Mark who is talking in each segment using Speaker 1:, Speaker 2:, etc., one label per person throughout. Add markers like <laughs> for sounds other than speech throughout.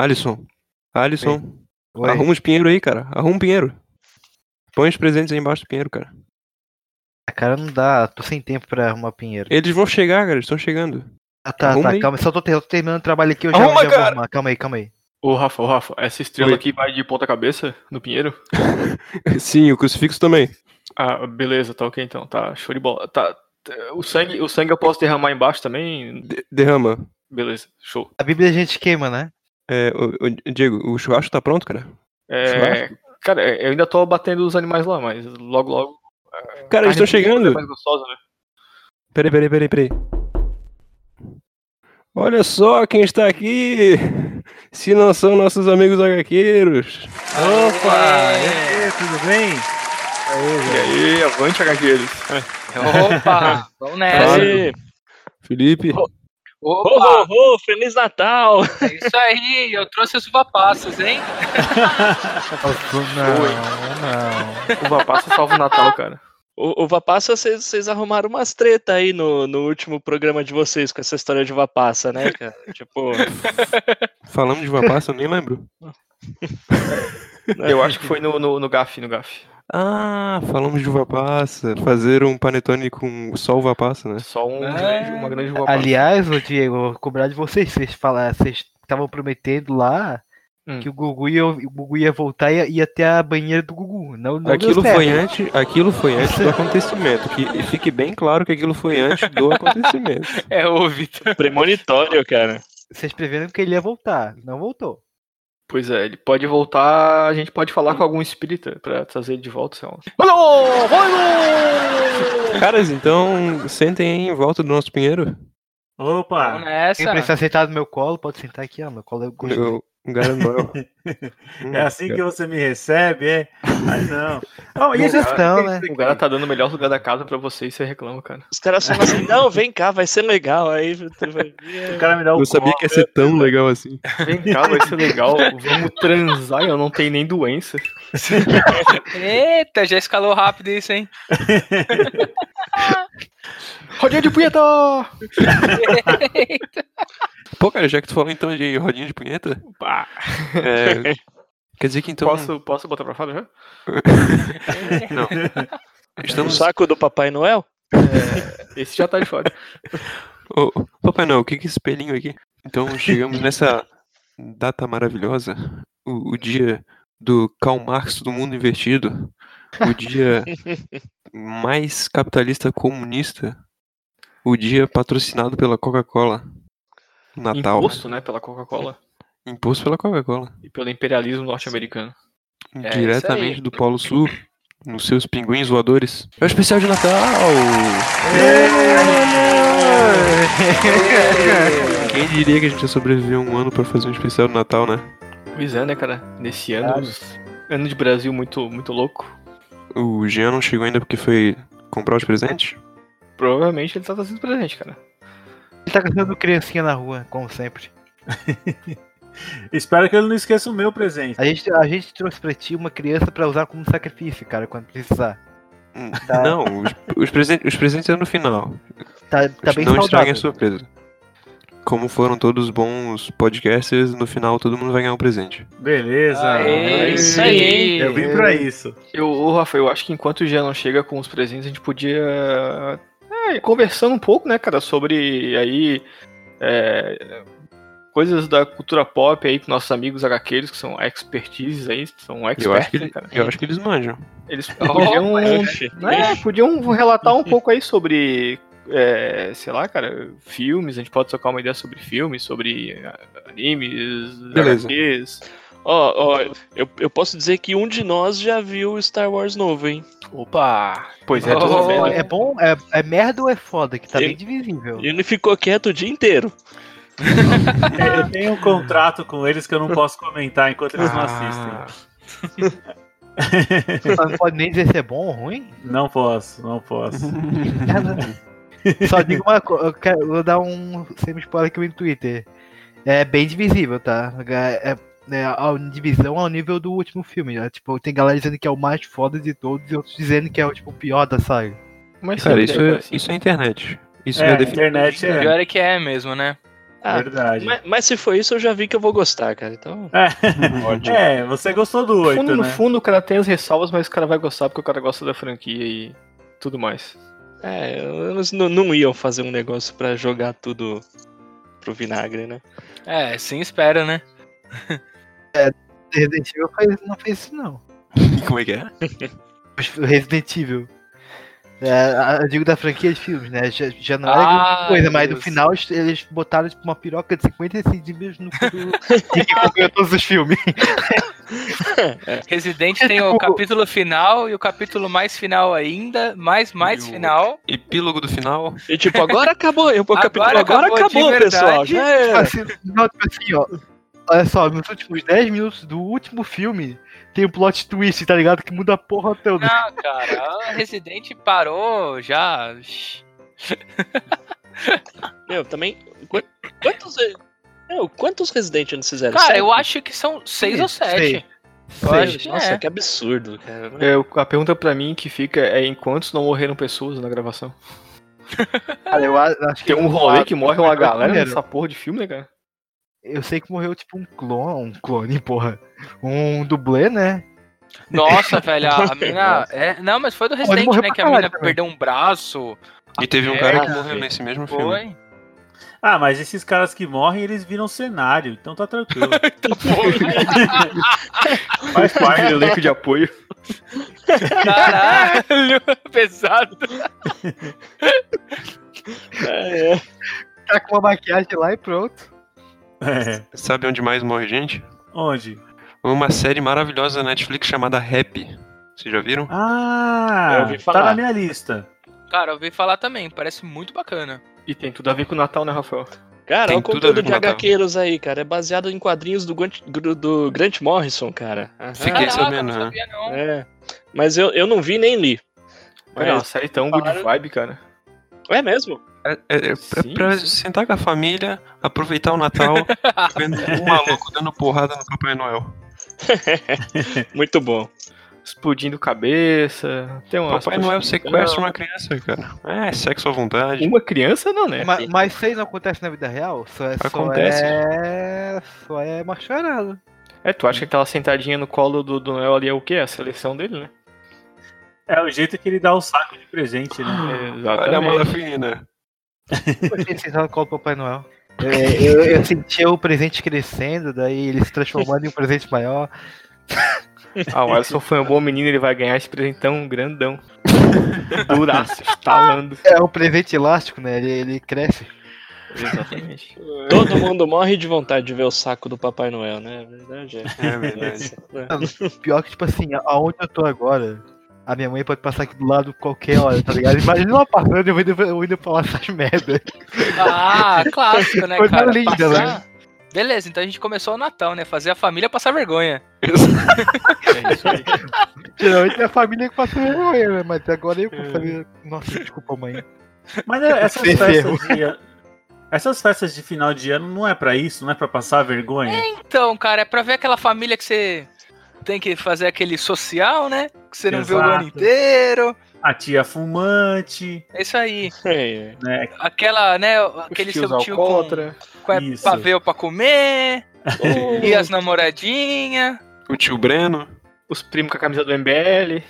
Speaker 1: Alisson. Alisson. Arruma os pinheiro aí, cara. Arruma um pinheiro. Põe os presentes aí embaixo do pinheiro, cara.
Speaker 2: Ah, Cara, não dá. Tô sem tempo pra arrumar pinheiro.
Speaker 1: Eles vão chegar, cara. Eles estão chegando.
Speaker 2: Ah, tá,
Speaker 1: Arruma
Speaker 2: tá.
Speaker 1: aí.
Speaker 2: Calma, só tô, ter- tô terminando o trabalho aqui. Eu já,
Speaker 1: Arruma,
Speaker 2: já vou
Speaker 1: cara!
Speaker 2: arrumar. Calma aí, calma aí.
Speaker 3: Ô, Rafa, ô, Rafa, essa estrela
Speaker 1: Oi.
Speaker 3: aqui vai de ponta cabeça no Pinheiro?
Speaker 1: <laughs> Sim, o crucifixo também.
Speaker 3: Ah, beleza, tá ok então, tá, show de bola. Tá, t- o sangue, o sangue eu posso derramar embaixo também?
Speaker 1: De- derrama.
Speaker 3: Beleza, show.
Speaker 2: A Bíblia a gente queima, né?
Speaker 1: É, o, o- Diego, o churrasco tá pronto, cara?
Speaker 3: É, cara, é, eu ainda tô batendo os animais lá, mas logo, logo...
Speaker 1: Cara, eles
Speaker 3: carne
Speaker 1: estão chegando.
Speaker 3: é mais gostosa, né?
Speaker 1: Peraí, peraí, peraí, peraí. Olha só quem está aqui! Se não são nossos amigos HQeiros.
Speaker 2: Opa!
Speaker 1: É.
Speaker 2: E aí, tudo bem?
Speaker 3: E aí, avante, HQs. É. <laughs>
Speaker 4: Opa! Vamos nessa!
Speaker 1: Claro.
Speaker 5: Aê!
Speaker 1: Felipe,
Speaker 5: Ô,
Speaker 4: Opa!
Speaker 5: ô, ô, Feliz Natal!
Speaker 4: É isso aí! Eu trouxe as uva passas, hein?
Speaker 2: Não, não.
Speaker 3: Uva passa salva o
Speaker 1: <laughs>
Speaker 3: Natal, cara.
Speaker 5: O, o Vapassa, vocês vocês arrumaram umas treta aí no, no último programa de vocês com essa história de Vapassa, né, cara? Tipo,
Speaker 1: falamos de uma passa, eu nem lembro.
Speaker 3: Eu acho que foi no, no, no GAF, no GAF.
Speaker 1: Ah, falamos de uva passa. Fazer um panetone com só uva passa, né?
Speaker 3: Só um
Speaker 4: Ah.
Speaker 3: grande- uma grande uva passa.
Speaker 2: Aliás, ô Diego, eu vou cobrar de vocês. Vocês falaram, vocês estavam prometendo lá
Speaker 3: Hum.
Speaker 2: que o Gugu ia, o Gugu ia voltar e ia, ia até a banheira do Gugu. Não, não
Speaker 1: Aquilo
Speaker 2: deu certo.
Speaker 1: foi né? antes, aquilo foi antes do acontecimento. Que e fique bem claro que aquilo foi antes do acontecimento.
Speaker 4: É, ô Vitor.
Speaker 5: premonitório, cara.
Speaker 2: Vocês preveram que ele ia voltar. Não voltou.
Speaker 3: Pois é, ele pode voltar, a gente pode falar com algum espírita pra trazer ele de volta, sei lá. Alô, vamos!
Speaker 1: Caras, então sentem aí em volta do nosso pinheiro.
Speaker 4: Vamos né?
Speaker 6: Opa!
Speaker 2: Quem
Speaker 4: nessa!
Speaker 2: precisa sentar no meu colo, pode sentar aqui, ó. Meu colo é eu gosto.
Speaker 1: Eu, um garanhão. Hum,
Speaker 6: É assim que você me recebe, é? Ai, não. Oh, e esse
Speaker 2: Não, não, né?
Speaker 3: O cara tá dando o melhor lugar da casa pra você e você reclama, cara.
Speaker 5: Os caras falam assim, não, vem cá, vai ser legal. Aí tu vai ver.
Speaker 6: O cara me dá o
Speaker 1: Eu sabia
Speaker 6: colo.
Speaker 1: que ia ser tão legal assim.
Speaker 3: Vem cá, vai ser legal, vamos transar, eu não tenho nem doença.
Speaker 6: <laughs>
Speaker 4: Eita, já escalou rápido isso, hein?
Speaker 3: Rodinha de punheta!
Speaker 1: Pô, cara, já que tu falou então de rodinha de punheta,
Speaker 3: Pá.
Speaker 1: é, quer dizer que então
Speaker 3: Posso, posso botar pra fora já?
Speaker 2: É.
Speaker 5: No
Speaker 1: estamos.
Speaker 5: saco do Papai Noel?
Speaker 3: Esse já tá de fora.
Speaker 1: Ô, ô, Papai Noel, o que que é esse pelinho aqui? Então chegamos
Speaker 4: <laughs>
Speaker 1: nessa data maravilhosa, o, o dia do Karl Marx do mundo invertido, o
Speaker 4: <laughs>
Speaker 1: dia mais capitalista comunista, o dia patrocinado pela Coca-Cola. Natal. né?
Speaker 3: Imposto, né, pela Coca-Cola
Speaker 1: Imposto pela Coca-Cola.
Speaker 3: e pelo imperialismo norte-americano.
Speaker 4: É isso
Speaker 1: diretamente
Speaker 4: aí.
Speaker 1: do Polo Sul, nos seus pinguins voadores. É o especial de Natal! Quem diria que a gente ia sobreviver um ano pra fazer um especial de Natal, né?
Speaker 3: Pois é, né, cara? Nesse ano, ano de Brasil muito, muito louco.
Speaker 1: O Jean não chegou ainda porque foi comprar os presentes?
Speaker 3: Provavelmente ele tá trazendo presente, cara.
Speaker 2: Ele tá cantando criancinha na rua, como sempre.
Speaker 6: Espero que ele não esqueça o meu presente.
Speaker 2: A gente, a gente trouxe pra ti uma criança pra usar como sacrifício, cara, quando precisar.
Speaker 1: Hum,
Speaker 2: Tá.
Speaker 1: Não, os, os presentes, os presentes é no final.
Speaker 2: Tá, tá bem
Speaker 1: não estraguem
Speaker 2: saudável.
Speaker 1: a surpresa. Como foram todos bons podcasters, no final todo mundo vai ganhar um presente.
Speaker 6: Beleza.
Speaker 4: Aê,
Speaker 5: é isso aí, hein?
Speaker 6: Eu vim pra isso.
Speaker 3: Eu, ô, Rafa, eu acho que enquanto o Jean não chega com os presentes, a gente podia é, ir conversando um pouco, né, cara, sobre aí é, coisas da cultura pop aí com nossos amigos HQs, que são expertises aí, são
Speaker 1: Eu acho,
Speaker 3: experts,
Speaker 1: que,
Speaker 3: né,
Speaker 1: ele-
Speaker 3: cara.
Speaker 1: eu acho que eles manjam.
Speaker 3: Eles
Speaker 4: Oh,
Speaker 3: podiam,
Speaker 5: Oxe,
Speaker 3: né, podiam relatar um pouco aí sobre, é, sei lá, cara, filmes, a gente pode trocar uma ideia sobre filmes, sobre ah, animes,
Speaker 1: Beleza.
Speaker 3: HQs.
Speaker 5: Ó, ó, eu, eu posso dizer que um de nós já viu Star Wars novo, hein?
Speaker 3: Opa! Pois é,
Speaker 4: Oh,
Speaker 3: tudo bem,
Speaker 2: Oh,
Speaker 3: né?
Speaker 2: é bom, é, é merda ou é foda, que tá
Speaker 5: Ele-
Speaker 2: bem divisível.
Speaker 5: E ele ficou quieto o dia inteiro.
Speaker 6: Eu tenho um contrato com eles que eu não posso comentar enquanto eles não
Speaker 3: Ah,
Speaker 6: assistem.
Speaker 2: Mas Não pode nem dizer se é bom ou ruim.
Speaker 6: Não posso, não posso.
Speaker 2: Só digo uma coisa, eu quero- eu vou dar um semi-spoiler aqui no Twitter. É bem divisível, tá? É, é, é a divisão ao nível do último filme. né? Tipo, tem galera dizendo que é o mais foda de todos e outros dizendo que é o tipo, o pior da saga.
Speaker 3: mas
Speaker 1: Cara,
Speaker 3: sempre
Speaker 1: isso
Speaker 3: é
Speaker 1: é,
Speaker 3: assim.
Speaker 1: isso é internet. Isso
Speaker 6: É,
Speaker 1: é,
Speaker 6: a
Speaker 1: definido.
Speaker 6: internet é.
Speaker 4: Pior é que é mesmo, né?
Speaker 5: Ah,
Speaker 6: Verdade.
Speaker 5: Mas, mas se for isso, eu já vi que eu vou gostar, cara. Então.
Speaker 6: É, é, você gostou do
Speaker 3: No
Speaker 6: 8,
Speaker 3: fundo, no
Speaker 6: né?
Speaker 3: fundo, o cara tem as ressalvas, mas o cara vai gostar porque o cara gosta da franquia e tudo mais.
Speaker 5: É, eles não, não iam fazer um negócio pra jogar tudo pro vinagre, né?
Speaker 4: É, sim, espera, né?
Speaker 2: Resident Evil faz- não fez isso, não.
Speaker 1: <laughs> Como é que é?
Speaker 2: O <laughs> Resident Evil. É, a- eu digo da franquia de filmes, né? Já, já não era
Speaker 4: Ah,
Speaker 2: grande coisa, mas no
Speaker 4: Deus.
Speaker 2: final eles- eles botaram tipo, uma piroca de 50 centímetros no cu
Speaker 3: <laughs>
Speaker 2: do- e que acompanhou todos os filmes.
Speaker 4: É.
Speaker 5: É.
Speaker 4: Resident tem
Speaker 2: <laughs>
Speaker 4: o
Speaker 2: Tipo-
Speaker 4: capítulo final e o capítulo mais final ainda, mais mais
Speaker 1: E o-
Speaker 4: final.
Speaker 1: Epílogo do final.
Speaker 5: E tipo, agora acabou. Eu vou
Speaker 4: Agora
Speaker 5: capitular. Agora
Speaker 4: acabou de
Speaker 5: acabou,
Speaker 4: verdade.
Speaker 5: pessoal. Já
Speaker 3: É.
Speaker 2: Tipo
Speaker 4: <laughs>
Speaker 5: era.
Speaker 2: assim, não, tipo assim, ó. Olha só, nos últimos 10 minutos do último filme tem um plot twist, tá ligado? Que muda a porra toda.
Speaker 4: Não, Ah, cara, a Resident parou já.
Speaker 5: Meu, também. qu- Quantos. Meu, quantos Resident eles fizeram?
Speaker 4: Cara,
Speaker 5: Sete?
Speaker 4: eu acho que são seis
Speaker 2: Sim,
Speaker 4: ou sete. Eu
Speaker 2: Sei.
Speaker 4: acho que
Speaker 5: Nossa,
Speaker 4: é.
Speaker 5: que absurdo,
Speaker 4: <laughs>
Speaker 5: cara.
Speaker 3: É, o- a pergunta pra mim que fica é em quantos não morreram pessoas na gravação?
Speaker 2: Cara, eu a- acho que
Speaker 3: Tem um rolê que morre <laughs> uma galera
Speaker 2: Primeiro.
Speaker 3: nessa porra de filme, né, cara?
Speaker 2: Eu sei que morreu tipo um clone, um clone, porra. Um dublê, né?
Speaker 4: Nossa,
Speaker 2: <laughs>
Speaker 4: velho, a, a mina. é, não, mas foi do Resident,
Speaker 2: morreu
Speaker 4: né?
Speaker 2: pra
Speaker 4: Que a mina
Speaker 2: caralho também.
Speaker 4: perdeu um braço.
Speaker 1: E teve um
Speaker 4: É,
Speaker 1: cara que
Speaker 5: cara.
Speaker 1: morreu nesse mesmo filme.
Speaker 4: Foi.
Speaker 6: Ah, mas esses caras que morrem, eles viram cenário, então tá tranquilo.
Speaker 3: Faz parte do elenco de apoio.
Speaker 4: Caralho, pesado.
Speaker 5: <laughs> É, é.
Speaker 2: Tá com uma maquiagem lá e pronto.
Speaker 6: É.
Speaker 1: Sabe onde mais morre gente?
Speaker 6: Onde?
Speaker 1: Uma série maravilhosa da Netflix chamada Happy. Vocês já viram?
Speaker 6: Ah,
Speaker 5: Eu ouvi
Speaker 6: tá
Speaker 5: falar.
Speaker 6: na minha lista.
Speaker 4: Cara, eu ouvi falar também, parece muito bacana.
Speaker 3: E tem tudo a ver com o Natal, né, Rafael?
Speaker 5: Cara,
Speaker 1: Tem
Speaker 5: olha o
Speaker 1: tudo a ver com
Speaker 5: conteúdo de
Speaker 1: Natal.
Speaker 5: HQs aí, cara. É baseado em quadrinhos do Grant, do- do Grant Morrison, cara. Aham.
Speaker 1: Fiquei
Speaker 4: Caraca,
Speaker 1: sabendo,
Speaker 4: Ah, não
Speaker 1: né?
Speaker 4: sabia não.
Speaker 5: É. Mas eu, eu não vi nem li.
Speaker 3: Cara, é uma
Speaker 5: Mas,
Speaker 3: série tão good
Speaker 5: falaram-
Speaker 3: vibe, cara.
Speaker 5: é mesmo?
Speaker 1: É, é- é pra-
Speaker 3: Sim,
Speaker 1: pra
Speaker 3: sim.
Speaker 1: sentar com a família, aproveitar o Natal, vendo um maluco dando porrada no Papai Noel.
Speaker 5: Muito bom.
Speaker 3: Explodindo cabeça. Tem uma.
Speaker 1: Papai Noel sequestra uma criança, cara. É, sexo à vontade.
Speaker 3: Uma criança não, né?
Speaker 2: Ma- Mas, isso aí não acontece na vida real? Só é,
Speaker 1: Acontece.
Speaker 2: Só é, só é macharada.
Speaker 3: É, tu acha que aquela sentadinha no colo do, do Noel ali é o quê? É a seleção dele, né?
Speaker 6: É o jeito que ele dá o saco de presente, né?
Speaker 3: Ah, Então,
Speaker 1: Olha a
Speaker 3: É, Exatamente.
Speaker 1: malafina.
Speaker 2: Eu tinha sentado no colo do Papai Noel. É, eu, eu sentia o presente crescendo, daí ele se transformando em um presente maior.
Speaker 3: Ah, o Alisson foi um bom menino, ele vai ganhar esse presentão grandão. <laughs> Duraço, estalando.
Speaker 2: É um presente elástico, né? Ele, ele cresce.
Speaker 3: <laughs> Exatamente.
Speaker 5: Todo mundo morre de vontade de ver o saco do Papai Noel, né? É verdade. É.
Speaker 1: É verdade.
Speaker 5: É.
Speaker 2: Pior que, tipo assim, a- aonde eu tô agora, a minha mãe pode passar aqui do lado qualquer hora, tá ligado? Imagina ela passando e eu indo, eu indo falar essas merdas.
Speaker 4: Ah, clássico, né,
Speaker 2: Coisa
Speaker 4: cara?
Speaker 2: linda,
Speaker 4: Passar- Beleza, então a gente começou o Natal, né? Fazer a família passar vergonha.
Speaker 3: É isso aí.
Speaker 2: Geralmente é a família que passa vergonha, né? Mas agora eu com a família. Nossa, desculpa, mãe.
Speaker 6: <laughs> Mas é, essas
Speaker 2: Sem
Speaker 6: festas de ano- essas festas de final de ano não é pra isso, não é pra passar vergonha.
Speaker 4: Então, cara, é pra ver aquela família que você tem que fazer aquele social, né? Que você não vê o
Speaker 6: Exato.
Speaker 4: ano inteiro.
Speaker 6: A tia fumante,
Speaker 4: É isso aí.
Speaker 5: É.
Speaker 6: né?
Speaker 4: Aquela, né? Aquele
Speaker 3: Os tios
Speaker 4: seu tio com,
Speaker 3: alcoólatra.
Speaker 4: com é
Speaker 6: Isso.
Speaker 4: pavê pra
Speaker 3: <laughs>
Speaker 4: comer. E as namoradinhas.
Speaker 1: O tio Breno.
Speaker 3: Os primos com a camisa do MBL.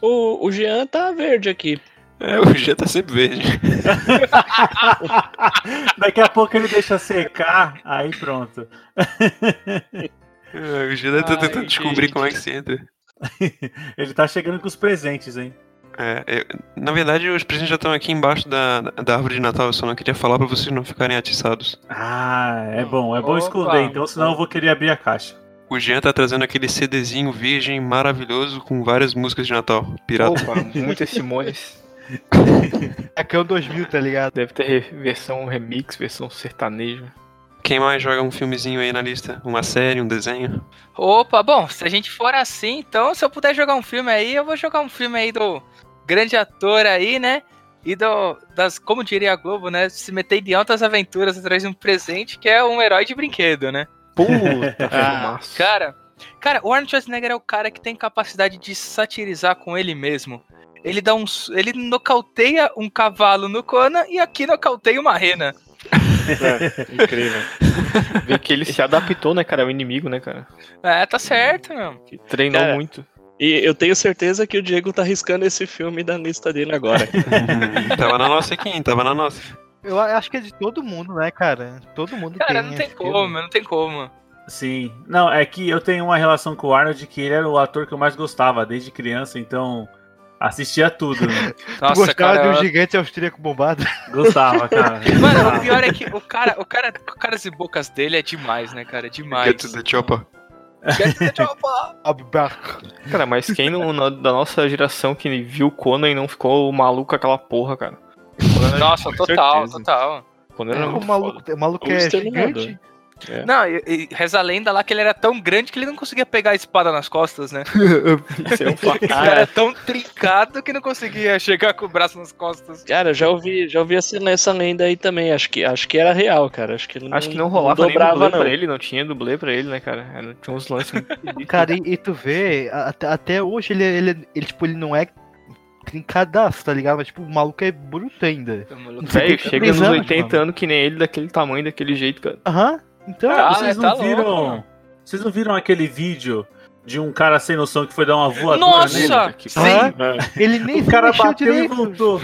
Speaker 5: O, o Jean tá verde aqui.
Speaker 1: É, o G tá sempre verde.
Speaker 6: Daqui a pouco ele deixa secar, aí pronto.
Speaker 1: É, O G tá
Speaker 4: Ai,
Speaker 1: tentando descobrir
Speaker 4: gente.
Speaker 1: como é que se entra.
Speaker 6: Ele tá chegando com os presentes, hein?
Speaker 1: É, eu- na verdade, os presentes já estão aqui embaixo da, da árvore de Natal. Eu só não queria falar pra vocês não ficarem atiçados.
Speaker 6: Ah, é bom, é bom
Speaker 4: Opa.
Speaker 6: esconder, então senão eu vou querer abrir a caixa.
Speaker 1: O Jean tá trazendo aquele CDzinho virgem maravilhoso com várias músicas de Natal. Pirata.
Speaker 3: Opa, muitas Simones.
Speaker 2: Tacão 2000, tá ligado?
Speaker 3: Deve ter re- versão remix, versão sertaneja.
Speaker 1: Quem mais joga um filmezinho aí na lista? Uma série, um desenho?
Speaker 4: Opa, bom, se a gente for assim, então se eu puder jogar um filme aí, eu vou jogar um filme aí do grande ator aí, né? E do, das, como diria a Globo, né? Se meter de altas aventuras atrás de um presente que é um herói de brinquedo, né?
Speaker 3: <laughs> Puta, filmaço.
Speaker 4: Cara, cara, o Arnold Schwarzenegger é o cara que tem capacidade de satirizar com ele mesmo. Ele dá um, s- ele nocauteia um cavalo no Conan e aqui nocauteia uma rena.
Speaker 5: Incrível.
Speaker 3: Vê que ele se adaptou, né, cara? É o inimigo, né, cara?
Speaker 4: É, tá certo, meu.
Speaker 3: Que treinou
Speaker 5: Cara,
Speaker 3: muito.
Speaker 5: E eu tenho certeza que o Diego tá riscando esse filme da lista dele agora.
Speaker 1: Uhum. tava na nossa aqui, hein? Tava na nossa.
Speaker 2: Eu acho que é de todo mundo, né, cara? Todo mundo
Speaker 4: Cara,
Speaker 2: tem.
Speaker 4: não tem
Speaker 2: esse
Speaker 4: como,
Speaker 2: filme.
Speaker 4: meu, não tem como.
Speaker 6: Sim. Não, é que eu tenho uma relação com o Arnold que ele era o ator que eu mais gostava desde criança, então assistia tudo. Né?
Speaker 2: Tu
Speaker 4: Nossa,
Speaker 2: gostava
Speaker 4: cara.
Speaker 2: de um
Speaker 4: eu-
Speaker 2: gigante austríaco bombado? <laughs>
Speaker 6: <laughs> Gostava, cara.
Speaker 4: Mano,
Speaker 6: Gostava.
Speaker 4: o pior é que o cara, o cara, o caras e bocas dele é demais, né, cara? É demais.
Speaker 1: Get to the chopper.
Speaker 4: Get to the chopper.
Speaker 2: Abba-
Speaker 3: Cara, mas quem não, na- da nossa geração que viu Conan e não ficou maluco com aquela porra, cara?
Speaker 4: Nossa, total,
Speaker 3: certeza.
Speaker 4: total.
Speaker 3: Conan era
Speaker 2: O
Speaker 3: muito foda.
Speaker 2: maluco, o maluco é
Speaker 5: O Exterminador.
Speaker 2: gigante.
Speaker 4: Não, e, e reza a lenda lá que ele era tão grande que ele não conseguia pegar a espada nas costas, né?
Speaker 3: <laughs> Isso é um fato.
Speaker 4: Ele era tão trincado que não conseguia chegar com o braço nas costas.
Speaker 5: Cara, já ouvi, já ouvi essa, essa lenda aí também. Acho que, acho que era real, cara. Acho que não,
Speaker 3: Acho que não rolava
Speaker 5: não
Speaker 3: nem né? dublê
Speaker 5: dobrava, não.
Speaker 3: pra ele, não tinha dublê pra ele, né, cara? Era- tinha uns <laughs> lances muito esquisitos.
Speaker 2: Cara, e, e tu vê, a- até, até hoje ele, ele, ele, tipo, ele não é trincadaço, tá ligado? Mas, tipo, o maluco é bruto ainda.
Speaker 3: Velho, chega nos
Speaker 2: 73 anos,
Speaker 3: 80
Speaker 2: mano.
Speaker 3: anos que nem ele, daquele tamanho, daquele jeito, cara.
Speaker 2: Aham, então...
Speaker 4: Ah,
Speaker 6: Vocês
Speaker 4: é,
Speaker 6: não
Speaker 4: tá
Speaker 6: viram?
Speaker 4: louco, mano.
Speaker 6: vocês não viram aquele vídeo de um cara sem noção que foi dar uma voadora nele?
Speaker 4: Nossa!
Speaker 3: Que
Speaker 4: Sim!
Speaker 2: Aham,
Speaker 6: É.
Speaker 2: ele nem
Speaker 6: O cara
Speaker 2: se mexeu
Speaker 6: bateu e
Speaker 2: direito.
Speaker 6: voltou.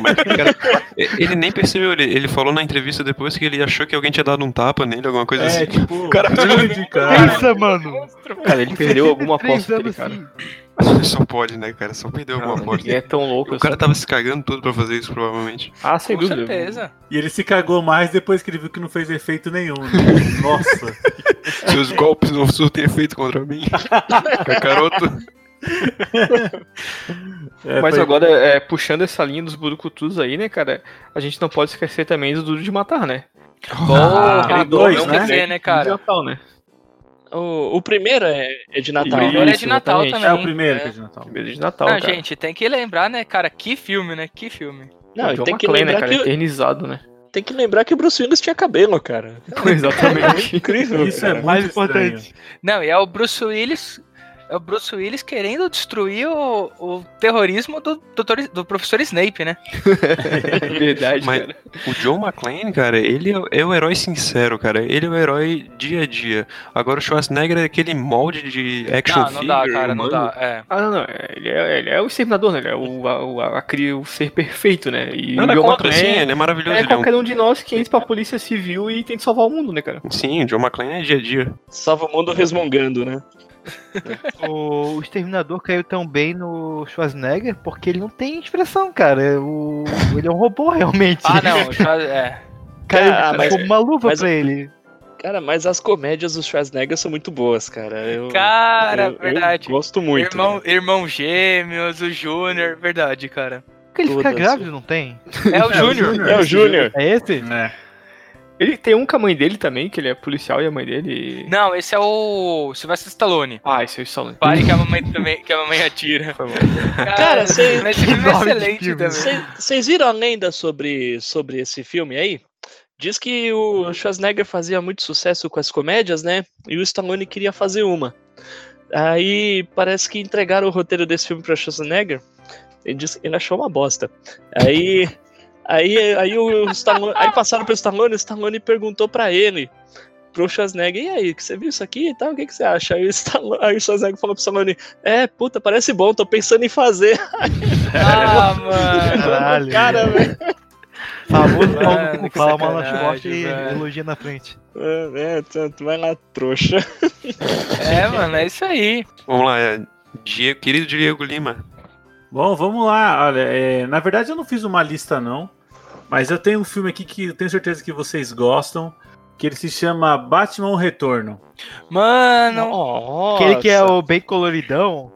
Speaker 1: Mas, cara, ele nem percebeu, ele, ele falou na entrevista depois que ele achou que alguém tinha dado um tapa nele, alguma coisa
Speaker 6: É,
Speaker 1: assim.
Speaker 6: tipo,
Speaker 1: Cara,
Speaker 6: grande, cara.
Speaker 2: Pensa, mano.
Speaker 3: Cara, ele perdeu alguma aposta dele,
Speaker 2: anos, assim.
Speaker 3: cara.
Speaker 2: sim.
Speaker 1: Só pode, né, cara? Só perdeu alguma
Speaker 3: Cara,
Speaker 1: aposta.
Speaker 3: ninguém é tão louco
Speaker 1: O
Speaker 3: assim.
Speaker 1: cara tá tava se cagando todo pra fazer isso, provavelmente.
Speaker 3: Ah, sem
Speaker 4: Com
Speaker 3: dúvida.
Speaker 4: certeza.
Speaker 6: E ele se cagou mais depois que ele viu que não fez efeito nenhum. né? Nossa.
Speaker 1: Seus golpes não surtem efeito contra mim. Cacaroto.
Speaker 6: É,
Speaker 3: Mas
Speaker 6: foi-
Speaker 3: agora, é, puxando essa linha dos burucutus aí, né, cara, a gente não pode esquecer também do Duro de Matar, né?
Speaker 6: aquele
Speaker 3: Ah,
Speaker 4: Porra,
Speaker 6: dois,
Speaker 4: não
Speaker 6: né?
Speaker 4: quer dizer, Ah, né,
Speaker 3: De
Speaker 4: cara?
Speaker 3: Natal, né?
Speaker 5: O, o primeiro é, é de Natal.
Speaker 4: O primeiro é
Speaker 5: né?
Speaker 3: Isso,
Speaker 4: de Natal
Speaker 3: exatamente.
Speaker 6: É o
Speaker 4: também.
Speaker 6: primeiro que é de Natal.
Speaker 3: Primeiro de Natal,
Speaker 4: Não,
Speaker 3: cara.
Speaker 4: Ah, gente, tem que lembrar, né, cara? Que filme, né? Que filme.
Speaker 5: Não,
Speaker 3: John
Speaker 5: tem que,
Speaker 3: McClane, né,
Speaker 5: lembrar
Speaker 3: cara?
Speaker 5: que,
Speaker 3: Eternizado, né? <laughs>
Speaker 5: tem que lembrar que o Bruce Willis tinha cabelo, cara.
Speaker 3: Exatamente.
Speaker 5: Incrível.
Speaker 6: Isso é
Speaker 5: cara.
Speaker 6: muito
Speaker 2: Mais
Speaker 6: estranho.
Speaker 2: importante.
Speaker 4: Não, e é o Bruce Willis. É o Bruce Willis querendo destruir o, o terrorismo do, doutor, do professor Snape, né?
Speaker 3: Verdade,
Speaker 1: Mas-
Speaker 3: cara.
Speaker 1: O John McClane, cara, ele é o- é o herói sincero, cara. Ele é o herói dia a dia. Agora o Schwarzenegger é aquele molde de action
Speaker 4: Não, não dá,
Speaker 1: figure
Speaker 4: cara, não
Speaker 1: humano.
Speaker 4: dá. É.
Speaker 3: Ah, não, não. é- Ele é, ele é o exterminador, né? Ele é o, a, o, a, a cri- o ser perfeito, né? E
Speaker 1: Nada
Speaker 3: o John
Speaker 1: contra, sim,
Speaker 3: McClane
Speaker 1: ele é maravilhoso.
Speaker 3: é
Speaker 1: ele é um-
Speaker 3: qualquer um de nós que entra pra polícia civil e tenta salvar o mundo, né, cara?
Speaker 1: Sim, o John McClane é dia a dia.
Speaker 5: Salva o mundo resmungando, né?
Speaker 2: O, o Exterminador caiu tão bem no Schwarzenegger porque ele não tem expressão, cara. O, ele é um robô, <laughs> realmente.
Speaker 4: Ah, não, já, é.
Speaker 2: Caiu
Speaker 5: Ah, mas-
Speaker 2: como uma luva
Speaker 5: mas-
Speaker 2: pra ele.
Speaker 5: Cara, mas as comédias do Schwarzenegger são muito boas, cara. Eu,
Speaker 4: Cara,
Speaker 5: eu- eu
Speaker 4: verdade.
Speaker 5: gosto muito.
Speaker 4: irmão,
Speaker 5: né?
Speaker 4: irmão Gêmeos, o Júnior, verdade, cara.
Speaker 2: Porque ele fica
Speaker 5: Todas.
Speaker 2: grávido, não tem?
Speaker 4: É o
Speaker 6: É, o
Speaker 4: Júnior.
Speaker 5: É o Júnior.
Speaker 2: É esse?
Speaker 6: É.
Speaker 3: Ele tem um com a mãe dele também, que ele é policial e a mãe dele.
Speaker 4: Não, esse é o Sylvester Stallone.
Speaker 3: Ah, esse é o Stallone.
Speaker 4: Pare que a mamãe também, que a mamãe atira.
Speaker 3: Foi mal.
Speaker 5: Cara, vocês-
Speaker 4: mas esse filme é
Speaker 2: Que nome de
Speaker 4: excelente
Speaker 2: filme.
Speaker 4: também.
Speaker 5: Vocês viram a lenda sobre, sobre esse filme aí? Diz que o Schwarzenegger fazia muito sucesso com as comédias, né? E o Stallone queria fazer uma. Aí parece que entregaram o roteiro desse filme para Schwarzenegger. Ele, disse, ele achou uma bosta. Aí, aí, aí o Stallone, aí passaram pro Stallone, o Stallone perguntou para ele, pro Schwarzenegger, e aí, que você viu isso aqui e tal? O que, que você acha? Aí o, Stallone, aí o Schwarzenegger falou pro Stallone, é, puta, parece bom, tô pensando em fazer.
Speaker 4: Ah, mano.
Speaker 2: Caralho.
Speaker 5: Cara, velho.
Speaker 2: Famoso
Speaker 4: Mano,
Speaker 2: pau no cu,
Speaker 4: que
Speaker 2: fala mal na
Speaker 4: sacanagem,
Speaker 2: churrasca e
Speaker 4: velho.
Speaker 2: elogia na frente.
Speaker 5: É, é, tu, tu vai lá, <laughs> trouxa.
Speaker 4: É, mano, é isso aí.
Speaker 1: Vamos lá, é Diego, querido Diego Lima.
Speaker 6: Bom, vamos lá. Olha, é, na verdade eu não fiz uma lista, não. Mas eu tenho um filme aqui que eu tenho certeza que vocês gostam. Que ele se chama Batman O Retorno.
Speaker 4: Mano.
Speaker 5: Nossa.
Speaker 2: Aquele que é o bem coloridão.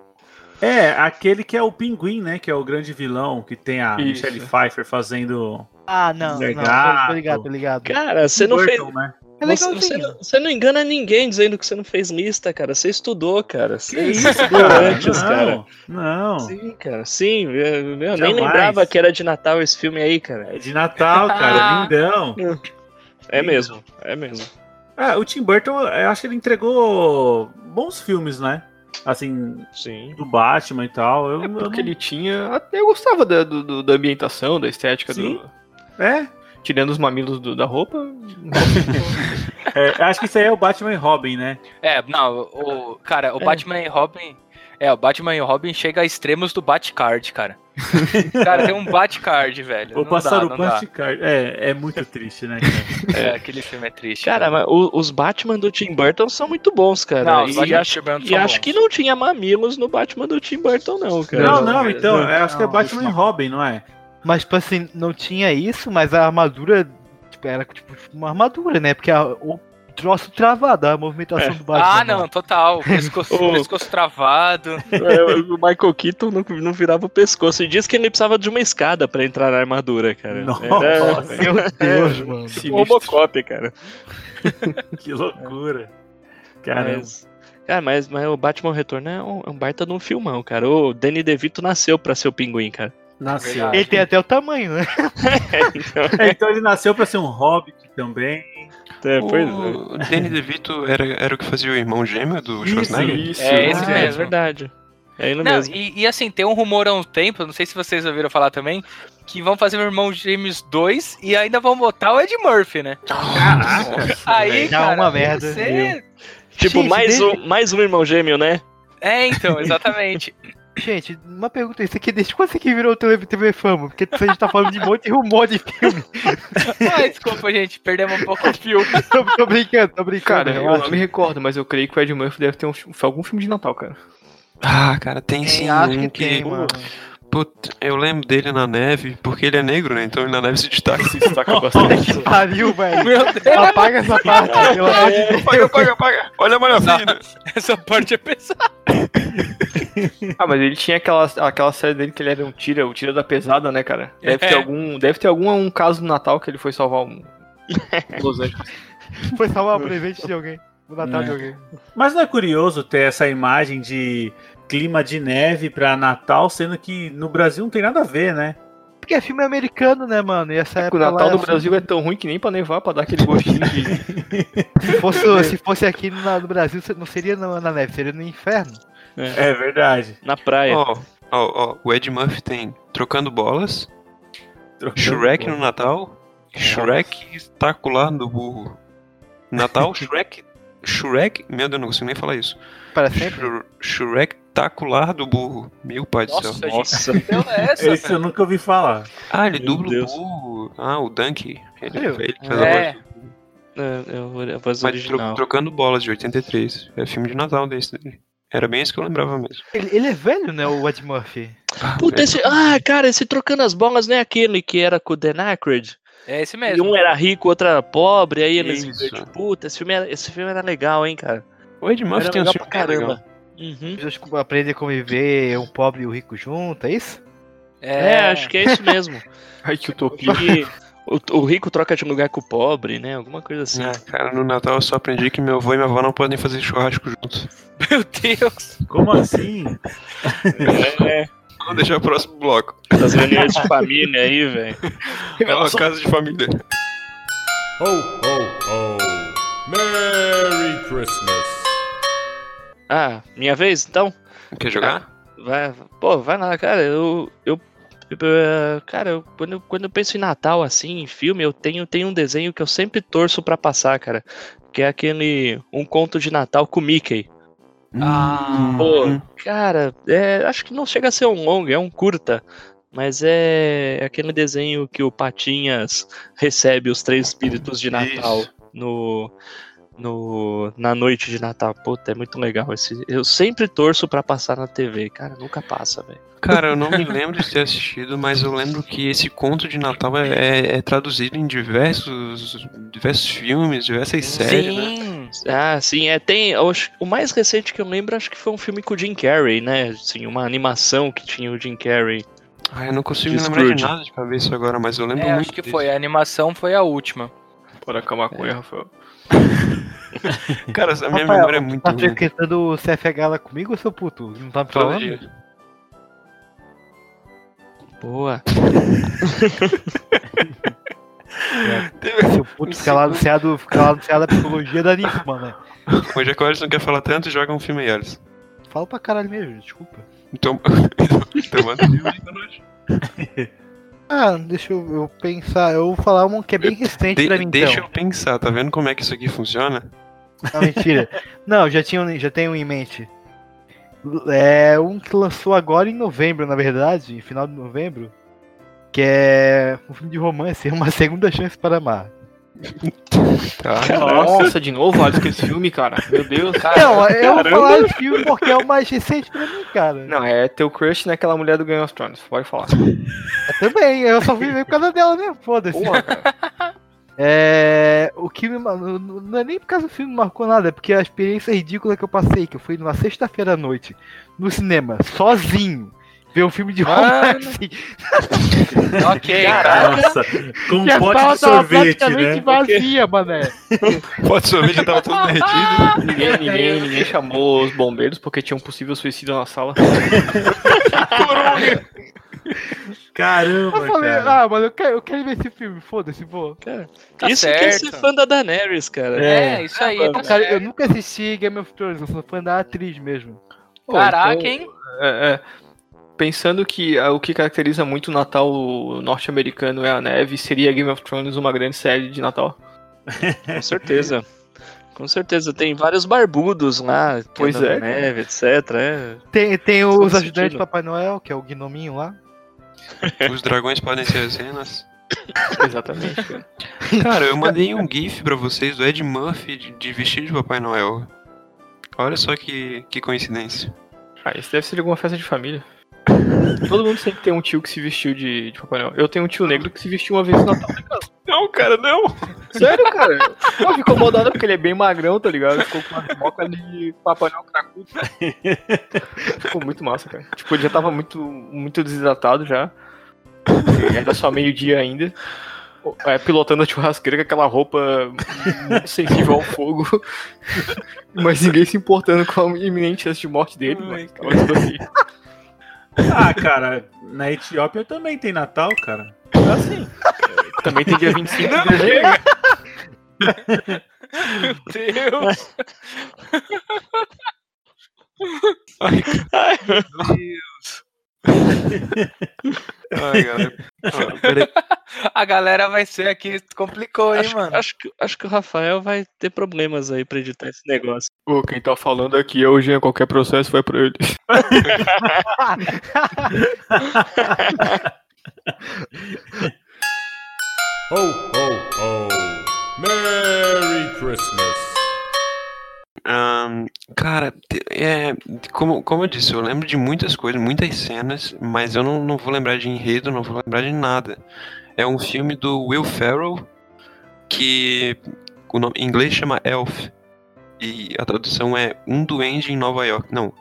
Speaker 6: É, aquele que é o Pinguim, né? Que é o grande vilão, que tem a
Speaker 3: Isso.
Speaker 6: Michelle Pfeiffer fazendo.
Speaker 2: Ah, não. não
Speaker 6: Legal.
Speaker 2: tô ligado, tô ligado.
Speaker 5: Cara, você não fez.
Speaker 6: Burton, né?
Speaker 2: É
Speaker 5: Você, você
Speaker 2: legalzinho.
Speaker 5: não, você não engana ninguém dizendo que você não fez lista, cara. Você estudou, cara. Você
Speaker 6: Que isso,
Speaker 5: estudou
Speaker 6: cara?
Speaker 5: antes,
Speaker 6: não,
Speaker 5: cara.
Speaker 6: Não.
Speaker 5: Sim, cara. Sim, eu, eu nem
Speaker 6: Jamais.
Speaker 5: lembrava que era de Natal esse filme aí, cara.
Speaker 6: É de Natal,
Speaker 5: <laughs>
Speaker 6: cara. lindão.
Speaker 5: É mesmo, é mesmo.
Speaker 6: Ah, o Tim Burton, eu acho que ele entregou bons filmes, né? Assim,
Speaker 5: Sim.
Speaker 6: do Batman e tal. Eu,
Speaker 3: É
Speaker 6: eu não-
Speaker 3: porque ele tinha. até Eu gostava da, do- do- da ambientação, da estética
Speaker 6: Sim.
Speaker 3: do.
Speaker 6: É.
Speaker 3: Tirando os mamilos do- da roupa.
Speaker 6: É, acho que isso aí é o Batman e Robin, né?
Speaker 4: É, não, o. Cara, o
Speaker 5: É.
Speaker 4: Batman e Robin. É, o Batman e Robin chega a extremos do Batcard, cara. <laughs> cara, tem um Batcard, velho.
Speaker 6: Ou
Speaker 4: não dá,
Speaker 6: passar o
Speaker 4: não dá.
Speaker 6: plastic card. É, é muito triste, né?
Speaker 4: <laughs>
Speaker 6: cara?
Speaker 4: É, aquele filme é triste.
Speaker 5: Cara, mas o- os Batman do Tim Burton são muito bons, cara.
Speaker 4: Não, os
Speaker 5: e
Speaker 4: Batman do
Speaker 5: acho,
Speaker 4: Tim Burton
Speaker 5: e
Speaker 4: são
Speaker 5: acho
Speaker 4: bons.
Speaker 5: que não tinha mamilos no Batman do Tim Burton, não, cara.
Speaker 6: não, não, então.
Speaker 2: não,
Speaker 6: é, acho que é
Speaker 2: não,
Speaker 6: Batman
Speaker 2: isso
Speaker 6: e Robin, não é?
Speaker 2: Mas, tipo assim, não tinha isso, mas a armadura tipo, era tipo uma armadura, né? Porque a- o troço travado, a movimentação do Batman.
Speaker 4: Ah, não, total. Pescoço,
Speaker 5: O-
Speaker 4: pescoço travado.
Speaker 5: É, o Michael Keaton não, não virava o pescoço. E diz que ele precisava de uma escada pra entrar na armadura, cara.
Speaker 6: Nossa.
Speaker 5: Era
Speaker 3: <laughs>
Speaker 2: Meu
Speaker 3: É.
Speaker 2: Deus, mano.
Speaker 5: um Robocop, cara.
Speaker 6: <laughs> Que loucura. Cara,
Speaker 5: Mas, cara, mas, mas o Batman Retorno é um, é um baita de um filmão, cara. O Danny DeVito nasceu pra ser o pinguim, cara.
Speaker 6: nasceu.
Speaker 4: Verdade.
Speaker 2: Ele tem até o tamanho, né?
Speaker 6: <laughs> É, então ele nasceu pra ser um hobbit também.
Speaker 5: <laughs> É, pois é.
Speaker 1: O Danny DeVito era, era o que fazia o irmão gêmeo do
Speaker 6: Isso,
Speaker 1: Schwarzenegger?
Speaker 3: Isso.
Speaker 4: É, esse
Speaker 5: Ah, é
Speaker 4: mesmo.
Speaker 5: verdade. É ele
Speaker 4: Não,
Speaker 5: mesmo.
Speaker 4: e, e assim, tem um rumor há um tempo, não sei se vocês ouviram falar também, que vão fazer o Irmão Gêmeos 2 e ainda vão botar o Ed Murphy, né?
Speaker 1: Caraca!
Speaker 4: Aí,
Speaker 2: Dá
Speaker 4: cara,
Speaker 2: uma merda,
Speaker 4: Você...
Speaker 5: Tipo,
Speaker 2: Gente,
Speaker 5: mais,
Speaker 2: deixa-
Speaker 5: um, mais um irmão gêmeo, né?
Speaker 4: É, então, exatamente.
Speaker 2: Gente, uma pergunta, isso aqui, desde quando isso aqui virou TV, TV Fama? Porque a gente tá falando de um monte de rumor de filme. <laughs>
Speaker 4: Ai, Ah, desculpa, gente, perdemos um pouco o fio.
Speaker 2: Tô, tô brincando, tô brincando.
Speaker 3: É. Cara, eu
Speaker 2: relaxa.
Speaker 3: não me recordo, mas eu creio que o Ed Murphy deve ter um fi- algum filme de Natal, cara.
Speaker 1: Ah, cara, tem sim
Speaker 2: Tem, É, acho
Speaker 1: um
Speaker 2: que
Speaker 1: que...
Speaker 2: tem, mano.
Speaker 1: Puta, eu lembro dele na neve, porque ele é negro, né? Então ele na neve se destaca.
Speaker 3: Se destaca
Speaker 2: Que
Speaker 5: <laughs>
Speaker 3: bastante.
Speaker 2: pariu, Tá, velho.
Speaker 4: <laughs> <laughs> Meu Deus,
Speaker 2: Apaga essa parte, pelo amor
Speaker 5: É.
Speaker 2: de Deus.
Speaker 1: Paga, paga, paga! Olha a malha fina!
Speaker 4: essa parte é pesada.
Speaker 3: ah, mas ele tinha aquela, aquela série dele que ele era um tira, o tira da pesada, né, cara? Deve ter
Speaker 4: É.
Speaker 3: algum, deve ter algum um caso no Natal que ele foi salvar
Speaker 4: <laughs>
Speaker 3: um Los Angeles.
Speaker 2: Foi salvar o presente de alguém. O Natal de alguém.
Speaker 6: Mas não é curioso ter essa imagem de clima de neve pra Natal, sendo que no Brasil não tem nada a ver, né?
Speaker 2: Porque é filme americano, né, mano? E essa
Speaker 3: O
Speaker 2: época lá
Speaker 3: É, Natal
Speaker 2: era
Speaker 3: do Brasil é tão ruim que nem pra nevar, pra dar aquele gostinho de... <laughs>
Speaker 2: Se fosse, se fosse aqui na- no Brasil, não seria na, na neve, seria no inferno.
Speaker 6: É verdade.
Speaker 5: Na praia.
Speaker 1: Ó, ó, ó, o Ed Murphy tem Trocando Bolas, Shrek no Natal,
Speaker 5: É.
Speaker 1: Shrek Estacular do Burro. Natal, <laughs> Shrek. Shrek. Meu Deus, não consigo nem falar isso.
Speaker 5: É
Speaker 2: Para sempre.
Speaker 1: Shre- Shrek Tacular do Burro. Meu pai do céu.
Speaker 4: Nossa,
Speaker 5: Nossa.
Speaker 4: gente, então é essa,
Speaker 6: Esse eu nunca ouvi falar.
Speaker 1: Ah, ele
Speaker 5: Meu
Speaker 1: dubla o
Speaker 5: Deus.
Speaker 1: burro. Ah, o Dunk. Ele,
Speaker 2: Meu,
Speaker 1: ele fez
Speaker 4: É,
Speaker 1: a voz.
Speaker 5: É, é o- a voz
Speaker 1: Mas tro-
Speaker 5: original.
Speaker 1: trocando bolas de 83. É filme de Natal desse daí. Era bem isso que eu lembrava mesmo.
Speaker 2: Ele, ele é velho, né, o Ed Murphy?
Speaker 5: Puta, esse... Ah, cara, esse Trocando as Bolas não é aquele que era com o Dan Aykroyd?
Speaker 4: é esse
Speaker 5: E
Speaker 4: mesmo.
Speaker 5: um era rico, outro era pobre, aí eles...
Speaker 1: Isso.
Speaker 5: Puta, esse filme, era... esse filme era legal, hein, cara?
Speaker 1: O Ed Murphy
Speaker 5: Era
Speaker 1: tem um
Speaker 5: legal
Speaker 1: filme
Speaker 5: pra
Speaker 1: bem legal.
Speaker 5: caramba. Uhum.
Speaker 2: Desculpa, Aprender a conviver, um pobre e o rico junto, é isso?
Speaker 5: É, acho que é
Speaker 1: <laughs>
Speaker 5: isso mesmo.
Speaker 3: Ai, que
Speaker 5: Que
Speaker 3: utopia.
Speaker 5: o, o rico troca de lugar com o pobre, né? Alguma coisa assim.
Speaker 1: Ah, cara, no Natal eu só aprendi que meu avô e minha avó não podem fazer churrasco juntos.
Speaker 4: Meu Deus.
Speaker 6: Como assim?
Speaker 5: <laughs> É,
Speaker 1: Vamos deixar o próximo
Speaker 5: <laughs>
Speaker 1: bloco.
Speaker 5: essas reuniões de família aí, velho.
Speaker 1: É uma casa de família.
Speaker 7: Ho, ho, ho. Merry Christmas.
Speaker 5: Ah, minha vez, então?
Speaker 1: Quer jogar?
Speaker 5: Vai, pô, vai lá, cara. Eu. eu eh, cara, eu- quando, eu- quando eu penso em Natal, assim, em filme, eu tenho, tenho um desenho que eu sempre torço pra passar, cara. Que é aquele. Um conto de Natal com Mickey.
Speaker 4: Ah,
Speaker 3: Hum,
Speaker 5: Pô, cara, é, acho que não chega a ser um longa, é um curta. Mas é aquele desenho que o Patinhas recebe os três espíritos de Natal
Speaker 1: Isso.
Speaker 5: no, no, na noite de Natal. Puta, é muito legal. Esse, eu sempre torço pra passar na TV, cara, nunca passa, velho.
Speaker 1: Cara, eu não me lembro de ter assistido, mas eu lembro que esse conto de Natal é, é- é traduzido em diversos, diversos filmes, diversas séries, né?
Speaker 4: sim.
Speaker 5: Ah, sim, é, tem. eu acho- O mais recente que eu lembro, acho que foi um filme com o Jim Carrey, né? Assim, uma animação que tinha o Jim Carrey.
Speaker 1: Ah, eu não consigo me
Speaker 5: De
Speaker 1: lembrar de
Speaker 5: Scrooge.
Speaker 1: nada de cabeça agora, mas eu lembro
Speaker 4: É,
Speaker 1: muito
Speaker 4: acho que
Speaker 1: desse.
Speaker 4: foi. A animação foi a última.
Speaker 3: Bora acabar com ele, é Rafael.
Speaker 1: Cara, a minha
Speaker 2: Rafael,
Speaker 1: memória é muito
Speaker 2: Tá
Speaker 1: ruim.
Speaker 2: frequentando o CFH lá comigo, seu puto? Não tá me
Speaker 1: Todo
Speaker 2: falando?
Speaker 1: dia.
Speaker 5: Boa.
Speaker 2: Seu puto fica lá no CA do, fica lá no CA da psicologia da Nico, mano. né?
Speaker 1: Hoje é que o Alisson quer falar tanto, joga um filme aí, Alisson. <laughs>
Speaker 2: Fala pra caralho mesmo, desculpa.
Speaker 1: Então, então manda um filme aí pra nós.
Speaker 2: Ah, deixa eu, eu pensar. Eu vou falar um que é bem recente
Speaker 1: De-
Speaker 2: pra mim,
Speaker 1: deixa
Speaker 2: então.
Speaker 1: eu pensar, tá vendo como é que isso aqui funciona?
Speaker 2: Não, mentira. Não, já, tinha, um- já tenho um em mente. É um que lançou agora em novembro, na verdade, em final de novembro. Que é um filme de romance, <laughs> é uma segunda chance para amar.
Speaker 1: Tá.
Speaker 3: Nossa, de novo, Alisson, esse filme, cara. Meu Deus, cara.
Speaker 2: Não, é- eu vou falar de filme porque é o mais recente pra mim, cara.
Speaker 3: Não, é teu crush naquela mulher do Game of Thrones, pode falar.
Speaker 2: Eu também, eu só fui ver por causa dela mesmo, foda-se.
Speaker 3: Porra, cara.
Speaker 2: <laughs> É, o que me, ma- não- não é nem por causa do filme marcou nada, é porque a experiência ridícula que eu passei, que eu fui numa sexta-feira à noite no cinema, sozinho, ver um filme de
Speaker 4: Mano.
Speaker 2: romance.
Speaker 4: ok, cara.
Speaker 6: Nossa, com
Speaker 2: E
Speaker 6: um
Speaker 2: a
Speaker 6: pote
Speaker 2: sala
Speaker 6: de
Speaker 2: tava
Speaker 6: sorvete,
Speaker 2: praticamente
Speaker 6: né?
Speaker 2: vazia, mané.
Speaker 1: Pode sorvete, já tava tudo
Speaker 4: <laughs>
Speaker 1: derretido.
Speaker 3: Ninguém, ninguém, ninguém chamou os bombeiros porque tinha um possível suicídio na sala.
Speaker 2: Eu
Speaker 6: Caramba,
Speaker 2: falei,
Speaker 6: cara.
Speaker 2: ah, mano, eu quero, eu quero ver esse filme, foda-se, pô.
Speaker 4: Tá
Speaker 5: Isso que é
Speaker 4: certo.
Speaker 5: ser fã da Daenerys, cara.
Speaker 4: É, isso aí.
Speaker 5: Ah,
Speaker 4: tá
Speaker 2: Cara, eu
Speaker 4: certo.
Speaker 2: nunca assisti Game of Thrones, eu sou fã da atriz mesmo.
Speaker 3: Pô,
Speaker 4: Caraca,
Speaker 3: então,
Speaker 4: hein?
Speaker 3: é, é, pensando que ah, o que caracteriza muito o Natal norte-americano é a neve, seria Game of Thrones uma grande série de Natal?
Speaker 5: Com certeza. Com certeza. Tem vários barbudos lá, que
Speaker 3: Pois
Speaker 5: andam
Speaker 3: é,
Speaker 5: na neve, etc. é.
Speaker 2: Tem, tem
Speaker 5: Faz
Speaker 2: os
Speaker 5: sentido.
Speaker 2: ajudantes do Papai Noel, que é o gnominho lá.
Speaker 1: Os dragões podem ser as renas.
Speaker 3: Exatamente. cara.
Speaker 1: Cara,
Speaker 2: <laughs>
Speaker 1: eu mandei um GIF pra vocês do Ed Murphy de, de vestido de Papai Noel. Olha só que, que coincidência.
Speaker 3: Ah, isso deve ser de alguma festa de <laughs> família. Todo mundo sempre tem um tio que se vestiu de, de Papai Noel. Eu tenho um tio negro que se vestiu uma vez no Natal.
Speaker 1: Não, cara, não!
Speaker 3: Sério, cara? Eu fico incomodado porque ele é bem magrão, tá ligado? Ficou com uma moca de Papai Noel cracudo. Ficou muito massa, cara. Tipo, ele já tava muito, muito desidratado já. E Era só meio-dia ainda. É, pilotando a churrasqueira com aquela roupa muito sensível ao fogo. Mas ninguém se importando com a iminente chance de morte dele.
Speaker 1: Ai,
Speaker 3: mas tava tudo assim.
Speaker 6: Ah, cara, na Etiópia também tem Natal, cara. É assim.
Speaker 3: Também tem dia 25 de
Speaker 4: Não,
Speaker 3: dezembro.
Speaker 4: chega. Meu Deus.
Speaker 1: Ai, cara. Ó, peraí.
Speaker 4: A galera vai ser aqui. Complicou, hein,
Speaker 5: Acho,
Speaker 4: mano?
Speaker 5: acho que, acho que o Rafael vai ter problemas aí pra editar esse negócio.
Speaker 3: Ô, quem tá falando aqui hoje é qualquer processo vai pra ele.
Speaker 7: Ho, ho, ho. Merry Christmas.
Speaker 1: Ahn, cara, te- é, como, como eu disse, eu lembro de muitas coisas, muitas cenas, mas eu não, não vou lembrar de enredo, não vou lembrar de nada. É um filme do Will Ferrell que o nome em inglês chama Elf e a tradução é Um Duende em Nova York. Não,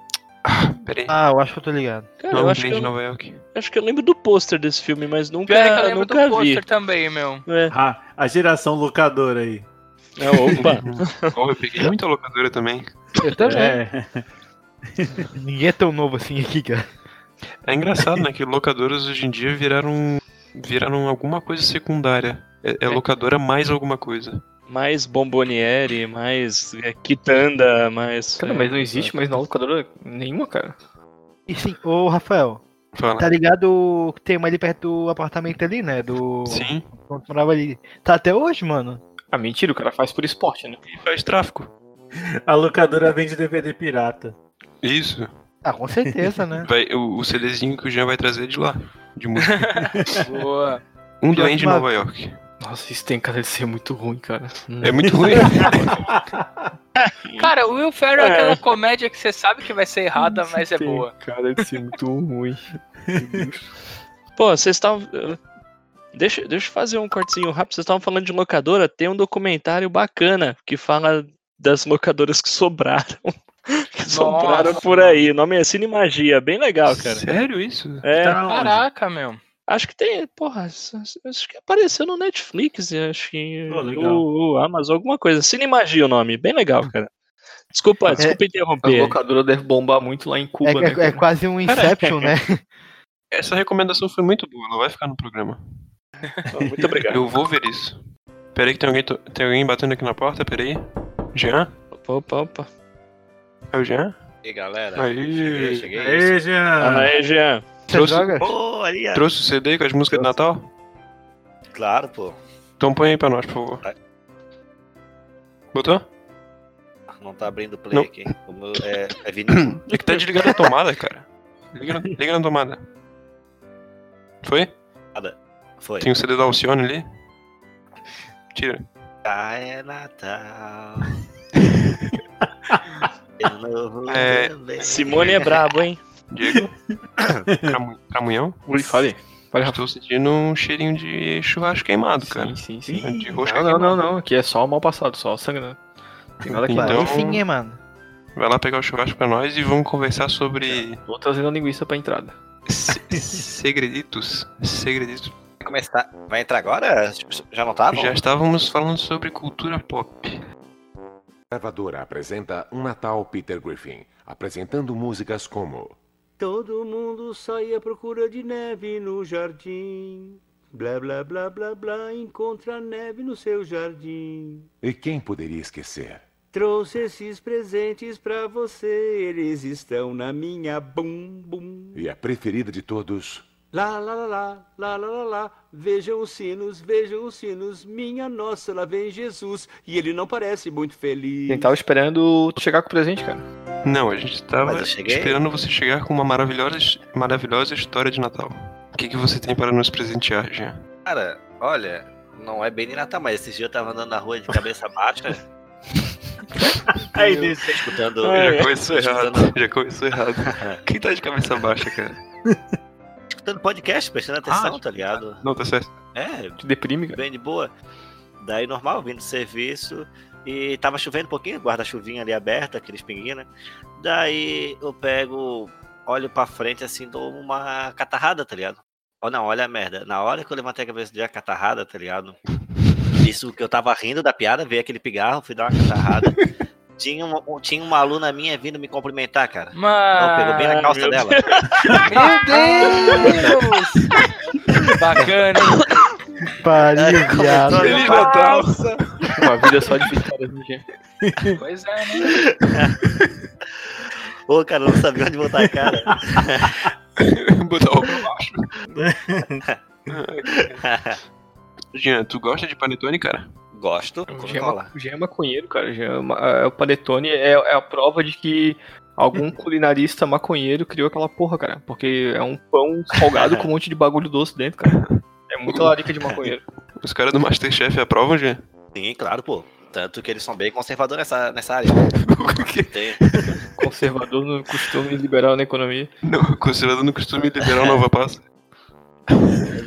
Speaker 1: ah, peraí,
Speaker 2: Ah, eu acho que eu tô ligado.
Speaker 5: Cara,
Speaker 1: não é
Speaker 5: eu
Speaker 1: Um
Speaker 5: acho que
Speaker 1: Duende em
Speaker 5: eu,
Speaker 1: Nova York.
Speaker 5: acho que eu lembro do pôster desse filme, mas nunca,
Speaker 4: Pior é que eu lembro
Speaker 5: nunca
Speaker 4: do
Speaker 5: vi.
Speaker 4: pôster também, meu.
Speaker 5: É.
Speaker 6: Ah, a geração locadora aí.
Speaker 5: É, <laughs> opa.
Speaker 1: Oh, eu peguei muita locadora também.
Speaker 2: Eu também.
Speaker 6: É.
Speaker 2: Ninguém é tão novo assim aqui, cara.
Speaker 1: É engraçado, né? Que locadoras hoje em dia viraram, viraram alguma coisa secundária. É, é locadora mais alguma coisa.
Speaker 5: mais Bomboniere, mais é, Quitanda, mais.
Speaker 3: Cara,
Speaker 5: é,
Speaker 3: mas não existe mais na locadora nenhuma, cara.
Speaker 2: E sim, ô Rafael,
Speaker 1: Fala.
Speaker 2: tá ligado que tem uma ali perto do apartamento ali, né? Do.
Speaker 1: Sim.
Speaker 2: Quando tu morava ali. Tá até hoje, mano?
Speaker 3: Ah, mentira, o cara faz por esporte, né?
Speaker 1: E faz tráfico.
Speaker 6: A locadora vende DVD pirata.
Speaker 1: Isso.
Speaker 2: Ah, com
Speaker 1: <laughs>
Speaker 2: certeza, né?
Speaker 1: Vai, o, o CDzinho que o Jean vai trazer é de lá. De música.
Speaker 4: Boa.
Speaker 1: Um
Speaker 2: Pior
Speaker 1: duende
Speaker 2: que
Speaker 1: em
Speaker 2: uma-
Speaker 1: Nova York.
Speaker 3: Nossa, isso tem cara de ser muito ruim, cara.
Speaker 5: Hum.
Speaker 1: É muito ruim.
Speaker 4: Cara, o Will Ferrell é
Speaker 5: É.
Speaker 4: aquela comédia que você sabe que vai ser errada, mas é
Speaker 3: Tem
Speaker 4: boa.
Speaker 3: cara de ser <laughs> muito ruim.
Speaker 5: Pô, vocês estavam. eh, Deixa, deixa eu fazer um cortezinho rápido. Vocês estavam falando de locadora. Tem um documentário bacana que fala das locadoras que sobraram. <laughs> Que sobraram por aí. O nome é Cine Magia. Bem legal, cara.
Speaker 1: Sério isso?
Speaker 5: É,
Speaker 6: Tá onde?
Speaker 4: Caraca, meu.
Speaker 5: acho que tem. Porra, acho acho que apareceu no Netflix. Acho que.
Speaker 6: Pô, legal.
Speaker 5: ou- ou Amazon, alguma coisa. Cine Magia é o nome. Bem legal, cara.
Speaker 3: É,
Speaker 5: Desculpa, desculpa
Speaker 3: A
Speaker 5: interromper.
Speaker 3: locadora deve bombar muito lá em
Speaker 2: É,
Speaker 3: Cuba,
Speaker 2: é-
Speaker 3: né?
Speaker 2: é quase um
Speaker 1: <laughs>
Speaker 2: Inception, né?
Speaker 1: Essa recomendação foi muito boa. Ela vai ficar no programa.
Speaker 5: Muito obrigado.
Speaker 1: Eu vou ver isso. Peraí que tem alguém, to- tem alguém batendo aqui na porta. Peraí. Jean?
Speaker 5: Opa, opa, opa.
Speaker 1: É o Jean?
Speaker 8: E aí, galera?
Speaker 1: Aí.
Speaker 8: Cheguei, cheguei.
Speaker 6: Veja!
Speaker 5: Fala aí, Jean.
Speaker 2: Você joga?
Speaker 1: Ô,
Speaker 8: Maria.
Speaker 1: Trouxe o CD com as músicas de Natal?
Speaker 8: Claro, pô.
Speaker 1: Então põe aí pra nós, por favor.
Speaker 8: Vai.
Speaker 1: Botou?
Speaker 8: Não tá abrindo o play
Speaker 1: Não.
Speaker 8: aqui. O meu é, é vinil.
Speaker 1: <clears throat> É que tá desligada a tomada, cara. Liga na, liga na tomada. Foi?
Speaker 8: Foi.
Speaker 1: Tem o CD da Alcione ali. Tira.
Speaker 8: Ah,
Speaker 1: <laughs>
Speaker 8: é Natal. Eu não vou
Speaker 1: É,
Speaker 8: também.
Speaker 5: Simone é brabo, hein?
Speaker 1: Diego. Camu- Camunhão.
Speaker 3: Ui, falei. Fale, Rafa.
Speaker 1: Estou sentindo um cheirinho de churrasco queimado, cara.
Speaker 3: Sim, sim, sim.
Speaker 1: De roxo
Speaker 3: Não, não, não, não. Aqui é só o mal passado, só o sangue, né? Tem nada aqui.
Speaker 1: Então-
Speaker 2: Aí sim, hein, mano.
Speaker 1: Vai lá pegar o churrasco pra nós e vamos conversar sobre
Speaker 3: Vou trazendo a linguiça pra entrada.
Speaker 1: se- segreditos. Segreditos.
Speaker 8: Vai começar. Vai entrar agora? Já não tava?
Speaker 1: Já estávamos falando sobre cultura pop.
Speaker 7: Gravadora apresenta um Natal Peter Griffin, apresentando músicas como
Speaker 9: Todo mundo sai à procura de neve no jardim. Blá blá blá blá blá, encontra neve no seu jardim.
Speaker 7: E quem poderia esquecer?
Speaker 9: Trouxe esses presentes pra você, eles estão na minha bum bum.
Speaker 7: E a preferida de todos,
Speaker 9: Lá lá lá lá, lá lá lá lá, vejam os sinos, vejam os sinos, minha nossa, lá vem Jesus, e ele não parece muito feliz.
Speaker 3: Quem tava esperando tu chegar com o presente, cara.
Speaker 1: Não, a gente tava
Speaker 8: Mas eu cheguei.
Speaker 1: esperando você chegar com uma maravilhosa, maravilhosa história de Natal. O que, que você tem para nos presentear, Jean?
Speaker 8: Cara, olha, não é bem de Natal, mas esse dia eu tava andando na rua de
Speaker 1: <laughs>
Speaker 8: cabeça baixa.
Speaker 5: Aí,
Speaker 8: Eu
Speaker 5: desse.
Speaker 8: tô escutando. <laughs>
Speaker 5: É.
Speaker 1: Já começou errado,
Speaker 8: Escutando,
Speaker 1: já começou errado. Quem tá de cabeça baixa, cara?
Speaker 8: <laughs> escutando podcast, prestando atenção,
Speaker 1: Ah,
Speaker 8: tá ligado?
Speaker 1: Não, tá certo. <laughs>
Speaker 8: É,
Speaker 3: Te deprime, cara.
Speaker 8: bem de boa. Daí normal, vindo do serviço. E tava chovendo um pouquinho, guarda-chuvinha ali aberta, aqueles pinguinhos, né? Daí eu pego, olho pra frente assim, dou uma catarrada, tá ligado? Ou não, olha a merda. Na hora que eu levantei a cabeça de a catarrada, tá ligado? Isso que eu tava rindo da piada, veio aquele pigarro, fui dar uma catarrada. tinha, uma, um- tinha uma aluna minha vindo me cumprimentar, cara.
Speaker 4: Ah,
Speaker 8: Não, pegou bem na
Speaker 4: Mano,
Speaker 8: calça dela. <laughs>
Speaker 4: meu
Speaker 2: Ah!
Speaker 4: Deus! Bacana,
Speaker 8: <laughs>
Speaker 4: hein?
Speaker 2: Pariu,
Speaker 8: Tá
Speaker 2: viado.
Speaker 1: Feliz Natal!
Speaker 3: Uma vida <laughs> só de vitórias, né, gente?
Speaker 4: Pois é, né?
Speaker 8: Ô, cara, eu não sabia onde botar a cara.
Speaker 1: Botar o pra baixo. Jean, tu gosta de panetone, cara?
Speaker 8: Gosto,
Speaker 3: O
Speaker 8: como
Speaker 3: Jean é ma-
Speaker 8: falar.
Speaker 3: o Jean é maconheiro, cara. O Jean é ma- é, o panetone é, é a prova de que <laughs> algum culinarista maconheiro criou aquela porra, cara. Porque é um pão salgado com um monte de bagulho doce dentro, cara. É muita larica de maconheiro.
Speaker 1: Os caras do Masterchef aprovam, Jean?
Speaker 8: Sim, claro, pô. Tanto que eles são bem conservadores nessa,
Speaker 1: <laughs>
Speaker 8: nessa área. Tem-
Speaker 3: <laughs> Conservador no costume liberal na economia.
Speaker 1: Não, <laughs> considerando no costume liberal Nova Passa.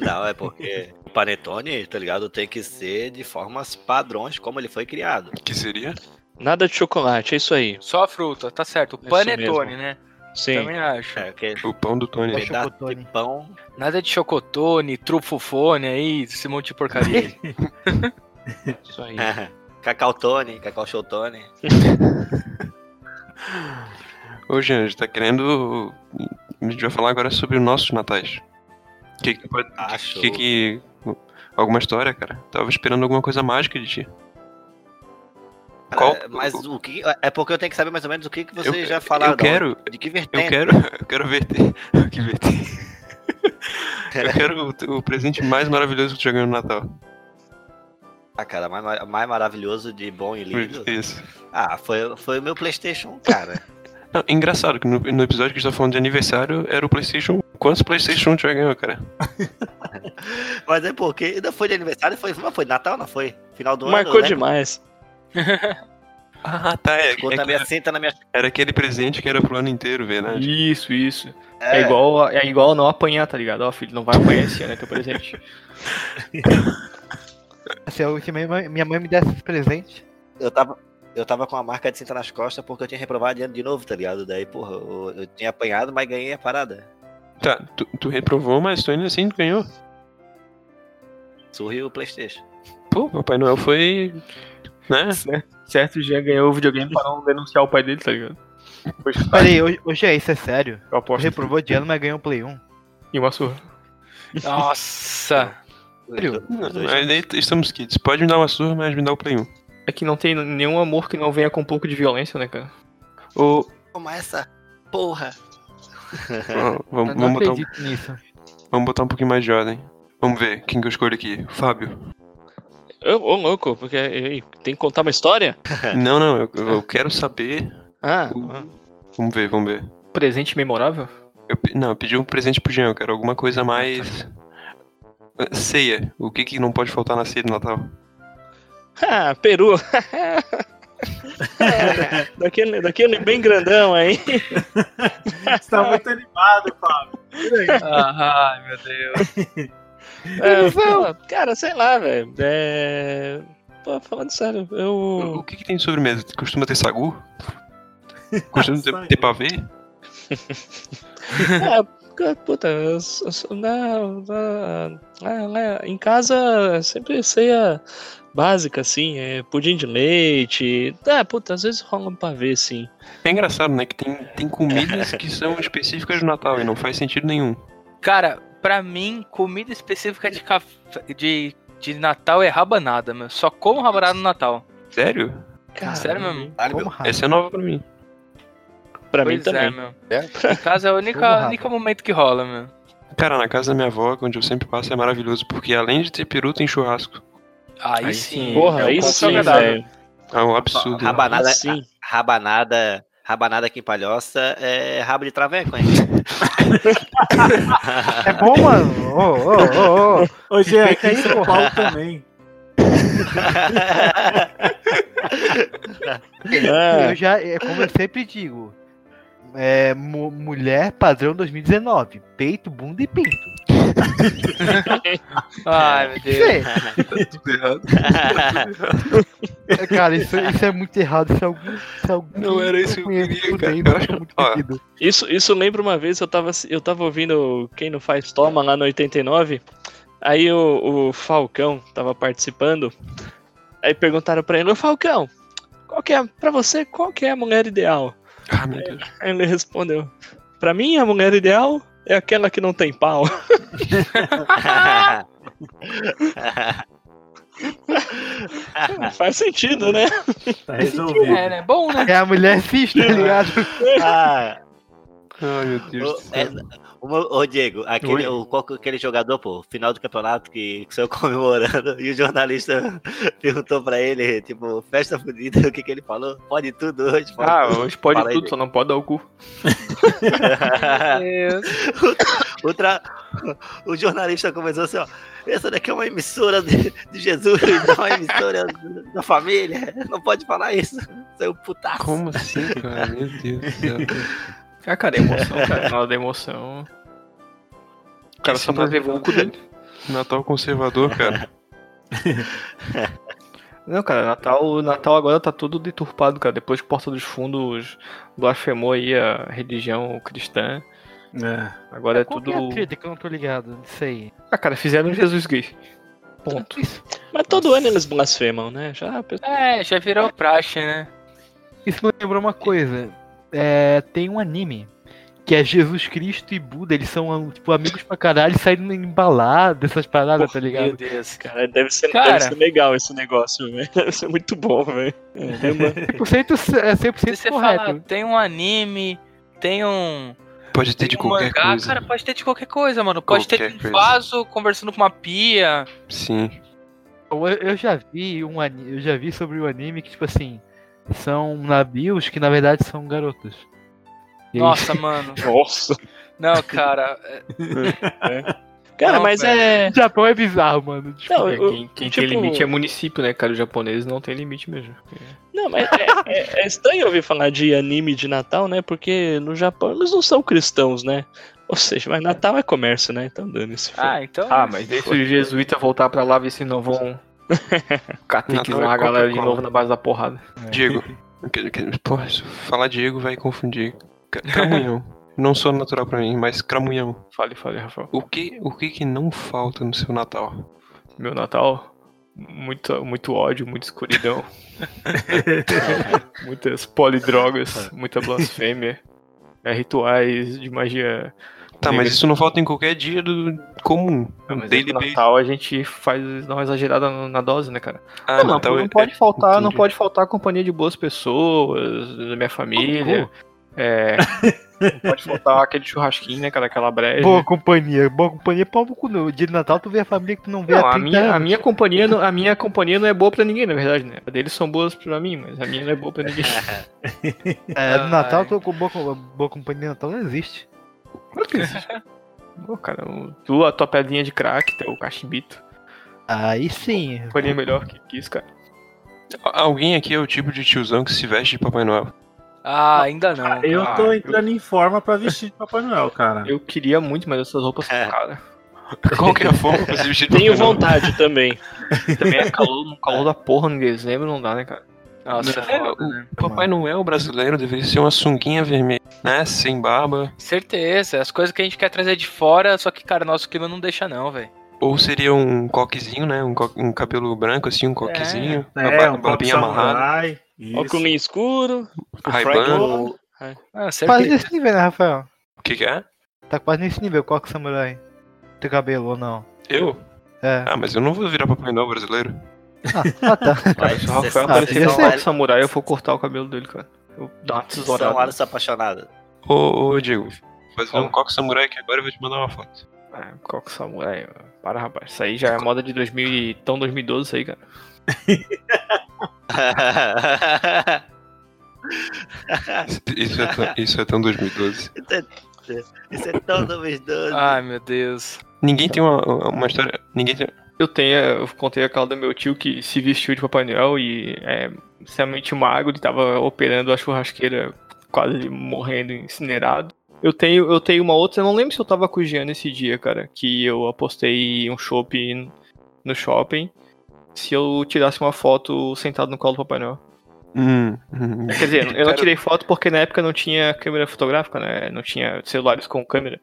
Speaker 8: Não, é porque o panetone, tá ligado? Tem que ser de formas padrões como ele foi criado.
Speaker 1: Que seria?
Speaker 5: Nada de chocolate, é isso aí.
Speaker 4: Só a fruta, tá certo. O
Speaker 5: Isso
Speaker 4: panetone,
Speaker 5: mesmo.
Speaker 4: né?
Speaker 5: Sim.
Speaker 4: Também acho.
Speaker 8: É, que
Speaker 1: O pão do Tony.
Speaker 2: Poxa,
Speaker 8: pedaço de
Speaker 2: Cotone.
Speaker 8: pão.
Speaker 4: Nada de chocotone, trufofone aí, esse monte de porcaria
Speaker 5: <laughs>
Speaker 4: aí.
Speaker 5: é Isso
Speaker 8: É,
Speaker 5: aí.
Speaker 8: Cacautone, <laughs> cacau showtone.
Speaker 1: Ô, Jean, a gente tá querendo. A gente vai falar agora sobre os nossos natais. Que que pode.
Speaker 8: Acho.
Speaker 1: Que que. Alguma história, cara? Tava esperando alguma coisa mágica de ti.
Speaker 8: Cara, mas o que. É porque eu tenho que saber mais ou menos o que, que vocês já falaram.
Speaker 1: Eu quero.
Speaker 8: De que
Speaker 1: Eu
Speaker 8: vertente.
Speaker 1: quero. Eu quero verter. <laughs> Eu quero verter. Eu quero o, o presente mais maravilhoso que tu já ganhou no Natal.
Speaker 8: Ah, cara, mais, ma- mais maravilhoso de bom e lindo.
Speaker 1: Isso.
Speaker 8: Ah, foi, foi o meu PlayStation, cara.
Speaker 1: Não, engraçado que no, no episódio que a gente tá falando de aniversário era o PlayStation 1. Quantos PlayStation 1 tu já ganhou, cara?
Speaker 8: Mas é porque ainda foi de aniversário, foi, mas foi de Natal, não foi? Final do ano.
Speaker 5: Marcou
Speaker 8: né?
Speaker 5: demais.
Speaker 1: Ah, tá. É, é
Speaker 8: Ficou
Speaker 1: que
Speaker 8: na minha cinta, na minha.
Speaker 1: era aquele presente que era pro ano inteiro, né? verdade?
Speaker 3: Isso, isso. É, igual, é igual não apanhar, tá ligado? Ó, filho, não vai apanhar esse ano, é teu presente.
Speaker 2: Se, eu, se minha, mãe, minha mãe me desse esse presente.
Speaker 8: eu tava, eu tava com a marca de cinta nas costas porque eu tinha reprovado de ano de novo, tá ligado? Daí, porra, eu, eu tinha apanhado, mas ganhei a parada.
Speaker 1: Tá, tu, tu reprovou, mas tu ainda assim ganhou.
Speaker 8: Sorriu o Playstation.
Speaker 1: Pô, Papai Noel foi. Né?
Speaker 3: Certo, o Jean ganhou o videogame pra não denunciar o pai dele, tá ligado?
Speaker 2: Peraí, hoje, hoje é isso, é sério.
Speaker 3: Eu aposto.
Speaker 2: Reprovou de ano, mas ganhou um Play 1.
Speaker 3: E uma surra.
Speaker 5: <laughs>
Speaker 4: Nossa!
Speaker 1: Não, mas daí estamos kids. Pode me dar uma surra, mas me dá o Play 1.
Speaker 3: É que não tem nenhum amor que não venha com um pouco de violência, né, cara?
Speaker 1: Ou.
Speaker 8: Toma essa porra.
Speaker 1: ó, vamos,
Speaker 2: Eu não
Speaker 1: vamos botar um,
Speaker 2: acredito nisso.
Speaker 1: Vamos botar um pouquinho mais de ordem. Vamos ver quem que eu escolho aqui. Fábio.
Speaker 5: Ô, ô, louco, porque ei, tem que contar uma história?
Speaker 1: Não, não, eu, eu quero saber.
Speaker 5: Ah, <laughs>
Speaker 1: Vamos ver, vamos ver.
Speaker 3: Presente memorável?
Speaker 1: Eu pe- não, eu pedi um presente pro Jean, eu quero alguma coisa mais. Ah, Ceia. O que que não pode faltar na ceia do Natal?
Speaker 5: ah Peru. <laughs> É, daquele, daquele bem grandão aí.
Speaker 6: Você tá muito animado, Fábio.
Speaker 4: Ah, ai, meu Deus.
Speaker 5: É, fala, cara, sei lá, velho. É... Pô, falando sério,
Speaker 1: O, o
Speaker 5: eu.
Speaker 1: que que tem de sobremesa? Costuma ter sagu? Costuma ter, ter pavê?
Speaker 5: Ah, c- puta, eu, né, s- eu s- na, na- ah, lá em casa é sempre ceia básica, assim, é pudim de leite. Ah, puta, às vezes rola um pavê, sim.
Speaker 1: É engraçado, né? Que tem, tem comidas que são específicas do Natal e não faz sentido nenhum.
Speaker 4: Cara, pra mim, comida específica de, café, de, de Natal é rabanada, meu. Só como rabanada no Natal.
Speaker 1: Sério?
Speaker 5: Cara,
Speaker 4: Sério mesmo?
Speaker 2: Como rápido.
Speaker 1: Essa é nova pra mim.
Speaker 5: Pra mim
Speaker 4: é,
Speaker 5: também.
Speaker 4: meu.
Speaker 10: É?
Speaker 4: Em casa é o único,
Speaker 2: Como
Speaker 4: único momento que rola, meu.
Speaker 1: Cara, na casa da minha avó, onde eu sempre passo, é maravilhoso, porque além de ter peru, tem churrasco.
Speaker 4: Aí,
Speaker 3: Aí
Speaker 4: sim.
Speaker 3: sim.
Speaker 5: Porra,
Speaker 3: É um
Speaker 5: aí
Speaker 3: ponto
Speaker 5: sim,
Speaker 3: agradável. Tá
Speaker 5: velho.
Speaker 1: É um absurdo.
Speaker 8: Rabanada,
Speaker 5: Aí sim.
Speaker 8: rabanada, rabanada aqui em Palhoça é rabo de
Speaker 5: <laughs>
Speaker 8: traveco, hein? <laughs>
Speaker 2: É bom, mano. Ô, ô, ô, ô.
Speaker 6: Ô, Gê,
Speaker 2: Respeita
Speaker 6: aqui em
Speaker 2: aí,
Speaker 6: São Paulo também.
Speaker 5: Ah,
Speaker 2: Eu já, é como eu sempre digo. É, mu- mulher padrão 2019. Peito, bunda e pinto.
Speaker 4: Ai,
Speaker 3: É.
Speaker 4: meu Deus.
Speaker 3: <laughs>
Speaker 2: Gente, cara, isso, isso é muito errado. Isso é algum, isso é algum
Speaker 1: Não era isso que eu
Speaker 2: conheço
Speaker 1: queria,
Speaker 2: por
Speaker 1: cara.
Speaker 2: aí,
Speaker 1: Eu
Speaker 2: mas
Speaker 1: acho
Speaker 2: tô
Speaker 1: que-
Speaker 2: muito
Speaker 1: ó.
Speaker 2: perdido.
Speaker 5: Isso, isso lembra uma vez, eu tava, eu tava ouvindo Quem Não Faz Toma lá no 89. Aí o, o Falcão tava participando. Aí perguntaram pra ele, ô Falcão, qual que é, pra você, qual que é a mulher ideal?
Speaker 1: Ah, meu Deus.
Speaker 5: Aí ele respondeu, pra mim a mulher ideal é aquela que não
Speaker 4: <laughs>
Speaker 5: tem pau. Faz sentido, né?
Speaker 6: Tá
Speaker 4: É,
Speaker 6: resolvido.
Speaker 4: né? Bom, né?
Speaker 2: É a mulher cis, tá ligado?
Speaker 8: Ah,
Speaker 1: Ai, meu Deus.
Speaker 8: o,
Speaker 1: do céu.
Speaker 8: é, o meu- ô, Diego, aquele, o, qual que- aquele jogador, pô, final do campeonato que, que saiu <laughs> comemorando e o jornalista <laughs> perguntou pra ele, tipo, festa bonita, <laughs> o que que ele falou? Pode tudo hoje, pode <laughs>
Speaker 3: Ah,
Speaker 8: tudo.
Speaker 3: hoje pode
Speaker 8: Fala aí,
Speaker 3: tudo, só não pode dar o cu.
Speaker 4: Meu Deus.
Speaker 8: O, tra- o jornalista começou assim, ó. Essa daqui é uma emissora de, de Jesus, <laughs> não é uma emissora da família. Não pode falar isso. Seu putaço.
Speaker 1: Como assim, cara? Meu Deus do céu.
Speaker 3: Ah, cara, é emoção, <laughs> cara. Na hora da emoção. O cara só pra ver o cu dele.
Speaker 1: é Natal conservador, cara.
Speaker 3: Não, cara, Natal, Natal agora tá tudo deturpado, cara. Depois que Porta dos Fundos blasfemou aí a religião cristã.
Speaker 6: É.
Speaker 3: Agora é
Speaker 2: Qual que
Speaker 3: tudo.
Speaker 2: é a treta que eu não tô ligado? Isso aí.
Speaker 3: Ah, cara, fizeram Jesus gay. Ponto.
Speaker 2: Isso,
Speaker 5: Mas todo ano eles blasfemam, né? Já a pessoa-
Speaker 4: É, já virou praxe, né?
Speaker 2: isso me lembrou uma coisa. É, tem um anime que é Jesus Cristo e Buda. Eles são, tipo, amigos pra caralho, saindo em balada, essas paradas, tá
Speaker 5: Meu
Speaker 2: ligado?
Speaker 5: Deus, cara, deve ser,
Speaker 4: Cara.
Speaker 5: deve ser legal esse negócio, velho. <laughs> Deve ser muito bom, velho. É,
Speaker 2: 100% c- é 100%
Speaker 4: Se você
Speaker 2: correto.
Speaker 4: falar, tem um anime, tem um.
Speaker 1: Pode ter
Speaker 4: Tem
Speaker 1: de
Speaker 4: um
Speaker 1: qualquer
Speaker 4: mangá,
Speaker 1: coisa.
Speaker 4: cara, pode ter de qualquer coisa, mano. Pode ter
Speaker 1: Qualquer
Speaker 4: de um
Speaker 1: coisa.
Speaker 4: vaso conversando com uma pia.
Speaker 1: Sim.
Speaker 2: Então, Eu, eu já vi um ani- eu já vi sobre o anime que, tipo assim, são navios que na verdade são garotos. E aí-
Speaker 4: Nossa, mano.
Speaker 5: nossa.
Speaker 4: Não, cara.
Speaker 5: Cara,
Speaker 4: Não,
Speaker 5: mas
Speaker 4: velho.
Speaker 5: é.
Speaker 2: O Japão é bizarro, mano.
Speaker 5: Não,
Speaker 3: É,
Speaker 5: eu-
Speaker 3: quem quem
Speaker 5: tipo-
Speaker 3: tem limite é município, né, cara? Os japoneses não tem limite mesmo.
Speaker 5: Não, mas é, é- é estranho ouvir falar de anime de Natal, né? Porque no Japão eles não são cristãos, né? Ou seja, mas Natal é comércio, né? Então dane-se.
Speaker 4: Ah, então.
Speaker 3: Ah, mas deixa os jesuítas tá voltar pra lá ver se não vão
Speaker 1: Natal
Speaker 3: catequizar
Speaker 1: é
Speaker 3: a galera de
Speaker 1: Coca-Cola.
Speaker 3: novo na base da porrada.
Speaker 6: É.
Speaker 1: Diego. Que- que- Porra, se eu falar Diego vai confundir. Ca-
Speaker 4: <laughs>
Speaker 1: Cramunhão. não sou natural pra mim, mas cramunhão.
Speaker 3: Fale, fale, Rafael.
Speaker 1: O que, o que que não falta no seu Natal?
Speaker 3: Meu Natal, muito, muito ódio, muita <laughs> escuridão. Muitas polidrogas, muita blasfêmia. é, rituais de magia.
Speaker 1: Tá, mas
Speaker 3: Diga.
Speaker 1: isso não falta em qualquer dia do comum.
Speaker 3: Ah, mas é que
Speaker 1: Daily
Speaker 3: no
Speaker 1: base.
Speaker 3: Natal a gente faz dá uma exagerada na na dose, né, cara?
Speaker 1: Ah,
Speaker 3: não,
Speaker 1: Natal
Speaker 3: não
Speaker 1: é-
Speaker 3: pode faltar, não
Speaker 1: entendi.
Speaker 3: pode faltar a companhia de boas pessoas, da minha família. É, Não pode faltar aquele churrasquinho, né, cara? Aquela breja.
Speaker 2: Boa companhia, boa companhia, pau no cu não. Dia de Natal tu vê a família que tu não vê
Speaker 3: Não,
Speaker 2: há
Speaker 3: a
Speaker 2: 30
Speaker 3: minha, a
Speaker 2: anos.
Speaker 3: minha companhia, não- a minha companhia não é boa pra ninguém, na verdade, né? A deles são boas pra mim, mas a minha não é boa pra ninguém.
Speaker 2: É, no Natal
Speaker 4: Ai.
Speaker 2: tu com boa, com- boa companhia no Natal não existe.
Speaker 3: Claro que existe. <laughs> Pô, cara, o- tu, a tua pedrinha de crack, teu cachimbito.
Speaker 2: Aí sim.
Speaker 3: Companhia melhor que que isso, cara.
Speaker 1: Alguém aqui é o tipo de tiozão que se veste de Papai
Speaker 3: <laughs>
Speaker 1: Noel.
Speaker 4: Ah, ainda não. cara.
Speaker 6: Eu tô entrando em forma pra vestir de Papai Noel, cara.
Speaker 3: Eu queria muito, mas essas roupas são
Speaker 8: É.
Speaker 3: caras.
Speaker 1: De qualquer é forma, pra se vestir
Speaker 4: é.
Speaker 1: de
Speaker 5: Tenho
Speaker 1: Papai Noel.
Speaker 4: <laughs>
Speaker 5: vontade também.
Speaker 3: Também <laughs> é calor, um calor da porra no dezembro, não dá, né, cara?
Speaker 4: Nossa,
Speaker 1: Não.
Speaker 4: é foda, né?
Speaker 1: Papai Noel brasileiro deveria ser uma sunguinha vermelha, né? Sem barba.
Speaker 4: Certeza, as coisas que a gente quer trazer de fora, só que, cara, nosso clima não deixa, não, velho.
Speaker 1: Ou seria um coquezinho, né? Um, co- um cabelo branco, assim, um coquezinho. uma
Speaker 6: É,
Speaker 1: ba-
Speaker 6: um papo
Speaker 1: barbinha amarrada.
Speaker 6: samurai. Isso.
Speaker 5: Óculos escuro.
Speaker 1: Raibando.
Speaker 4: Ah,
Speaker 2: Quase
Speaker 4: certeza.
Speaker 2: nesse nível, né, Rafael?
Speaker 1: O que, que é?
Speaker 2: Tá quase nesse nível, qual que é o samurai? Teu cabelo ou não?
Speaker 1: Eu? <laughs>
Speaker 2: É.
Speaker 1: Ah, mas eu não vou virar Papai Noel brasileiro.
Speaker 2: Ah, tá.
Speaker 8: Vai,
Speaker 3: Se o Rafael
Speaker 2: sabe,
Speaker 3: aparecer
Speaker 2: eu
Speaker 1: é
Speaker 3: com
Speaker 2: sei.
Speaker 3: um samurai, eu vou cortar o cabelo dele, cara. Eu dou uma
Speaker 8: São
Speaker 3: tesourada.
Speaker 8: Alas apaixonado.
Speaker 1: Ô, ô Diego, vou fazer
Speaker 3: Fala.
Speaker 1: um coque samurai aqui agora eu vou te mandar uma foto.
Speaker 3: Ah, Coco Samurai, mano. para rapaz, isso aí já é moda de 2000 e tão 2012 isso aí, cara.
Speaker 1: Isso é tão, isso é tão 2012.
Speaker 8: Isso é tão 2012.
Speaker 4: Ai, meu Deus.
Speaker 1: Ninguém tem uma, uma história. Ninguém tem.
Speaker 3: Eu tenho, eu contei aquela do meu tio que se vestiu de Papai Noel e é extremamente magro, ele tava operando a churrasqueira quase morrendo, incinerado. Eu tenho, eu tenho uma outra, eu não lembro se eu tava com o Jean nesse dia, cara, que eu apostei um shopping no shopping se eu tirasse uma foto sentado no colo do Papai Noel.
Speaker 1: Hum, hum.
Speaker 3: Quer dizer, eu não
Speaker 1: Cara,
Speaker 3: tirei foto porque na época não tinha câmera fotográfica, né? Não tinha celulares com câmera.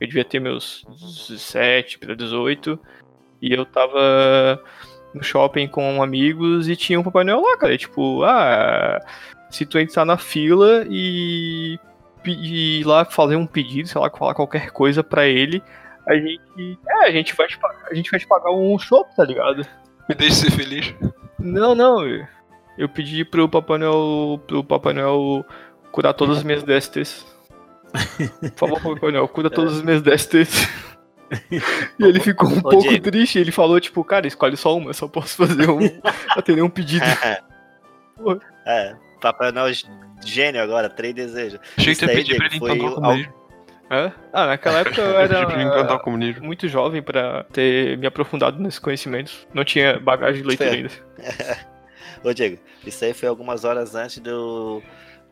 Speaker 3: Eu devia ter meus 17 para 18. E eu tava no shopping com amigos e tinha um Papai Noel lá, cara. E, tipo, ah, se tu entrar na fila e, pe- e ir lá fazer um pedido, sei lá, falar qualquer coisa pra ele, a gente. É, a gente vai te, pa- a gente vai te pagar um shopping, tá ligado?
Speaker 1: Me deixe ser feliz.
Speaker 3: Não, não. eu- Eu pedi pro Papai Noel, pro Papai Noel curar todas as minhas DSTs. Por favor, Papai Noel, cura todas as minhas DSTs. E ele ficou um
Speaker 8: Ô,
Speaker 3: pouco
Speaker 8: Diego.
Speaker 3: triste. Ele falou, tipo, cara, escolhe só uma, eu só posso fazer um. atender um pedido.
Speaker 8: <laughs> é, Papai Noel gênio agora, três desejos.
Speaker 1: Achei
Speaker 8: Isso
Speaker 1: que tu ia
Speaker 8: aí,
Speaker 1: pedir pra ele
Speaker 8: Diego,
Speaker 1: implantar
Speaker 8: foi
Speaker 1: o comunismo.
Speaker 3: Hã? Ah, naquela época eu
Speaker 1: Eu pedi
Speaker 8: tipo
Speaker 1: pra ele implantar o
Speaker 3: era
Speaker 1: comunismo.
Speaker 3: muito jovem pra ter me aprofundado nesses conhecimentos. Não tinha bagagem de leitura ainda.
Speaker 8: Ô, Diego, isso aí foi algumas horas antes do.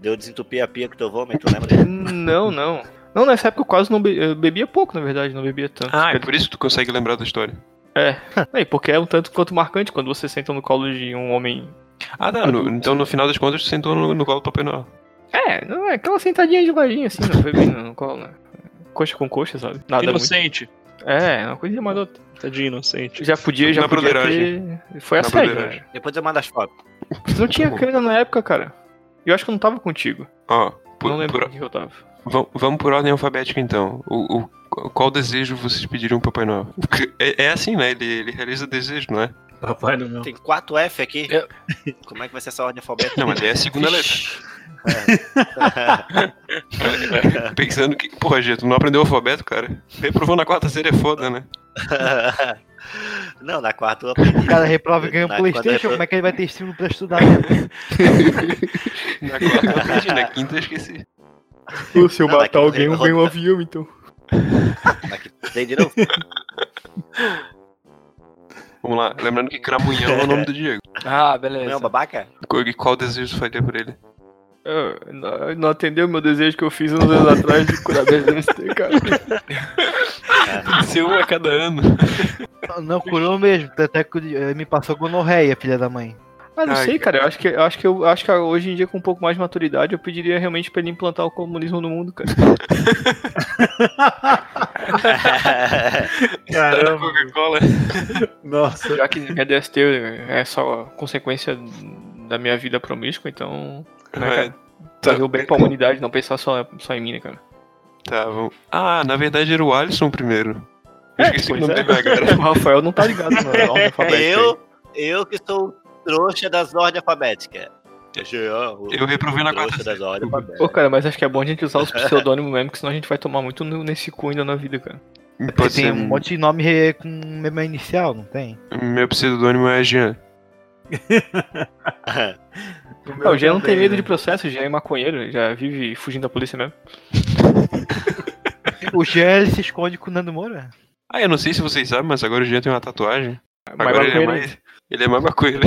Speaker 8: De eu desentupir a pia com teu vômito, lembra?
Speaker 3: Não, não. Não, nessa época eu quase não be- eu bebia pouco, na verdade, não bebia tanto.
Speaker 1: Ah, é por isso que tu consegue lembrar da história.
Speaker 3: É, e porque é um tanto quanto marcante quando você senta no colo de um homem.
Speaker 1: Ah, tá. no- então no final das contas tu sentou no, no colo do Papai Noel.
Speaker 3: É, não é aquela sentadinha de ladinho assim, não foi bem no, no colo, né? Coxa com coxa, sabe? Nada muito.
Speaker 5: Inocente.
Speaker 3: É, uma coisa marota.
Speaker 5: Tadinho inocente.
Speaker 3: Já podia, já
Speaker 1: Na
Speaker 3: podia
Speaker 1: broderagem.
Speaker 3: ter... Foi a
Speaker 1: Na
Speaker 3: sério,
Speaker 1: broderagem. Tá
Speaker 3: né?
Speaker 8: Depois eu mando as fotos.
Speaker 3: Não tinha
Speaker 1: bom.
Speaker 3: câmera na época, cara. Eu acho que eu não tava contigo.
Speaker 1: Ó, por-
Speaker 3: não lembro
Speaker 1: por-
Speaker 3: onde que eu tava.
Speaker 1: vam- vamos por ordem alfabética então. O, o- qual desejo vocês pediriam pro Papai Noel? Porque É, é assim, né? Ele, ele realiza desejo, não é?
Speaker 6: Papai Noel.
Speaker 8: Tem 4F aqui.
Speaker 4: Eu-
Speaker 8: Como é que vai ser essa ordem alfabética?
Speaker 1: Não, mas é a segunda letra. É. <laughs> Pensando que, porra, Gê, tu não aprendeu o alfabeto, cara? Reprovou na quarta série é foda, né?
Speaker 8: <laughs> Não, na quarta eu aprendi.
Speaker 2: O cara reprova e ganha um
Speaker 8: Na- quando
Speaker 2: Playstation,
Speaker 8: eu-
Speaker 2: como é que ele vai ter estímulo pra estudar? né?
Speaker 1: Na quarta eu aprendi, na né? quinta eu esqueci.
Speaker 3: Se eu
Speaker 8: Não,
Speaker 3: matar
Speaker 8: naquela
Speaker 3: alguém, eu
Speaker 8: época-
Speaker 3: ganho um avião, então.
Speaker 8: Na quinta eu aprendi de novo.
Speaker 1: Vamos lá, lembrando que Cramunhão é o nome do Diego.
Speaker 4: Ah,
Speaker 8: Não é um
Speaker 4: beleza. <laughs>
Speaker 8: babaca?
Speaker 1: Qual, qual desejo tu faria por ele?
Speaker 3: Ah, não- não atendeu o meu desejo que eu fiz uns anos atrás de curar minhas DST, <laughs> cara.
Speaker 1: Seu um a cada ano.
Speaker 2: Não, Não curou mesmo, tanto é que eh, me passou gonorreia, filha da mãe.
Speaker 3: Ah, não
Speaker 1: Ai,
Speaker 3: sei, cara. Eu acho que eu acho que eu acho que hoje em dia com um pouco mais de maturidade eu pediria realmente pra ele implantar o comunismo no mundo, cara.
Speaker 6: Caramba.
Speaker 1: Coca-Cola.
Speaker 6: Nossa.
Speaker 3: Já que minha DST é só consequência da minha vida promíscua, então né, cara? fazer o bem pra humanidade, não pensar só, só em mim, né, cara.
Speaker 1: Tá, vamos. Ah, na verdade era o Alisson primeiro. Eu
Speaker 3: É,
Speaker 1: esqueci o
Speaker 3: pois
Speaker 1: nome
Speaker 3: é.
Speaker 1: dele
Speaker 3: <laughs>
Speaker 1: agora.
Speaker 3: O Rafael é um não tá ligado na ordem alfabética.
Speaker 8: eu, eu que sou o trouxa das ordens alfabéticas. TGA, o
Speaker 1: Eu reprovei na
Speaker 8: trouxa
Speaker 1: quarta
Speaker 8: das horas.
Speaker 3: Pô, cara, mas acho que é bom a gente usar os pseudônimos mesmo, que senão a gente vai tomar muito no- nesse cu ainda na vida, cara.
Speaker 1: série.
Speaker 2: Porque
Speaker 1: Pode
Speaker 2: tem
Speaker 1: ser.
Speaker 2: um monte de nome re- com mesma inicial, não tem?
Speaker 1: Meu pseudônimo é Jean.
Speaker 3: Ah, o Jean não tem
Speaker 6: também,
Speaker 3: medo
Speaker 6: né?
Speaker 3: de processo, o Jean é maconheiro, ele já vive fugindo da polícia mesmo.
Speaker 2: O Jean ele se esconde com o Nando Moura?
Speaker 1: Ah, eu não sei se vocês sabem, mas agora o Jean tem uma tatuagem.
Speaker 3: Mas
Speaker 1: Agora ele é
Speaker 3: maconheiro
Speaker 1: mais. Ele é mais maconheiro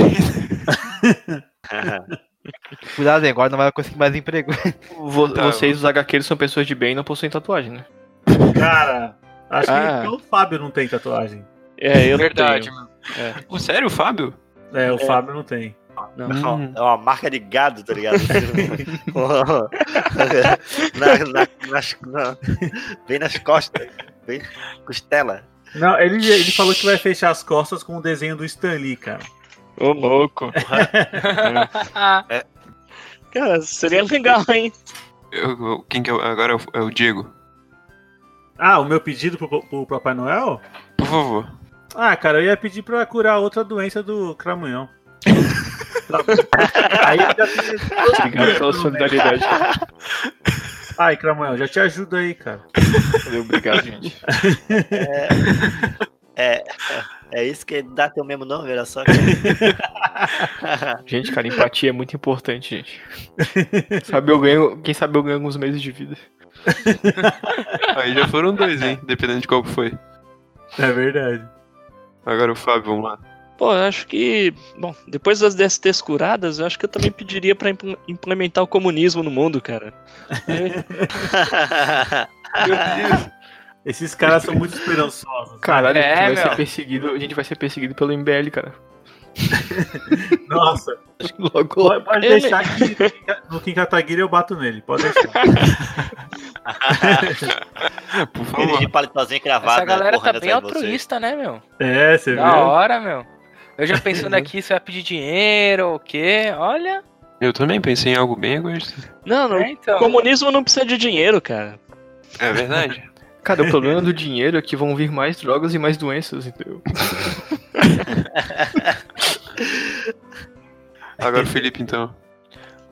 Speaker 1: ainda. <laughs>
Speaker 2: Cuidado, hein, agora não vai conseguir mais emprego. <laughs>
Speaker 3: Vo-
Speaker 1: Tá.
Speaker 3: Vocês, os HQs, são pessoas de bem e não possuem tatuagem, né?
Speaker 6: Cara, acho
Speaker 3: Ah.
Speaker 6: que só o Fábio não tem tatuagem.
Speaker 5: É, eu não
Speaker 4: Verdade,
Speaker 5: tenho.
Speaker 4: mano.
Speaker 1: Pô, sério, o Fábio?
Speaker 6: É, o Fábio não tem.
Speaker 1: Hum.
Speaker 8: <laughs> É uma marca de gado, tá
Speaker 4: <laughs>
Speaker 8: ligado? <laughs> na, na- nas- na- bem nas costas. Bem, costela.
Speaker 6: Não, ele, ele falou que vai fechar as costas com o desenho do Stan Lee, cara.
Speaker 5: Ô, louco.
Speaker 4: Ah,
Speaker 5: Cara, seria legal, hein?
Speaker 1: Eu- eu- quem que é, o- agora é o, é o Diego.
Speaker 6: Ah, o meu pedido pro, pro Papai Noel?
Speaker 1: Por favor.
Speaker 6: Ah, cara, eu ia pedir pra curar outra doença do cramunhão. <laughs> Aí eu já tenho-
Speaker 3: <laughs> Obrigado pela solidariedade.
Speaker 6: Ai, cramunhão, já te ajuda aí, cara.
Speaker 3: Valeu, Obrigado, gente.
Speaker 8: É isso que dá teu mesmo nome, olha
Speaker 1: <laughs>
Speaker 8: só.
Speaker 3: Gente, cara, empatia é muito importante, gente. Sabe, eu ganho, quem sabe eu ganho alguns meses de vida.
Speaker 1: Aí já foram dois, hein? Dependendo de qual foi.
Speaker 6: É verdade.
Speaker 1: Agora o Fábio, vamos lá.
Speaker 5: Pô, eu acho que. Bom, depois das DSTs curadas, eu acho que eu também pediria pra impl- implementar o comunismo no mundo, cara.
Speaker 1: Meu Deus.
Speaker 6: Esses caras são muito esperançosos. né?
Speaker 3: Caralho,
Speaker 4: É,
Speaker 3: a, gente vai
Speaker 4: meu.
Speaker 3: ser perseguido, a gente vai ser perseguido pelo MBL, cara.
Speaker 6: Nossa,
Speaker 3: Logo,
Speaker 6: pode, pode
Speaker 5: Ele-
Speaker 6: deixar que no Kim Kataguiri eu bato nele. Pode deixar.
Speaker 1: Por
Speaker 8: Ele
Speaker 1: favor.
Speaker 8: de palitozinho cravado. né,
Speaker 4: Essa galera tá
Speaker 8: correndo
Speaker 4: bem
Speaker 8: atrás de você.
Speaker 4: altruísta, né, meu?
Speaker 6: É, você viu?
Speaker 4: Da hora, meu. Eu já pensando aqui se vai pedir dinheiro ou o quê. Olha.
Speaker 1: Eu também pensei em algo bem egoísta.
Speaker 5: Não, não.
Speaker 4: É, então.
Speaker 5: Comunismo não precisa de dinheiro, cara.
Speaker 1: É verdade.
Speaker 3: Cara, o problema do dinheiro é que vão vir mais drogas e mais doenças, entendeu?
Speaker 1: Agora o Felipe, então.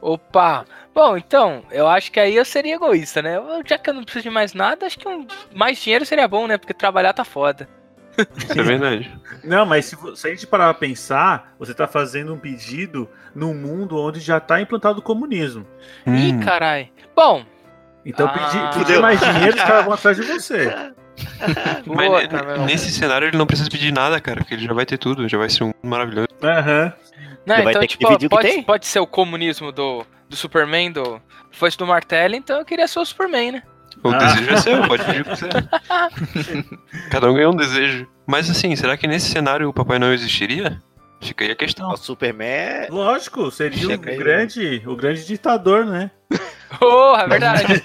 Speaker 4: Opa. Bom, então, eu acho que aí eu seria egoísta, né? Eu- Já que eu não preciso de mais nada, acho que um- mais dinheiro seria bom, né? Porque trabalhar tá foda.
Speaker 1: Isso é verdade.
Speaker 6: Não, mas se, vo- se a gente parar pra pensar, você tá fazendo um pedido num mundo onde já tá implantado o comunismo.
Speaker 1: Hum.
Speaker 4: Ih, carai. Bom,
Speaker 6: Então
Speaker 4: Ah.
Speaker 6: pedir, pedir
Speaker 4: Fudeu.
Speaker 6: mais dinheiro, os caras vão atrás de você.
Speaker 1: Mas
Speaker 4: boa,
Speaker 1: ne-
Speaker 4: tá, meu.
Speaker 1: nesse cenário ele não precisa pedir nada, cara, porque ele já vai ter tudo, já vai ser um maravilhoso.
Speaker 6: Aham.
Speaker 4: Não,
Speaker 8: Você vai
Speaker 4: então,
Speaker 8: ter que
Speaker 4: tipo,
Speaker 8: dividir o que
Speaker 4: pode,
Speaker 8: tem?
Speaker 4: pode ser o comunismo do, do Superman, do Foice do Martelo, então eu queria ser o Superman, né?
Speaker 1: O
Speaker 6: Ah.
Speaker 1: desejo é seu, pode pedir o que quiser.
Speaker 2: <laughs>
Speaker 1: Cada um ganha um desejo. Mas assim, será que nesse cenário o Papai Noel existiria? Fica aí a questão.
Speaker 8: O Superman é-
Speaker 6: Lógico, seria o
Speaker 8: Chega aí,
Speaker 6: grande, o grande ditador, né?
Speaker 4: Oh, é verdade.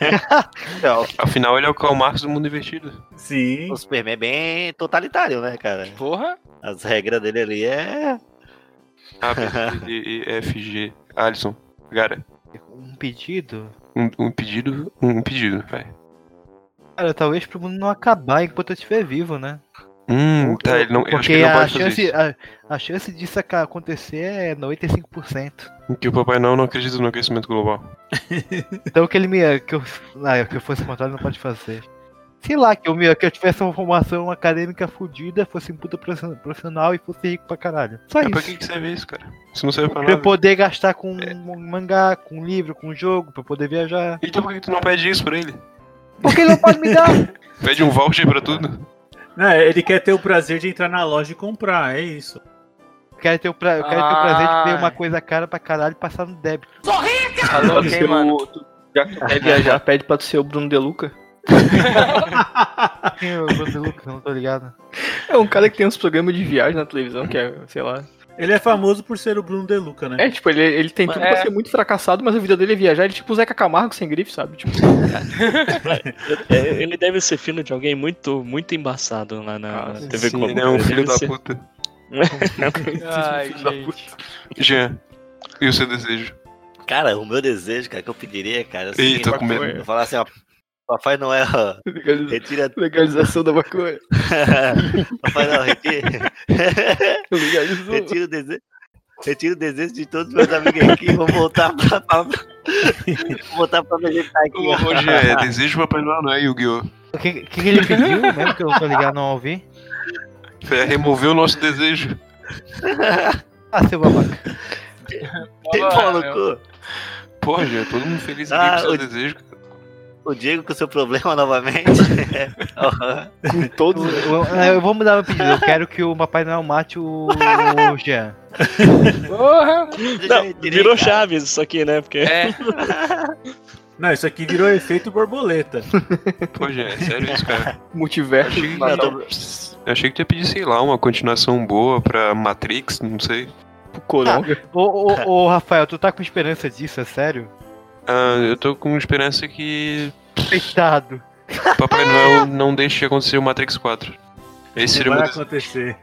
Speaker 8: Não,
Speaker 1: Afinal, ele é o Karl Marx do mundo invertido.
Speaker 6: Sim.
Speaker 8: o Superman é bem totalitário, né, cara?
Speaker 4: Porra.
Speaker 8: As regras dele ali é.
Speaker 1: A, B, C, D, E, F, G. Alisson, cara,
Speaker 2: Um pedido?
Speaker 1: um, um pedido, um pedido, vai.
Speaker 2: Cara, talvez pro mundo não acabar enquanto eu estiver vivo, né?
Speaker 1: Hum, tá, ele não, eu acho que
Speaker 2: Porque
Speaker 1: ele não
Speaker 2: a
Speaker 1: pode fazer
Speaker 2: chance,
Speaker 1: isso.
Speaker 2: a, a chance disso aca- acontecer é 95%.
Speaker 1: Que o Papai Noel não acredita no aquecimento global.
Speaker 2: Então que ele me. que eu, ah, que eu fosse contrário não pode fazer. Sei lá, que eu, me, que eu tivesse uma formação acadêmica fodida, fosse um puta profe- profissional e fosse rico pra caralho. Só
Speaker 1: Mas pra
Speaker 2: isso.
Speaker 1: que, que serve isso, cara? Isso não serve pra
Speaker 2: Pra
Speaker 1: nada.
Speaker 2: eu poder gastar com um mangá, com um livro, com um jogo, pra eu poder viajar.
Speaker 1: Então por que tu não pede isso pra ele?
Speaker 2: Porque ele não pode me dar.
Speaker 1: Pede um voucher pra tudo.
Speaker 6: Né, ele quer ter o prazer de entrar na loja e comprar, é isso.
Speaker 2: <laughs> Eu quero ter o, pra, eu quero ter o prazer de ter
Speaker 4: Ah.
Speaker 2: uma coisa cara pra caralho e passar no débito.
Speaker 4: Alô, quem, Tá mano?
Speaker 3: Já que tu quer viajar, pede pra tu ser o Bruno Deluca.
Speaker 2: Quem é o Bruno Lucas? Não tô ligado.
Speaker 3: É um cara que tem uns programas de viagem na televisão, que é, sei lá.
Speaker 6: Ele é famoso por ser o Bruno De Luca, né?
Speaker 3: É, tipo, ele, ele tem tudo pra
Speaker 4: É.
Speaker 3: ser muito fracassado, mas a vida dele é viajar. Ele é tipo o Zeca Camargo sem grife, sabe? Tipo,
Speaker 5: É, ele deve ser filho de alguém muito, muito embaçado lá na
Speaker 3: Ah,
Speaker 5: TV
Speaker 1: Sim,
Speaker 5: Globo.
Speaker 1: ele é um
Speaker 5: Ele
Speaker 1: filho
Speaker 5: deve
Speaker 1: da
Speaker 5: ser-
Speaker 1: puta.
Speaker 3: <laughs>
Speaker 4: Ai, gente.
Speaker 1: Jean, e o seu desejo?
Speaker 8: Cara, o meu desejo, cara, que eu pediria, cara. é o seguinte,
Speaker 5: tá
Speaker 1: Ih, tô com medo.
Speaker 8: Eu falar assim, ó. Papai Noel,
Speaker 3: legaliza-
Speaker 8: retira. <laughs>
Speaker 3: legalização da maconha.
Speaker 8: Papai Noel, retira.
Speaker 3: Legalizou.
Speaker 8: retira o desejo. Retiro o desejo de todos meus amigos aqui. Vou voltar pra. pra- vou voltar pra me ajeitar
Speaker 1: <laughs> Ô,
Speaker 8: aqui.
Speaker 1: Roger, é, desejo Papai Noel, não é, Yu-Gi-Oh!
Speaker 2: O que, que que ele pediu mesmo que eu tô ligado não ouvi?
Speaker 1: É, removeu o nosso desejo.
Speaker 2: Ah, seu babaca.
Speaker 8: Tem pau no cu.
Speaker 1: Pô, Roger, todo mundo feliz aqui com
Speaker 8: Ah, o-
Speaker 1: seu desejo.
Speaker 8: O Diego com seu problema novamente. <laughs> Aham.
Speaker 3: Com todos.
Speaker 2: Eu, eu- eu vou mudar meu pedido. Eu quero que o Papai Noel mate o, o Jean.
Speaker 4: Porra!
Speaker 5: Não, virou Chaves isso aqui, né? Porque
Speaker 4: É,
Speaker 6: Não, isso aqui virou efeito borboleta.
Speaker 1: Pô, Roger, é sério isso, cara.
Speaker 3: Multiverso.
Speaker 1: Achei que, eu achei que tu ia pedir, sei lá, uma continuação boa pra Matrix, não sei.
Speaker 3: Coronga.
Speaker 2: Ô, ô, ô, Rafael, tu tá com esperança disso, é sério?
Speaker 1: Ah, eu tô com esperança que
Speaker 3: <laughs>
Speaker 2: Fechado.
Speaker 1: Papai Noel não deixe acontecer o Matrix 4. Esse seria o
Speaker 6: Vai
Speaker 1: meu
Speaker 6: acontecer.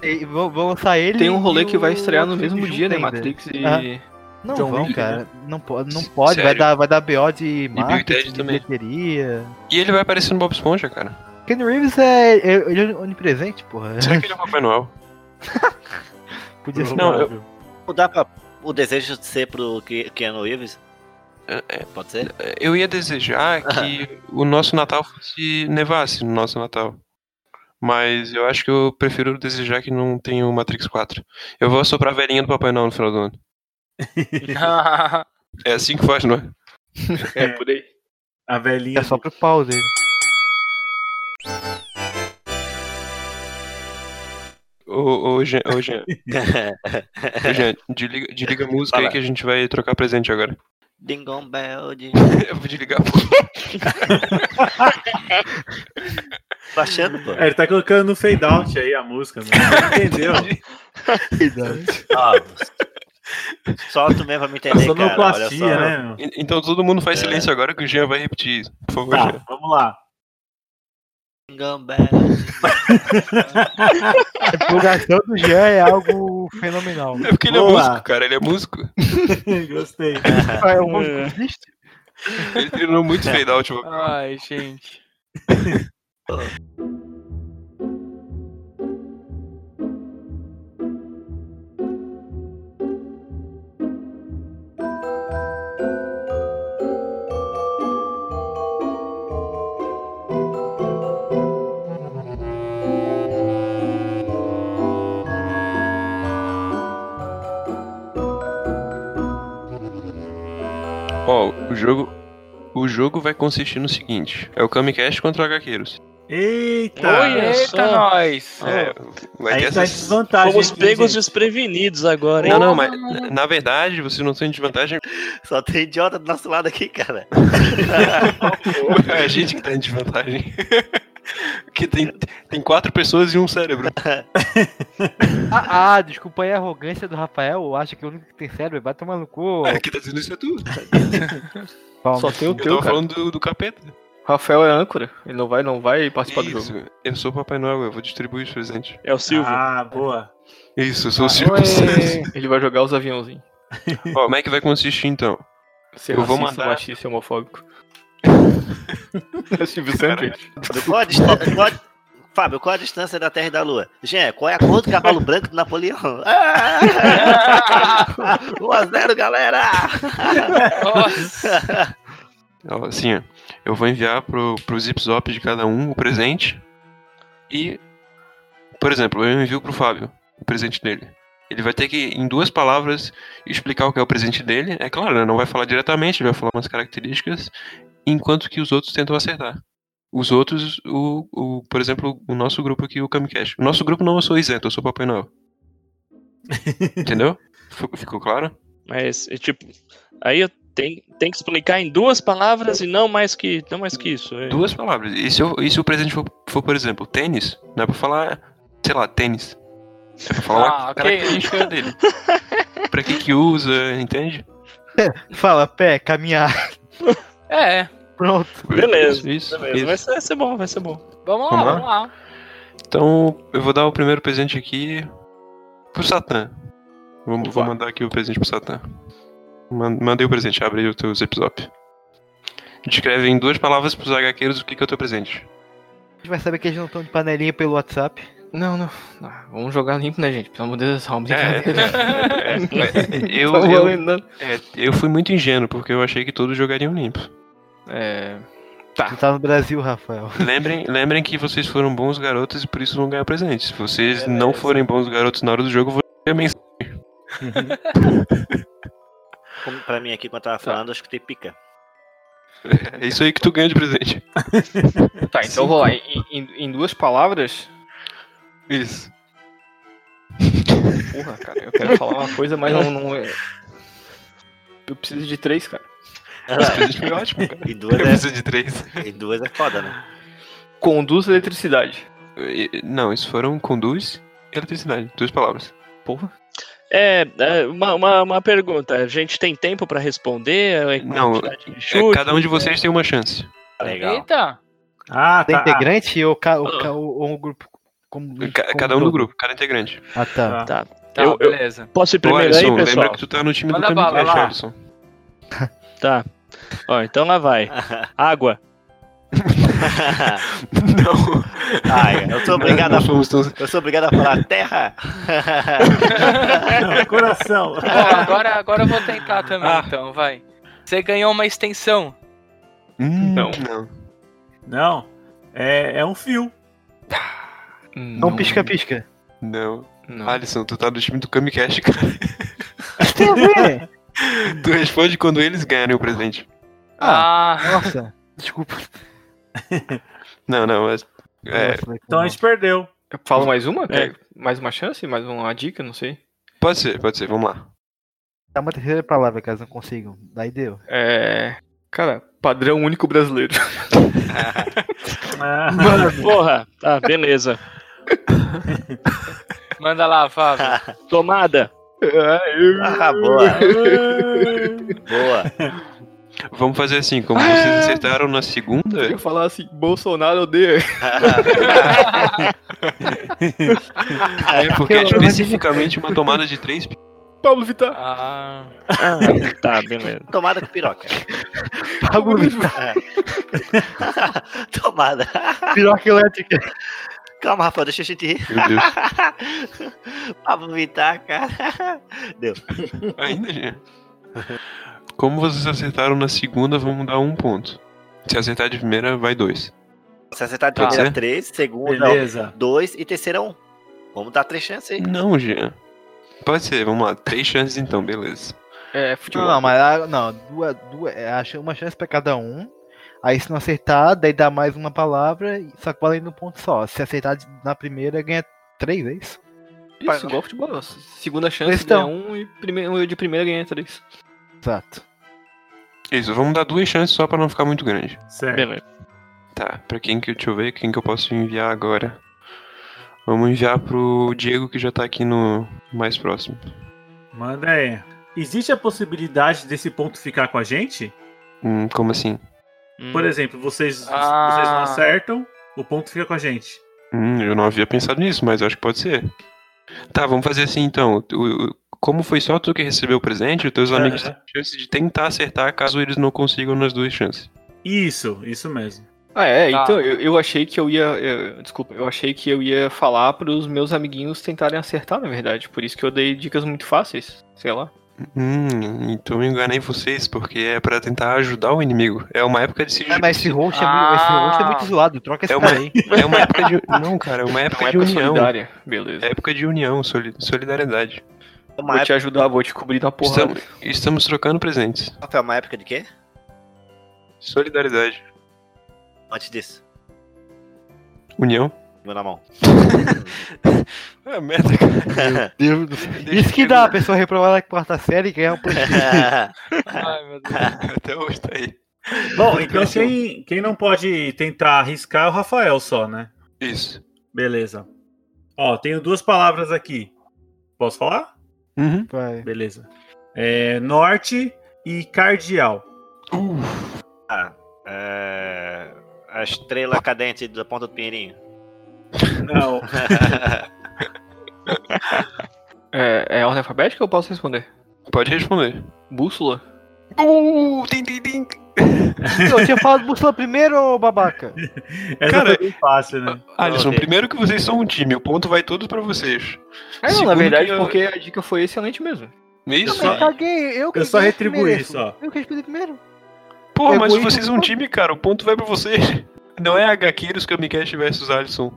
Speaker 2: E vão, vão lançar ele.
Speaker 3: Tem um rolê
Speaker 2: e
Speaker 3: que vai
Speaker 2: o
Speaker 3: estrear no
Speaker 2: outro
Speaker 3: mesmo
Speaker 2: filme
Speaker 3: dia, né?
Speaker 2: junto ainda.
Speaker 3: Matrix e. né?
Speaker 2: Ah. Não
Speaker 6: John
Speaker 2: vão,
Speaker 6: Wick,
Speaker 2: cara. Não, po não pode. Vai
Speaker 1: Sério?
Speaker 2: dar, vai dar BO
Speaker 1: Ted
Speaker 2: de marketing, de
Speaker 1: também.
Speaker 2: bilheteria.
Speaker 1: E ele vai aparecer no Bob Esponja, cara.
Speaker 2: Ken Reeves é, é, ele é onipresente, porra.
Speaker 1: Será que ele é o Papai Noel?
Speaker 2: Podia ser. um
Speaker 1: Não, eu-
Speaker 8: Mudar pra o desejo de ser pro Ke- Keanu Reeves?
Speaker 5: É,
Speaker 8: Pode ser?
Speaker 1: Eu ia
Speaker 6: <laughs>
Speaker 1: desejar que o nosso Natal fosse nevasse no nosso Natal. Mas eu acho que eu prefiro desejar que não tenha o Matrix 4. Eu vou soprar a velhinha do Papai Noel no final do ano. É assim que faz, não é?
Speaker 3: é, por aí.
Speaker 6: A velhinha.
Speaker 2: É só pro
Speaker 1: <laughs>
Speaker 2: pau dele.
Speaker 1: Ô, ô, Jean, ô,
Speaker 6: <laughs>
Speaker 1: Jean,
Speaker 5: É.
Speaker 8: <laughs>
Speaker 1: ô, Jean, desliga, desliga a música aí
Speaker 8: Fala.
Speaker 1: que a gente vai trocar presente agora. <laughs>
Speaker 8: Dingom Bell de...
Speaker 1: Eu vou desligar a música.
Speaker 8: Baixando, pô.
Speaker 6: É, ele tá colocando no fade out aí a música, mano. Entendeu?
Speaker 8: Ó, <laughs> solto mesmo pra me entender, cara. Olha só.
Speaker 6: Sonoplastia, né? meu?
Speaker 1: E- Então todo mundo faz
Speaker 8: É.
Speaker 1: silêncio agora que o Jean vai repetir. isso. Por favor,
Speaker 6: Tá,
Speaker 1: Jean.
Speaker 6: vamos lá. <laughs>
Speaker 8: Dingom Bell.
Speaker 2: A divulgação do Jean é algo fenomenal.
Speaker 1: É porque ele é
Speaker 6: Vamos lá.
Speaker 1: músico, cara. Ele é músico.
Speaker 6: Gostei.
Speaker 2: É um músico triste?
Speaker 1: Ele treinou muito
Speaker 6: É.
Speaker 1: fade out. mano.
Speaker 4: ai, gente.
Speaker 1: Ó, o jogo. O jogo vai consistir no seguinte: é o Kamikaze contra o Hagaqueiros.
Speaker 6: Tá. Eita!
Speaker 5: Olha
Speaker 4: Eita,
Speaker 5: só.
Speaker 4: nós!
Speaker 1: É, vai
Speaker 6: Aí
Speaker 1: ter
Speaker 6: tá em
Speaker 1: essas...
Speaker 6: desvantagem.
Speaker 5: fomos
Speaker 6: hein,
Speaker 5: pegos
Speaker 6: gente?
Speaker 5: desprevenidos agora, hein?
Speaker 1: Não, não, mas na verdade vocês não têm desvantagem.
Speaker 8: Só tem idiota do nosso lado aqui, cara.
Speaker 1: É a gente que tá em desvantagem. <laughs> Porque tem, tem quatro pessoas e um cérebro.
Speaker 2: Ah, ah, desculpa aí a arrogância do Rafael. Acha que o único que tem cérebro é vai tomar no cu.
Speaker 1: É, que tá dizendo isso é tu.
Speaker 2: Palma.
Speaker 3: Só tem o
Speaker 1: Eu
Speaker 3: teu,
Speaker 1: tava
Speaker 3: cara.
Speaker 1: falando do, do capeta.
Speaker 3: Rafael é âncora. Ele não vai, não vai participar do jogo.
Speaker 1: Isso, eu sou o Papai Noel, eu vou distribuir os presentes.
Speaker 5: É o Silvio.
Speaker 6: Ah, boa.
Speaker 1: Isso, eu sou o Silvio Santos. <laughs>
Speaker 3: Ele vai jogar os aviãozinhos.
Speaker 1: Ó, como é que vai consistir então?
Speaker 3: Ser
Speaker 1: Eu vou
Speaker 3: racista,
Speaker 1: mandar.
Speaker 3: machista e <laughs> homofóbico. É Silvio Santos.
Speaker 8: Qual a distância? qual a- Fábio, qual a distância da Terra e da Lua? Gê, qual é a cor do cavalo branco do Napoleão? <laughs> Ah! 1 a 0, galera!
Speaker 4: Nossa!
Speaker 1: Ó, Assim, ó, eu vou enviar pro, pro zip zop de cada um o presente. E, por exemplo, eu envio pro Fábio o presente dele. Ele vai ter que, em duas palavras, explicar o que é o presente dele. É claro, né, não vai falar diretamente, ele vai falar umas características, enquanto que os outros tentam acertar. Os outros, o, o, por exemplo, o nosso grupo aqui, o Camicast. O nosso grupo não eu sou isento, eu sou Papai Noel. Entendeu? Ficou- Ficou claro?
Speaker 5: Mas, é tipo, aí eu tenho, tem que explicar em duas palavras e não mais que, não mais que isso. é.
Speaker 1: Duas palavras. E se, eu- e se o presente for, for, por exemplo, tênis, não é pra falar, sei lá, tênis. É pra falar
Speaker 4: Ah,
Speaker 1: uma
Speaker 4: ok.
Speaker 1: característica dele. pra que que usa, entende?
Speaker 2: Fala, pé, caminhar. <laughs>
Speaker 4: É,
Speaker 2: Pronto.
Speaker 5: Beleza,
Speaker 1: Isso,
Speaker 5: Beleza,
Speaker 1: isso.
Speaker 5: vai ser, vai ser bom, vai ser bom.
Speaker 4: vamos lá,
Speaker 1: Vamos lá?
Speaker 4: vamos lá.
Speaker 1: Então, eu vou dar o primeiro presente aqui pro Satã. Vou, vou mandar aqui o presente pro Satã. Man- Mandei o presente, abre aí o teu zip zop. Descreve em duas palavras pros HQs o que que é o teu presente.
Speaker 2: A gente vai saber que eles não estão de panelinha pelo WhatsApp.
Speaker 3: Não, não, não. Vamos jogar limpo, né, gente? Pelo amor de Deus, só uma brincadeira. <laughs>
Speaker 1: É, eu,
Speaker 3: né? Só
Speaker 1: eu,
Speaker 3: valendo.
Speaker 1: é, eu fui muito ingênuo, porque eu achei que todos jogariam limpo.
Speaker 3: É,
Speaker 2: Tu tá no Brasil, Rafael.
Speaker 1: Lembrem, lembrem que vocês foram bons garotos e por isso vão ganhar presente. Se vocês
Speaker 5: Beleza.
Speaker 1: não forem bons garotos na hora do jogo, eu vou ter mensagem.
Speaker 8: Como pra mim aqui, quando eu tava falando, acho que tem pica.
Speaker 1: É isso aí que tu ganha de presente.
Speaker 3: Tá, então vou lá. Em, em- em duas palavras.
Speaker 1: Isso.
Speaker 3: Porra, cara, eu quero falar uma coisa, mas não, não é. Eu preciso de três, cara.
Speaker 1: <laughs> Esse presente foi ótimo, cara.
Speaker 8: Em duas
Speaker 1: Eu
Speaker 8: é,
Speaker 1: preciso de três.
Speaker 8: em duas é foda, né?
Speaker 3: Conduz eletricidade.
Speaker 1: E- e- Não, isso foram conduz e eletricidade. Duas palavras.
Speaker 3: Porra.
Speaker 5: É, é, uma, uma, uma pergunta. A gente tem tempo pra responder? É
Speaker 1: Não,
Speaker 5: quantidade de
Speaker 1: É,
Speaker 5: chute?
Speaker 1: cada um de vocês tem uma chance.
Speaker 4: Tá
Speaker 8: Legal.
Speaker 4: Eita!
Speaker 6: Ah,
Speaker 2: Tem
Speaker 6: tá.
Speaker 2: integrante ou, ca, ou, ca- ou- ou um grupo? Como,
Speaker 1: Ca-
Speaker 2: como
Speaker 1: cada um do
Speaker 2: todo?
Speaker 1: grupo, cada integrante.
Speaker 2: Ah, tá.
Speaker 5: Tá.
Speaker 6: Tá.
Speaker 4: Tá,
Speaker 5: Eu- eu-
Speaker 4: beleza.
Speaker 5: Posso ir
Speaker 1: Ô,
Speaker 5: primeiro
Speaker 1: Alisson,
Speaker 5: aí,
Speaker 1: lembra
Speaker 5: pessoal?
Speaker 1: que tu tá no time
Speaker 4: Manda
Speaker 1: do
Speaker 4: bala,
Speaker 1: Caminho
Speaker 4: vai
Speaker 1: Crush,
Speaker 4: lá.
Speaker 1: Alisson.
Speaker 5: Tá. Ó, então lá vai. Água.
Speaker 1: <laughs> Não.
Speaker 8: <laughs> Ai, eu sou obrigado
Speaker 1: Nós
Speaker 8: a,
Speaker 1: fomos tão-
Speaker 8: eu sou obrigado a falar terra. <laughs>
Speaker 6: Ah, Não, coração.
Speaker 4: Ó, agora, agora eu vou tentar também, então, vai. Você ganhou uma extensão.
Speaker 1: Hum,
Speaker 3: Não.
Speaker 6: Não. É, é um fio.
Speaker 2: É um pisca-pisca.
Speaker 1: Não.
Speaker 3: Não.
Speaker 1: Alisson, tu tá no time do Kamikaze, <laughs> cara. Tu responde quando eles ganharem o presente.
Speaker 4: Ah,
Speaker 2: <laughs> Nossa. Desculpa.
Speaker 1: Não, não, mas. É,
Speaker 2: Nossa,
Speaker 6: Então a gente perdeu.
Speaker 3: Eu falo mais uma? Quer Mais uma chance? Mais uma dica? Não sei.
Speaker 1: pode ser, pode ser, vamos lá.
Speaker 2: Dá É uma terceira palavra, caso não consigam. Daí
Speaker 6: <laughs>
Speaker 2: deu.
Speaker 3: É. Cara, padrão único brasileiro.
Speaker 6: Ah,
Speaker 2: <laughs>
Speaker 5: Porra. Tá, beleza.
Speaker 4: Ah, manda lá, Fábio.
Speaker 5: Tomada.
Speaker 8: Ah, boa. Boa. <laughs>
Speaker 1: Vamos fazer assim, como vocês acertaram na segunda,
Speaker 3: <laughs> Eu falar assim, Bolsonaro odeia. <laughs>
Speaker 1: é porque é especificamente uma tomada de três pi-
Speaker 3: Pablo Vittar.
Speaker 4: Ah,
Speaker 5: Ah, tá, beleza.
Speaker 8: Tomada com piroca. É.
Speaker 2: Pago
Speaker 8: <laughs> Tomada.
Speaker 2: piroca elétrica.
Speaker 8: Calma, Rafael, deixa a gente rir.
Speaker 1: Meu Deus.
Speaker 8: Pra vomitar, cara.
Speaker 1: Ainda, gente. Como vocês acertaram na segunda, vamos dar um ponto. Se acertar de primeira, vai dois.
Speaker 8: Se acertar de
Speaker 1: Tá.
Speaker 8: primeira, três, segunda,
Speaker 6: beleza.
Speaker 8: dois e terceira, um. Vamos dar três chances aí.
Speaker 1: Não, Jean. Pode ser, vamos lá. Três chances então, beleza.
Speaker 3: É, futebol.
Speaker 2: Não, não, mas ah, não, duas, duas, é, acho uma chance pra cada um. Aí se não acertar, daí dá mais uma palavra, e- só que valendo um ponto só. Se acertar de- na primeira, ganha três, é isso?
Speaker 3: Isso, igual futebol. nossa. Segunda chance
Speaker 2: Questão.
Speaker 3: ganha um e primeiro, de primeira ganha três.
Speaker 2: Exato.
Speaker 1: Isso, vamos dar duas chances só pra não ficar muito grande.
Speaker 6: Certo.
Speaker 5: Beleza.
Speaker 1: Tá, pra quem que deixa eu ver quem que eu posso enviar agora. Vamos enviar pro Diego que já tá aqui no mais próximo.
Speaker 6: Manda aí. Existe a possibilidade desse ponto ficar com a gente?
Speaker 1: Hum, como assim?
Speaker 6: Por exemplo, vocês,
Speaker 4: Ah.
Speaker 6: vocês não acertam, o ponto fica com a gente.
Speaker 1: Hum, eu não havia pensado nisso, mas acho que pode ser. Tá, vamos fazer assim então. O- o- como foi só tu que recebeu o presente, os teus amigos
Speaker 6: Aham.
Speaker 1: têm chance de tentar acertar caso eles não consigam nas duas chances.
Speaker 6: Isso, isso mesmo.
Speaker 3: Ah, é,
Speaker 4: Tá.
Speaker 3: então eu, eu achei que eu ia. eu- desculpa, eu achei que eu ia falar pros meus amiguinhos tentarem acertar, na verdade. Por isso que eu dei dicas muito fáceis. Sei lá.
Speaker 1: Hum, então eu enganei vocês, porque é pra tentar ajudar o inimigo. É uma época de se
Speaker 2: Ah, mas esse roxo, é
Speaker 4: Ah.
Speaker 2: muito, esse roxo é muito zoado, troca esse
Speaker 1: É uma-
Speaker 2: <laughs> cara aí.
Speaker 1: É uma época de. Não, cara, é uma
Speaker 3: É
Speaker 1: época
Speaker 3: uma
Speaker 1: de
Speaker 3: época
Speaker 1: união.
Speaker 3: solidária. Beleza.
Speaker 1: É época de união, soli- solidariedade.
Speaker 3: vou
Speaker 8: Uma
Speaker 3: te
Speaker 8: época,
Speaker 3: ajudar, vou te cobrir da porra.
Speaker 1: Estamos, estamos trocando presentes.
Speaker 8: Rafael, uma época de quê?
Speaker 1: Solidariedade.
Speaker 8: Antes disso.
Speaker 1: União.
Speaker 8: Meu na mão.
Speaker 1: Ah, merda, <laughs> cara.
Speaker 2: Deus do céu.
Speaker 1: Deixa
Speaker 2: Isso que
Speaker 1: eu-
Speaker 2: dá, a pessoa reprovada na quarta série e ganhar um ponto.
Speaker 4: ai, meu Deus.
Speaker 1: Até hoje tá aí.
Speaker 6: Bom, então quem, quem não pode tentar arriscar é o Rafael só, né?
Speaker 1: Isso.
Speaker 6: Beleza. Ó, tenho duas palavras aqui. Posso falar?
Speaker 1: Uhum.
Speaker 2: Vai.
Speaker 6: Beleza. É, norte e cardeal.
Speaker 1: Uh,
Speaker 8: Ah, é, A estrela cadente da ponta do Pinheirinho.
Speaker 6: Não.
Speaker 3: É, é ordem alfabética ou eu posso responder?
Speaker 1: Pode responder.
Speaker 3: Bússola?
Speaker 1: Uh, tim, tim, tim.
Speaker 2: Eu tinha falado bússola primeiro, ô babaca.
Speaker 6: Essa
Speaker 1: Cara,
Speaker 6: foi bem fácil, né?
Speaker 1: Alisson,
Speaker 8: Ok.
Speaker 1: primeiro que vocês são um time, o ponto vai todo pra vocês.
Speaker 3: É, não, na
Speaker 1: Segundo
Speaker 3: verdade,
Speaker 1: que eu-
Speaker 3: porque a dica foi excelente mesmo.
Speaker 1: É
Speaker 2: Eu
Speaker 1: Isso?
Speaker 2: só... caguei, eu que
Speaker 6: Eu só
Speaker 2: respondi
Speaker 6: retribuí
Speaker 2: primeiro.
Speaker 6: só.
Speaker 2: Eu que respondi primeiro.
Speaker 1: Pô, mas
Speaker 2: Egoísmo.
Speaker 1: vocês são um time, cara, o ponto vai pra vocês. <laughs> Não é HQs que eu me versus Alisson.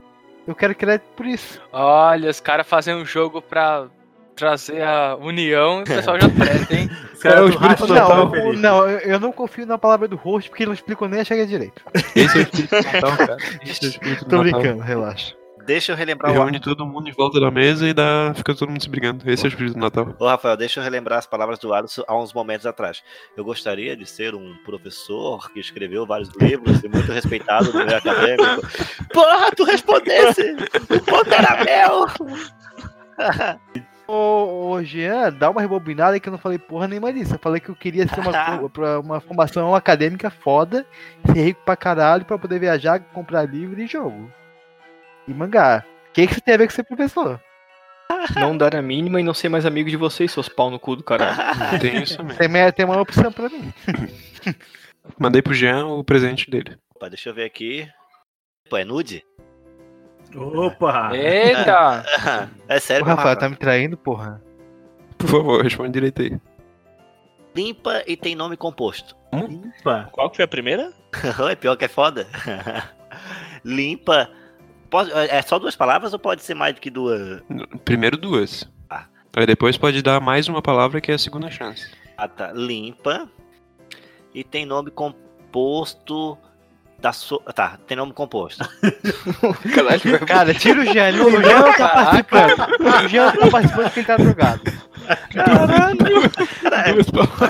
Speaker 2: Eu quero crédito por isso.
Speaker 4: Olha, os caras fazem um jogo pra trazer a união e o pessoal já treta, hein?
Speaker 6: Os caras
Speaker 1: é o
Speaker 6: do
Speaker 1: espírito
Speaker 6: Rafa
Speaker 1: total,
Speaker 6: tão
Speaker 2: Não, eu,
Speaker 6: felizes.
Speaker 2: não, eu- eu não confio na palavra do host porque ele não explicou nem a chega direito.
Speaker 1: Esse é o espírito do Natal, <laughs> cara. Esse é o espírito do
Speaker 2: Tô
Speaker 1: Natal.
Speaker 2: brincando, relaxa.
Speaker 8: Deixa eu relembrar o
Speaker 1: Reúne todo mundo em volta da mesa e dá... fica todo mundo se brigando. Esse é o espírito do Natal.
Speaker 8: Ô, Rafael, deixa eu relembrar as palavras do Alisson há uns momentos atrás. Eu gostaria de ser um professor que escreveu vários livros e muito respeitado no meio acadêmico. <laughs> Porra, tu respondesse! O ponto era meu!
Speaker 2: Ô, ô Jean, dá uma rebobinada que eu não falei porra nenhuma disso. Eu falei que eu queria ser <laughs> uma, co- pra uma formação acadêmica foda, ser rico pra caralho, pra poder viajar, comprar livro e jogo. E mangá. O que, que isso tem a ver com ser professor?
Speaker 3: Não dar a mínima e não ser mais amigo de vocês, seus pau no cu
Speaker 1: <laughs>
Speaker 3: do caralho.
Speaker 1: Ah, Tem isso também.
Speaker 2: Tem, me- tem uma opção pra mim.
Speaker 1: Mandei pro Jean o presente dele.
Speaker 8: Opa, deixa eu ver aqui. Pô, é nude? <laughs>
Speaker 6: Opa!
Speaker 4: Eita!
Speaker 8: É sério,
Speaker 2: Ô, Rafael, tá me traindo, porra?
Speaker 1: Por favor, responde direito aí.
Speaker 8: Limpa e tem nome composto. <laughs>
Speaker 6: Opa!
Speaker 5: Qual que foi a primeira?
Speaker 8: é pior que é foda. <laughs> Limpa. Pode- é só duas palavras ou pode ser mais do que duas?
Speaker 1: Primeiro duas.
Speaker 8: Tá.
Speaker 1: Aí depois pode dar mais uma palavra que é a segunda chance.
Speaker 8: Ah, tá. Limpa. E tem nome composto da sua. Tá, tem nome <laughs> composto.
Speaker 4: Caralho,
Speaker 2: Cara, tira o Jean, ele não- o Jean não tá participando. O Jean não tá participando porque ele tá drogado.
Speaker 1: <laughs> Duas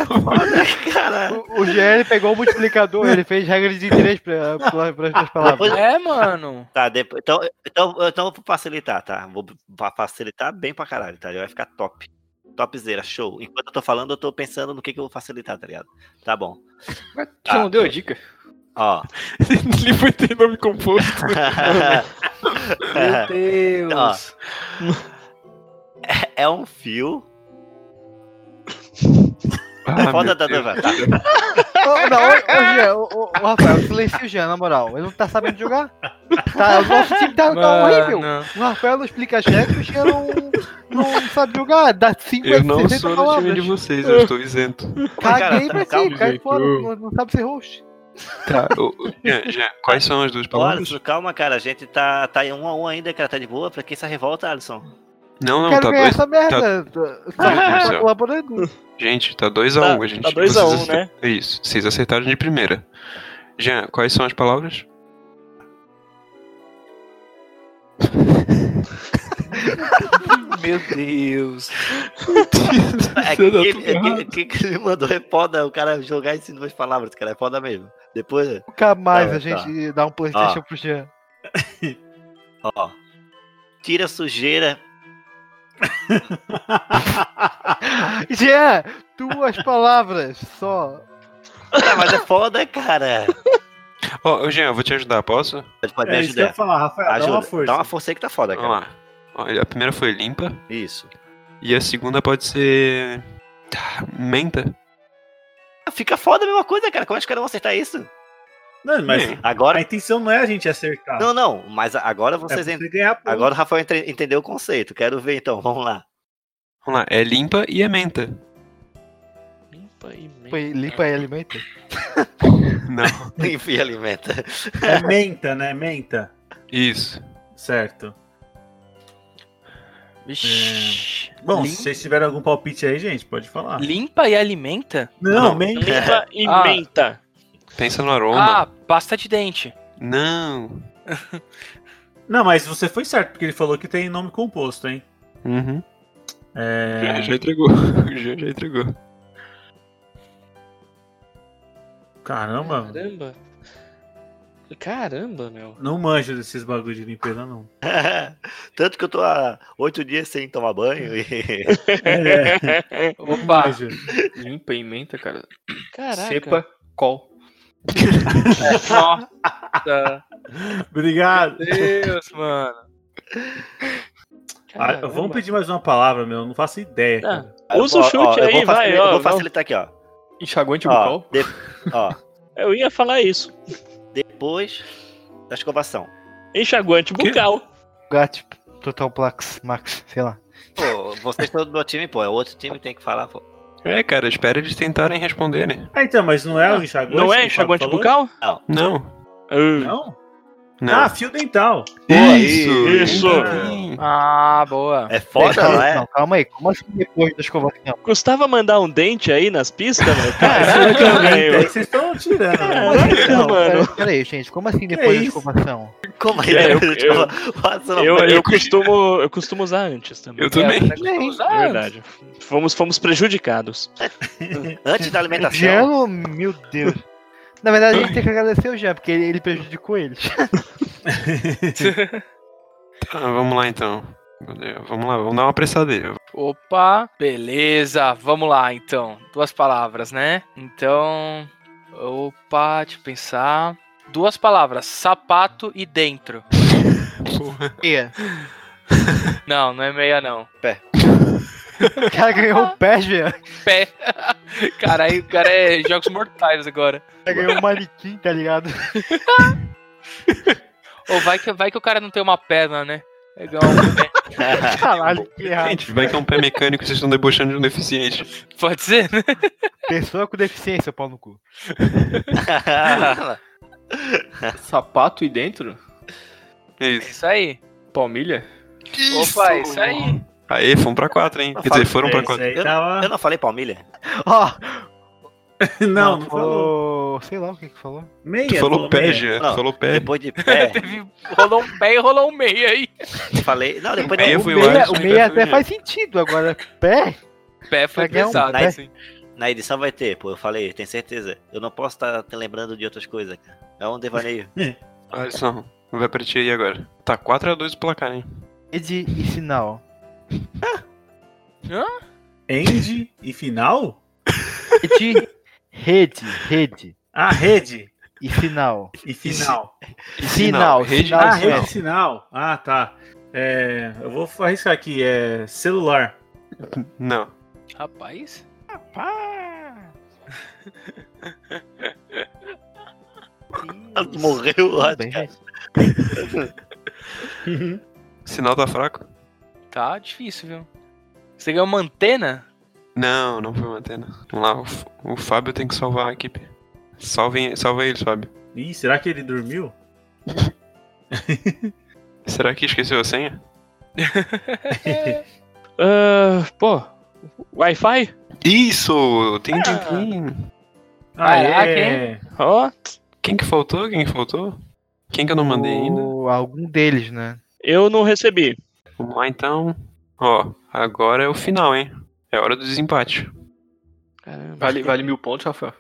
Speaker 1: palavras.
Speaker 8: Cara,
Speaker 2: O, o Jean ele pegou o multiplicador, ele fez regras de três pra, pra, pra, pras palavras.
Speaker 8: depois.
Speaker 4: É, mano.
Speaker 8: Tá, depois. Então, então, então eu vou facilitar, tá? Vou fa- facilitar bem pra caralho, tá? Vai ficar top. Topzera, show. Enquanto eu tô falando, eu tô pensando no que, que eu vou facilitar, tá ligado? Tá bom.
Speaker 3: Mas Tu não deu a dica?
Speaker 8: Ó.
Speaker 1: <laughs>
Speaker 8: <laughs>
Speaker 1: Ele foi ter nome composto.
Speaker 8: Tá.
Speaker 3: Meu Deus.
Speaker 8: é um fio.
Speaker 1: Ah,
Speaker 8: Foda
Speaker 1: meu
Speaker 8: da
Speaker 1: Deus.
Speaker 8: noiva. Tá.
Speaker 2: Ô, não, ô, ô, Jean, ô, ô, ô, Rafael, silencia o Jean, na moral. Ele não tá sabendo jogar. Tá, o nosso time tá, tá horrível.
Speaker 4: Mano.
Speaker 2: O Rafael não explica as regras, o Jean não, não sabe jogar. Dá cinco
Speaker 1: Eu não
Speaker 2: 60
Speaker 1: sou do time
Speaker 2: palavras.
Speaker 1: de vocês, eu estou isento.
Speaker 2: Caguei pra
Speaker 8: Cara, tá
Speaker 2: ti,
Speaker 8: calma,
Speaker 2: cai
Speaker 6: gente,
Speaker 2: fora,
Speaker 6: eu-
Speaker 2: não, não sabe ser host.
Speaker 1: Tá, ô, ô, Jean, Jean, quais são as duas
Speaker 8: Ó,
Speaker 1: palavras?
Speaker 8: Alisson, calma, cara. A gente tá, tá em um a um ainda, cara. Tá de boa. Pra que essa
Speaker 1: <laughs>
Speaker 8: revolta, Alisson?
Speaker 1: Não, não,
Speaker 2: Quero
Speaker 1: tá
Speaker 2: ganhar
Speaker 1: dois.
Speaker 2: essa merda. Tá,
Speaker 1: Deus do
Speaker 2: tá
Speaker 1: céu.
Speaker 2: colaborando.
Speaker 1: Gente, tá 2x1,
Speaker 5: Tá-
Speaker 1: um, gente.
Speaker 5: tá 2 a 1, né?
Speaker 1: É Isso, vocês acertaram de primeira. Jean, quais são as palavras?
Speaker 4: Meu Deus.
Speaker 8: É que, é que- é que ele mandou é foda o cara jogar isso em duas palavras, cara. É foda mesmo. Depois,
Speaker 2: Nunca mais
Speaker 8: Tá, Ah.
Speaker 2: a gente dá um Playstation pro Jean.
Speaker 8: ó. Tira a sujeira.
Speaker 2: Jean, duas palavras só.
Speaker 8: Ah, mas é foda, cara.
Speaker 1: Ó, ô, Jean, eu vou te ajudar, posso?
Speaker 8: Pode, pode
Speaker 6: É
Speaker 8: me
Speaker 6: isso que eu ia
Speaker 8: ajudar.
Speaker 6: falar, Rafael.
Speaker 8: Ajuda.
Speaker 6: Dá uma força.
Speaker 8: aí que tá foda,
Speaker 1: Vamos
Speaker 8: cara.
Speaker 1: lá. Ó, a primeira foi limpa,
Speaker 8: Isso.
Speaker 1: e a segunda pode ser. Tá, Menta?
Speaker 8: Ah, Fica foda a mesma coisa, cara. Como é que os caras vão acertar isso?
Speaker 6: Não, mas
Speaker 1: Bem,
Speaker 8: Agora.
Speaker 6: a intenção não é a gente acertar.
Speaker 8: Não, não. Mas agora
Speaker 6: é
Speaker 8: vocês.
Speaker 6: você
Speaker 8: en-
Speaker 6: ganhar ponto.
Speaker 8: Agora o Rafael entre- entendeu o conceito. Quero ver então. Vamos lá. <laughs>
Speaker 1: Vamos lá, é limpa e é menta.
Speaker 5: Limpa e meia.
Speaker 2: Foi limpa e alimenta.
Speaker 1: Não.
Speaker 8: Enfim, alimenta.
Speaker 6: É menta, né? Menta.
Speaker 1: Isso.
Speaker 6: Certo.
Speaker 4: Vixi.
Speaker 6: Bom,
Speaker 4: Lim-
Speaker 6: se vocês tiverem algum palpite aí, gente, pode falar.
Speaker 4: Limpa e alimenta?
Speaker 6: Não, menta.
Speaker 5: Limpa e
Speaker 4: Ah.
Speaker 5: menta.
Speaker 1: Pensa no aroma.
Speaker 4: Ah, pasta de dente.
Speaker 1: Não.
Speaker 6: Não, mas você foi certo, porque ele falou que tem nome composto, hein?
Speaker 1: Uhum.
Speaker 6: É...
Speaker 1: Já, já entregou. <laughs> O Jean já entregou.
Speaker 6: Caramba,
Speaker 5: Caramba. Caramba, meu.
Speaker 6: não manjo desses bagulho de limpeza, não.
Speaker 8: Tanto que eu tô há oito dias sem tomar banho e.
Speaker 6: É,
Speaker 4: Opa.
Speaker 6: manjo.
Speaker 3: Limpa e menta, cara.
Speaker 5: Caraca.
Speaker 3: Sepa, col.
Speaker 4: Nossa.
Speaker 6: Obrigado.
Speaker 4: Deus, mano.
Speaker 6: Ah,
Speaker 5: Caramba.
Speaker 6: vamos pedir mais uma palavra, meu. Não faço ideia.
Speaker 5: é, Ah,
Speaker 6: cara.
Speaker 5: Usa o
Speaker 8: Ó, ó,
Speaker 5: chute
Speaker 8: eu
Speaker 5: aí,
Speaker 8: vou
Speaker 5: vai,
Speaker 8: facilitar- eu
Speaker 5: ó.
Speaker 8: vou
Speaker 5: não.
Speaker 6: um
Speaker 8: facilitar aqui, ó.
Speaker 3: Enxaguante
Speaker 8: Ó,
Speaker 3: bucal.
Speaker 8: de- ó,
Speaker 5: Eu ia falar isso.
Speaker 8: Depois da escovação.
Speaker 5: Enxaguante
Speaker 1: Quê?
Speaker 5: bucal.
Speaker 2: Gat, Total Plax, Max, sei lá.
Speaker 8: Pô, vocês estão do meu time, pô. É outro time que tem que falar, pô.
Speaker 1: É, cara, espera eles tentarem responder, né?
Speaker 6: Ah, então, mas não é o enxaguante?
Speaker 5: Não
Speaker 6: que o
Speaker 5: é
Speaker 6: Fábio
Speaker 5: enxaguante
Speaker 6: falou?
Speaker 5: bucal?
Speaker 1: Não.
Speaker 5: Ah,
Speaker 6: Não?
Speaker 1: Não.
Speaker 6: Ah, fio dental.
Speaker 1: isso!
Speaker 5: isso.
Speaker 1: Sim.
Speaker 4: Ah, boa.
Speaker 8: É foda,
Speaker 2: Não,
Speaker 8: não é?
Speaker 2: Não, calma aí, como assim depois da escovação?
Speaker 5: Custava mandar um dente aí nas pistas, mano? Caraca,
Speaker 6: É
Speaker 5: velho.
Speaker 6: que vocês estão tirando. né?
Speaker 2: é
Speaker 6: é
Speaker 5: Caraca, mano.
Speaker 2: Pera aí, gente, como assim depois da
Speaker 6: isso?
Speaker 2: escovação?
Speaker 8: Como aí?
Speaker 5: É, eu-
Speaker 8: <laughs> Passa na
Speaker 5: Eu,
Speaker 8: frente.
Speaker 5: eu, costumo, eu costumo usar antes também.
Speaker 1: Eu também.
Speaker 4: É, você costuma usar
Speaker 5: É
Speaker 4: antes.
Speaker 5: verdade. Fomos, fomos prejudicados.
Speaker 8: Antes da alimentação.
Speaker 2: Gelo, meu Deus. Na verdade, a gente tem que agradecer o Jean, porque ele, ele prejudicou eles.
Speaker 1: Tá, vamos lá então. Vamos lá, vamos dar uma apressadinha.
Speaker 4: Opa, beleza, vamos lá então. Duas palavras, né? Então, opa, deixa eu pensar. Duas palavras, sapato e dentro. <laughs>
Speaker 2: E,
Speaker 4: Não, não é meia não.
Speaker 2: o cara ganhou um pé, Jean. O
Speaker 4: Pé. <laughs> Cara, aí o cara é jogos mortais agora.
Speaker 2: cara ganhou um manequim, tá ligado?
Speaker 4: Ou vai que, vai que o cara não tem uma perna, né? É igual um pé.
Speaker 2: <laughs> Caralho, que errado.
Speaker 1: Gente, vai que é um pé mecânico e vocês estão debochando de um deficiente.
Speaker 4: Pode ser, né?
Speaker 2: Pessoa com deficiência, pau no cu.
Speaker 3: Sapato e dentro?
Speaker 1: É
Speaker 4: É
Speaker 1: isso.
Speaker 4: Isso aí.
Speaker 3: Palmilha?
Speaker 4: Opa, é isso aí.
Speaker 1: Aí, fomos pra quatro, hein? Quer dizer, foram pra
Speaker 6: Esse
Speaker 1: quatro.
Speaker 6: É aí
Speaker 8: Eu-
Speaker 6: tava-
Speaker 8: <laughs> eu não falei palmilha?
Speaker 2: Ó,
Speaker 6: Não, não falou.
Speaker 2: falou. Sei lá o que que falou.
Speaker 6: Meia.
Speaker 1: Tu falou pé,
Speaker 6: meia.
Speaker 1: Gia.
Speaker 8: Não.
Speaker 1: Tu falou pé.
Speaker 8: Depois de pé,
Speaker 4: Teve, rolou um pé e rolou um meia aí.
Speaker 8: falei. Não, depois
Speaker 1: Meia
Speaker 8: de
Speaker 1: foi
Speaker 2: O
Speaker 1: Eu
Speaker 2: meia,
Speaker 1: acho
Speaker 2: o
Speaker 1: que
Speaker 2: meia
Speaker 1: vai
Speaker 2: até
Speaker 1: fazer.
Speaker 2: faz sentido, agora pé?
Speaker 4: Pé foi
Speaker 2: Vai ganhar um
Speaker 4: pesado,
Speaker 2: pé?
Speaker 4: assim.
Speaker 8: Na edição vai ter, pô. Eu falei, tenho certeza. Eu não posso estar te lembrando de outras coisas, cara. É um devaneio.
Speaker 1: Alisson, vai pra ti aí agora. Tá 4x2 o placar, hein?
Speaker 2: Rede é e sinal.
Speaker 6: End e final?
Speaker 2: Rede, É rede, rede
Speaker 6: Ah, rede
Speaker 2: e sinal.
Speaker 6: e final.
Speaker 2: Sinal,
Speaker 1: rede-
Speaker 2: sinal,
Speaker 6: Ah,
Speaker 2: sinal.
Speaker 6: rede e sinal. Ah, tá. É, eu vou arriscar aqui. É celular.
Speaker 1: Não.
Speaker 4: Rapaz.
Speaker 8: Morreu <laughs> o
Speaker 2: Tudo
Speaker 8: ódio,
Speaker 2: bem,
Speaker 8: cara.
Speaker 2: gente.
Speaker 1: Sinal tá fraco?
Speaker 4: Tá difícil, viu? Você ganhou uma antena?
Speaker 1: Não, não foi uma antena. Vamos lá, o, F- o Fábio tem que salvar a equipe. Salvem, salva eles, Fábio.
Speaker 6: Ih, será que ele dormiu?
Speaker 1: Será que esqueceu a senha?
Speaker 5: Ah, pô, Wi-Fi?
Speaker 1: Isso! Tem, tem,
Speaker 6: Ah.
Speaker 1: tem.
Speaker 4: Caraca,
Speaker 6: é.
Speaker 5: Ó,
Speaker 1: Quem que faltou? Quem que faltou? Quem que eu não mandei ainda?
Speaker 2: O- Algum deles, né?
Speaker 5: eu não recebi.
Speaker 1: Vamos lá então. Ó, agora é o final, hein? É hora do desempate.
Speaker 5: Caramba.
Speaker 3: Vale, vale mil pontos, Rafael.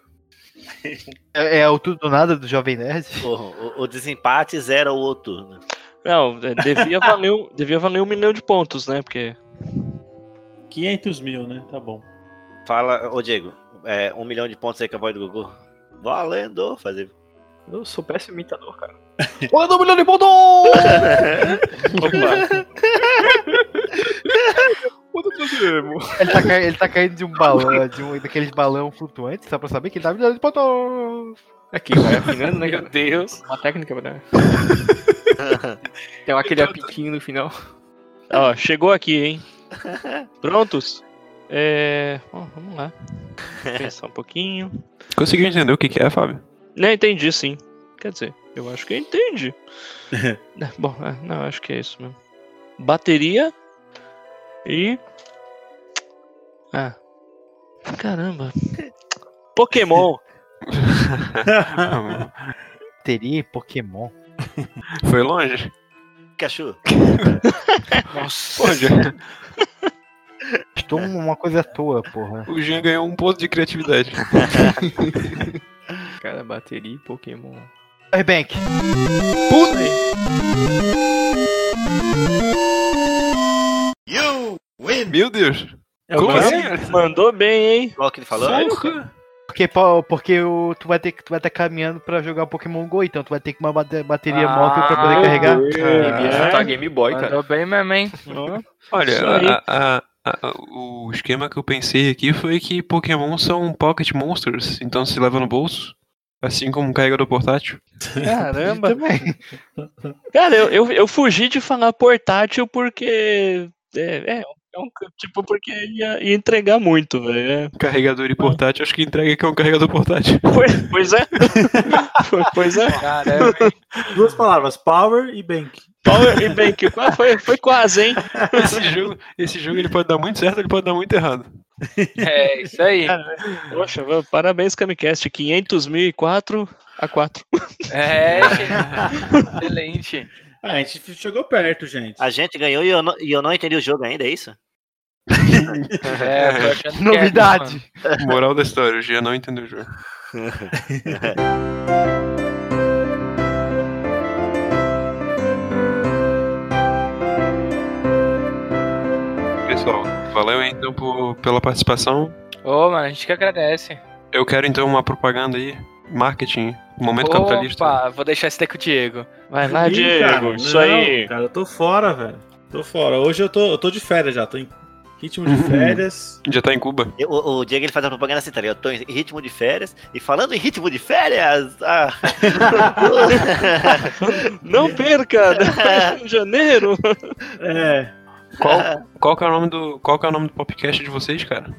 Speaker 2: É, é o tudo ou nada do Jovem Nerd? <laughs>
Speaker 8: O, o- o desempate zero o outro. né?
Speaker 5: Não, é, devia <laughs> valer, um- devia valer um milhão de pontos, né? Porque.
Speaker 6: 500 mil, né? Tá
Speaker 5: <laughs>
Speaker 6: bom.
Speaker 8: Fala, ô Diego, é, um milhão de pontos aí com a voz do Gugu. Valendo! Fazer. <laughs>
Speaker 3: Eu sou péssimo imitador, cara. Olha do milhão de <laughs> pontos!
Speaker 5: Opa,
Speaker 2: Ele tá, cai- ele tá caindo de um balão, <laughs> de um daqueles balão flutuante, só pra saber que ele tá virando de botão.
Speaker 3: Tá Aqui, vai afinando, né?
Speaker 4: Meu
Speaker 3: cara?
Speaker 4: Deus.
Speaker 3: Uma técnica, né? Tem aquele apitinho no final.
Speaker 5: ó, chegou aqui, hein? Prontos? É. Bom, vamos lá. Pensar um pouquinho.
Speaker 1: Conseguiu entender o que, que é, Fábio?
Speaker 5: Não, entendi sim. Quer dizer, eu acho que eu entendi. É, Bom, é, não, acho que é isso mesmo. Bateria e. Ah. Caramba. Pokémon.
Speaker 6: Ah,
Speaker 2: Bateria e Pokémon.
Speaker 1: <laughs> foi longe.
Speaker 8: Pikachu,
Speaker 1: Pô,
Speaker 4: Nossa.
Speaker 1: Jean,
Speaker 2: Estou uma coisa à toa, porra.
Speaker 1: <laughs> o Jean ganhou um ponto de criatividade.
Speaker 3: Cara, bateria e Pokémon.
Speaker 2: Airbank.
Speaker 1: Meu Deus!
Speaker 6: É
Speaker 1: Como
Speaker 6: o
Speaker 1: assim?
Speaker 6: Brasil?
Speaker 5: Mandou bem, hein?
Speaker 8: qual que ele falou?
Speaker 2: Porque, po- porque o, tu vai ter que tu vai estar caminhando pra jogar Pokémon GO, então tu vai ter que uma bate- bateria
Speaker 4: Ah,
Speaker 2: móvel pra poder
Speaker 4: meu
Speaker 2: carregar.
Speaker 5: assim? É.
Speaker 3: Devia
Speaker 6: É. Tá
Speaker 3: chutar Game Boy, cara.
Speaker 4: Mandou bem mesmo,
Speaker 5: <laughs>
Speaker 4: hein?
Speaker 5: Ó,
Speaker 1: Olha,
Speaker 5: Isso aí.
Speaker 1: a- a- a- o esquema que eu pensei aqui foi que Pokémon são Pocket Monsters, então se leva no bolso. Assim como um carregador portátil.
Speaker 5: Caramba!
Speaker 2: Também.
Speaker 5: Cara, eu, eu, eu fugi de falar portátil porque. É, é, é um, tipo, porque ia, ia entregar muito, velho. é.
Speaker 1: Um Carregador e portátil, acho que entrega que é um carregador
Speaker 5: <laughs>
Speaker 1: portátil.
Speaker 5: Pois, pois é. pois é.
Speaker 4: Caramba, hein?
Speaker 6: Duas palavras, power e bank.
Speaker 5: Power e Bank. Ah, Foi, foi quase, hein?
Speaker 1: Esse jogo, esse jogo ele pode dar muito certo, ele pode dar muito errado.
Speaker 4: É isso aí.
Speaker 5: Poxa, mano, parabéns, Camicast. 500.004 a 4.
Speaker 4: É, excelente.
Speaker 6: Ah, a gente chegou perto, gente.
Speaker 8: A gente ganhou e eu não, e eu não entendi o jogo ainda, é isso?
Speaker 5: <laughs>
Speaker 4: É, tô achando que é,
Speaker 2: Novidade.
Speaker 1: Moral da história, o Gia não entendeu o jogo. <laughs> Pessoal, valeu então por- pela participação.
Speaker 4: mano. Ô, mano, a gente que agradece.
Speaker 1: Eu quero então uma propaganda aí, marketing, momento capitalista.
Speaker 4: Opa, vou deixar esse daí com o Diego.
Speaker 5: Vai lá,
Speaker 6: Ih,
Speaker 5: Diego.
Speaker 6: cara,
Speaker 5: isso
Speaker 6: não,
Speaker 5: aí.
Speaker 6: Cara, eu tô fora, velho. Tô fora. Hoje eu tô, eu tô de férias já, tô em ritmo de férias.
Speaker 1: Já tá em Cuba.
Speaker 8: Eu- o, o Diego ele faz a propaganda assim, tá ligado? Eu tô em ritmo de férias. E falando em ritmo de férias. <laughs> ah,
Speaker 5: Não perca! né? Em janeiro!
Speaker 6: É. <laughs>
Speaker 1: Qual, qual que é o nome do qual que é o nome do podcast de vocês, cara?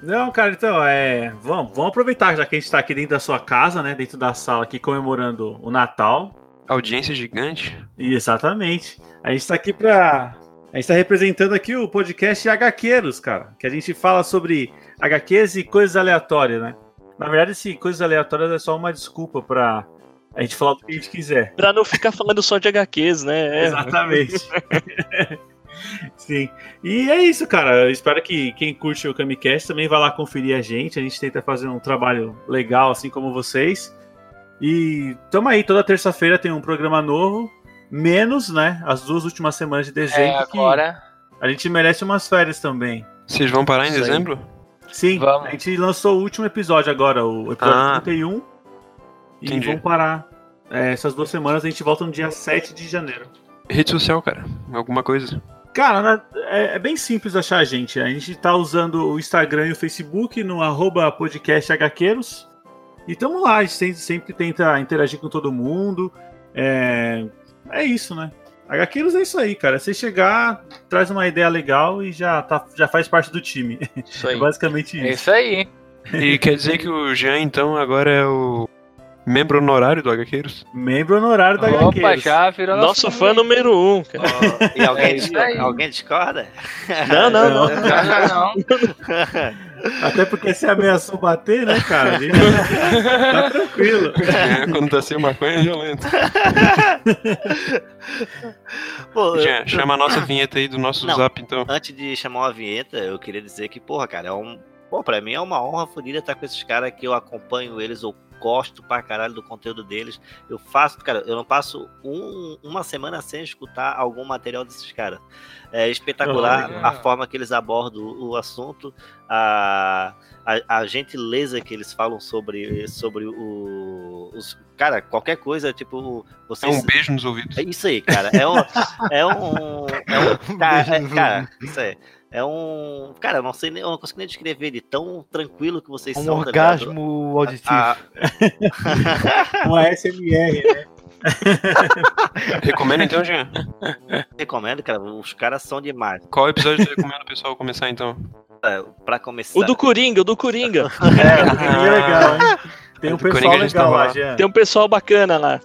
Speaker 6: Não, cara, então, é. Vamos, vamos aproveitar, já que a gente tá aqui dentro da sua casa, né? Dentro da sala aqui comemorando o Natal.
Speaker 1: Audiência gigante.
Speaker 6: Exatamente. A gente está aqui para. A gente está representando aqui o podcast HQueiros, cara. Que a gente fala sobre HQs e coisas aleatórias, né? Na verdade, esse coisas aleatórias é só uma desculpa para a gente falar do que a gente quiser.
Speaker 5: Pra não ficar falando só de HQs, né? É,
Speaker 6: Exatamente. <laughs> Sim. E é isso, cara. Eu espero que quem curte o Camicast também vá lá conferir a gente. A gente tenta fazer um trabalho legal, assim como vocês. E tamo aí, toda terça-feira tem um programa novo. Menos, né? As duas últimas semanas de dezembro.
Speaker 4: É,
Speaker 6: que
Speaker 4: agora.
Speaker 6: A gente merece umas férias também.
Speaker 1: Vocês vão parar em
Speaker 6: Isso aí.
Speaker 1: dezembro?
Speaker 6: Sim,
Speaker 4: Vamos.
Speaker 6: a gente lançou o último episódio agora, o episódio
Speaker 1: Ah.
Speaker 6: 31. E
Speaker 1: Entendi.
Speaker 6: vamos parar. É, essas duas semanas a gente volta no dia 7 de janeiro.
Speaker 1: Rede social, cara. Alguma coisa.
Speaker 6: Cara, na- é, é bem simples achar a gente. A gente tá usando o Instagram e o Facebook no arroba podcast HQueiros. E tamo lá, a gente sempre, sempre tenta interagir com todo mundo. É, é isso, né? HQueiros é isso aí, cara. Você chegar, traz uma ideia legal e já, tá, já faz parte do time.
Speaker 5: isso
Speaker 6: <laughs> É
Speaker 5: aí.
Speaker 6: basicamente
Speaker 4: É
Speaker 6: isso.
Speaker 4: isso aí.
Speaker 6: <laughs>
Speaker 1: E quer dizer que o Jean, então, agora é o membro honorário do
Speaker 6: <laughs>
Speaker 1: HQueiros?
Speaker 6: Membro honorário da
Speaker 4: Opa,
Speaker 6: HQueiros.
Speaker 4: já virou
Speaker 5: Nosso fã número um, cara.
Speaker 8: e alguém,
Speaker 4: É isso aí.
Speaker 8: alguém discorda?
Speaker 5: Não, não, não.
Speaker 4: Não, não, não.
Speaker 6: <laughs> Até porque se ameaçou bater, né, cara? A
Speaker 4: <laughs>
Speaker 6: gente tá tranquilo.
Speaker 1: É, quando tá sem maconha é violento.
Speaker 8: Pô, eu-
Speaker 1: Jean, chama a nossa vinheta aí do nosso
Speaker 8: Não.
Speaker 1: zap, então.
Speaker 8: antes de chamar uma vinheta, eu queria dizer que, porra, cara, é um. Pô, pra mim é uma honra fodida estar com esses caras que eu acompanho eles, eu gosto pra caralho do conteúdo deles. Eu faço, cara, eu não passo um- uma semana sem escutar algum material desses caras. É espetacular
Speaker 4: Olha.
Speaker 8: a forma que eles abordam o o assunto, a, a, a gentileza que eles falam sobre, sobre o. Os, cara, qualquer coisa, tipo,
Speaker 1: É
Speaker 8: vocês
Speaker 1: um beijo nos ouvidos.
Speaker 8: é isso aí, cara. É um. É um. É um tá, é- cara, isso aí. É um. Cara, eu não sei nem. Eu não consigo nem descrever ele tão tranquilo que vocês
Speaker 2: Um
Speaker 8: são. tá ligado?
Speaker 2: orgasmo auditivo.
Speaker 8: Ah,
Speaker 6: Uma SMR.
Speaker 1: Recomenda então, Jean?
Speaker 8: recomendo, cara. Os caras são demais.
Speaker 1: Qual episódio você recomenda o pessoal começar, então?
Speaker 8: Cara, Pra começar.
Speaker 5: O
Speaker 8: <laughs>
Speaker 5: do Coringa, o do Coringa.
Speaker 6: É legal, hein? Tem um
Speaker 1: Coringa
Speaker 6: pessoal
Speaker 1: a gente
Speaker 6: legal
Speaker 1: tava
Speaker 6: lá,
Speaker 1: lá.
Speaker 6: Jean.
Speaker 5: Tem um pessoal bacana lá.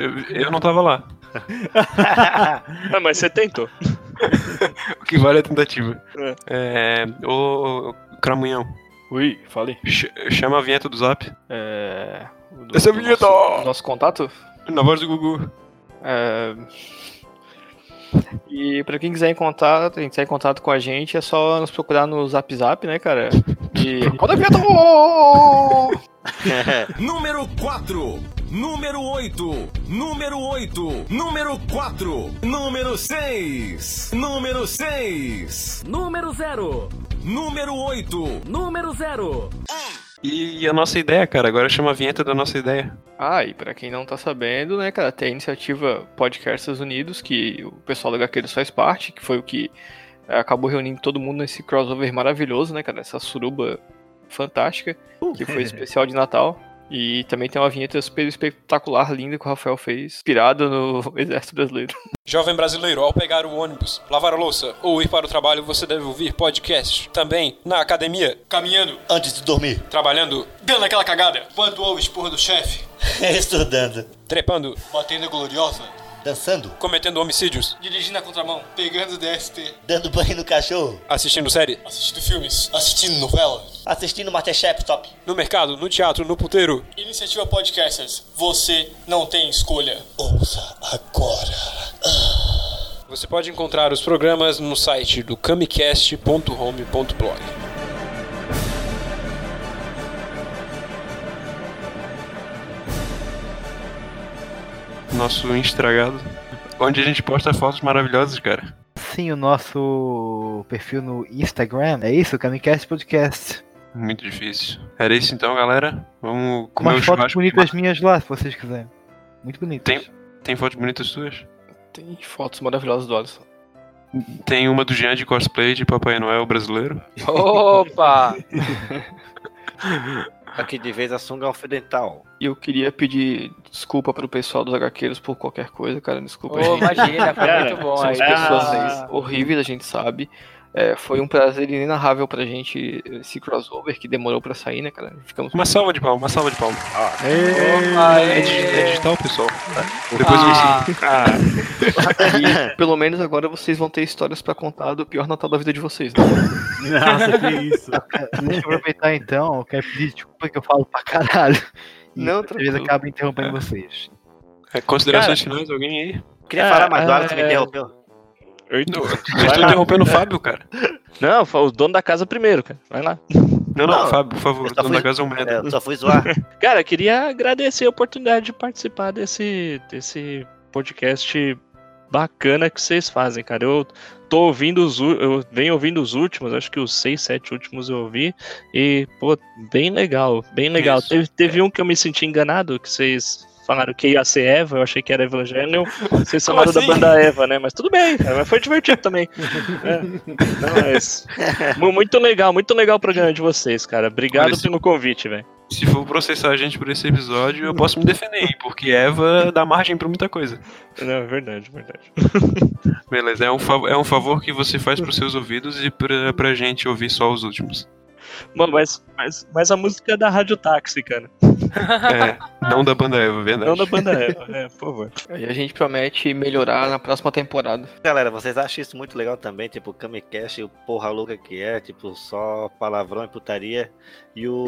Speaker 1: É, eu, eu não tava lá.
Speaker 5: Ah, mas você tentou.
Speaker 1: O que vale é a tentativa. É, ô, Cramunhão,
Speaker 3: Ui, falei.
Speaker 1: ch- chama a vinheta do zap.
Speaker 3: É. o do-
Speaker 1: Essa é a
Speaker 3: do
Speaker 1: vinheta!
Speaker 3: Nosso, nosso contato?
Speaker 1: Na voz do Gugu.
Speaker 3: É... E pra quem quiser em contato, entrar em contato com a gente, é só nos procurar no Zap Zap, né, cara? E. Roda a vinheta!
Speaker 10: Número 4, número 8, número 8, número 4, número 6, número 6,
Speaker 11: Número 0.
Speaker 10: número 8.
Speaker 11: Número 0.
Speaker 1: E a nossa ideia, cara, agora chama a vinheta da nossa ideia.
Speaker 3: Ah, e pra quem não tá sabendo, né, cara, tem a iniciativa Podcasters Unidos, que o pessoal da Gaqueiros faz parte, que foi o que eh, acabou reunindo todo mundo nesse um crossover maravilhoso, né, cara? Essa suruba fantástica, que foi especial de Natal. E também tem uma vinheta super espetacular, linda, que o Rafael fez, inspirada no <laughs> Exército Brasileiro.
Speaker 12: Jovem brasileiro, ao pegar o ônibus, lavar a louça ou ir para o trabalho, você deve ouvir podcast. Também na academia, caminhando,
Speaker 13: Antes de <laughs> dormir, <laughs>
Speaker 12: trabalhando, dando aquela cagada, quando ouve expor do chefe,
Speaker 13: estudando,
Speaker 12: trepando, batendo a gloriosa,
Speaker 13: dançando,
Speaker 12: cometendo homicídios, dirigindo a contramão, pegando DST,
Speaker 13: dando banho no cachorro,
Speaker 12: assistindo série, assistindo filmes, assistindo novela,
Speaker 13: assistindo Masterchef Top.
Speaker 12: no mercado, no teatro, no puteiro. Iniciativa Podcasters, você não tem escolha.
Speaker 13: Ouça agora.
Speaker 12: Você pode encontrar os programas no site do camicast.home.blog.
Speaker 1: Nosso Instagram, onde a gente posta fotos maravilhosas, cara.
Speaker 2: Sim, o nosso perfil no Instagram. É isso, Camicast Podcast.
Speaker 1: Muito difícil. Era isso então, galera. Vamos
Speaker 2: Com
Speaker 1: comer o
Speaker 2: umas fotos
Speaker 1: churrasco.
Speaker 2: bonitas minhas lá, se vocês quiserem. Muito bonitas.
Speaker 1: Tem, tem fotos bonitas suas?
Speaker 3: Tem fotos maravilhosas do Alisson.
Speaker 1: Tem uma do Jean de cosplay de Papai Noel brasileiro.
Speaker 4: Opa!
Speaker 8: Aqui de vez a sunga é um ocidental.
Speaker 3: E eu queria pedir desculpa pro pessoal dos HQs por qualquer coisa, cara. Desculpa,
Speaker 4: Ô,
Speaker 3: gente.
Speaker 4: imagina, foi
Speaker 3: Cara,
Speaker 4: muito bom
Speaker 3: Somos
Speaker 4: aí.
Speaker 3: pessoas
Speaker 4: Ah.
Speaker 3: horríveis, a gente sabe. É, foi um prazer inenarrável pra gente esse crossover que demorou pra sair, né, cara? Ficamos
Speaker 1: Uma salva de palmas, uma salva de palmas.
Speaker 6: Ah,
Speaker 1: é, digi- é digital, pessoal. É. Depois
Speaker 3: Ah.
Speaker 1: eu ah.
Speaker 3: E pelo menos agora vocês vão ter histórias pra contar do pior Natal da vida de vocês, né?
Speaker 6: Nossa, que isso.
Speaker 2: Ah, Deixa eu aproveitar então, eu quero pedir desculpa que eu falo pra caralho. E
Speaker 3: Não,
Speaker 2: às vezes
Speaker 3: tranquilo.
Speaker 2: acabo interrompendo vocês.
Speaker 1: É, Considerações finais, alguém aí?
Speaker 8: Queria
Speaker 3: Ah,
Speaker 8: falar, mas o
Speaker 3: ah,
Speaker 8: Alisson me
Speaker 3: é.
Speaker 8: interrompeu.
Speaker 1: Não, Vocês estão interrompendo o Fábio, cara.
Speaker 5: Não, foi o dono da casa primeiro, cara. Vai lá.
Speaker 1: Não, não,
Speaker 8: Não,
Speaker 1: Fábio, por favor,
Speaker 8: eu só
Speaker 1: dono
Speaker 8: fui-
Speaker 1: da casa é um merda.
Speaker 8: É, Eu só fui zoar.
Speaker 5: Cara, queria agradecer a oportunidade de participar desse, desse podcast bacana que vocês fazem, cara. Eu tô ouvindo os ú- eu venho ouvindo os últimos, acho que os seis, sete últimos eu ouvi e pô, bem legal, bem legal.
Speaker 1: Isso.
Speaker 5: Teve, teve um que eu me senti enganado que vocês falaram que ia ser Eva, eu achei que era Evangelion.
Speaker 12: <laughs>
Speaker 5: Vocês
Speaker 12: Como
Speaker 5: falaram da
Speaker 12: assim?
Speaker 5: banda Eva, né? Mas tudo bem, cara, mas foi
Speaker 12: <laughs>
Speaker 5: divertido também. É. Não, mas- mu- muito legal, muito legal o programa de vocês, cara. Obrigado
Speaker 1: Parece-
Speaker 5: pelo convite, velho.
Speaker 1: Se for processar a gente por esse episódio, eu posso me defender, hein, porque Eva dá margem pra muita coisa.
Speaker 5: Não, é verdade, é verdade.
Speaker 1: Beleza, é um, fa- é um favor que você faz pros seus ouvidos e pra, pra gente ouvir só os últimos.
Speaker 5: Mano, mas, mas, mas a música é da Rádio Táxi, cara.
Speaker 1: É, não da banda Eva, é verdade.
Speaker 5: Não da banda Eva, é, por favor.
Speaker 3: E a gente promete melhorar na próxima temporada.
Speaker 8: Galera, vocês acham isso muito legal também, tipo, o Kamikaze, o porra louca que é, tipo, só palavrão e putaria. E o.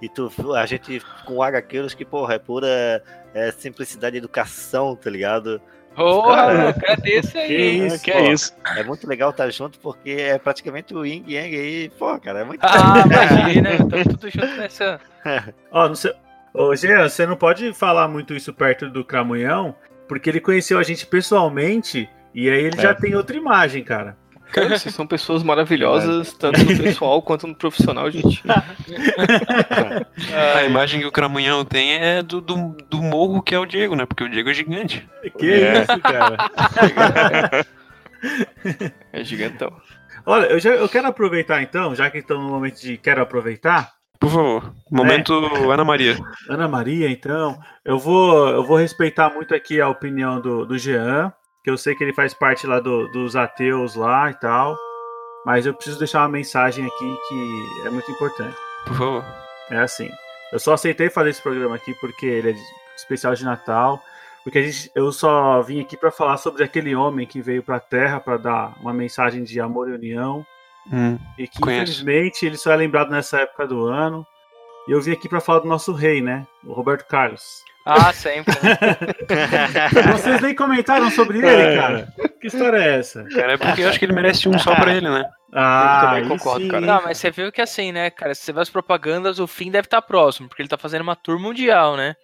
Speaker 8: e tu, a gente com HQs que, porra, é pura é, simplicidade e educação, tá ligado?
Speaker 4: Porra, cadê isso
Speaker 5: Que
Speaker 4: aí?
Speaker 5: isso, que
Speaker 8: pô.
Speaker 5: é isso.
Speaker 8: É muito legal estar junto porque é praticamente o Ying Yang aí, porra, cara, é muito. <laughs>
Speaker 6: <laughs>
Speaker 4: Ah, imagina, estamos tudo junto nessa.
Speaker 6: Ó, não sei. Ô, Jean, você não pode falar muito isso perto do Cramunhão, porque ele conheceu a gente pessoalmente e aí ele
Speaker 5: É.
Speaker 6: já tem outra imagem, cara.
Speaker 3: Cara, vocês são pessoas maravilhosas, tanto no pessoal quanto no profissional, gente.
Speaker 1: A imagem que o Cramunhão tem é do, do, do morro que é o Diego, né? Porque o Diego é gigante.
Speaker 6: Que
Speaker 5: É.
Speaker 6: isso, cara.
Speaker 3: É gigantão.
Speaker 6: Olha, eu, já, eu quero aproveitar então, já que estamos no momento de quero aproveitar,
Speaker 1: Por favor, momento Ana Maria.
Speaker 6: Ana Maria, então, eu vou, eu vou respeitar muito aqui a opinião do, do Jean, que eu sei que ele faz parte lá do- dos ateus lá e tal, mas eu preciso deixar uma mensagem aqui que é muito importante.
Speaker 1: Por favor.
Speaker 6: É assim. Eu só aceitei fazer esse programa aqui porque ele é de- especial de Natal. Porque a gente, eu só vim aqui para falar sobre aquele homem que veio para a Terra para dar uma mensagem de amor e união
Speaker 1: Hum,
Speaker 6: e que
Speaker 1: Conheço.
Speaker 6: infelizmente ele só é lembrado nessa época do ano. E eu vim aqui para falar do nosso rei, né? O Roberto Carlos.
Speaker 4: Ah, sempre.
Speaker 6: Vocês nem comentaram sobre ele, cara. Que história é essa?
Speaker 1: cara, é porque eu acho que ele merece um só pra ele, né?
Speaker 6: Ah,
Speaker 3: também
Speaker 6: aí
Speaker 3: concordo,
Speaker 6: sim,
Speaker 3: cara.
Speaker 6: hein?
Speaker 4: <laughs> Não, mas você viu que assim, né, cara? Se você vê as propagandas, o fim deve estar próximo, porque ele tá fazendo uma tour mundial, né?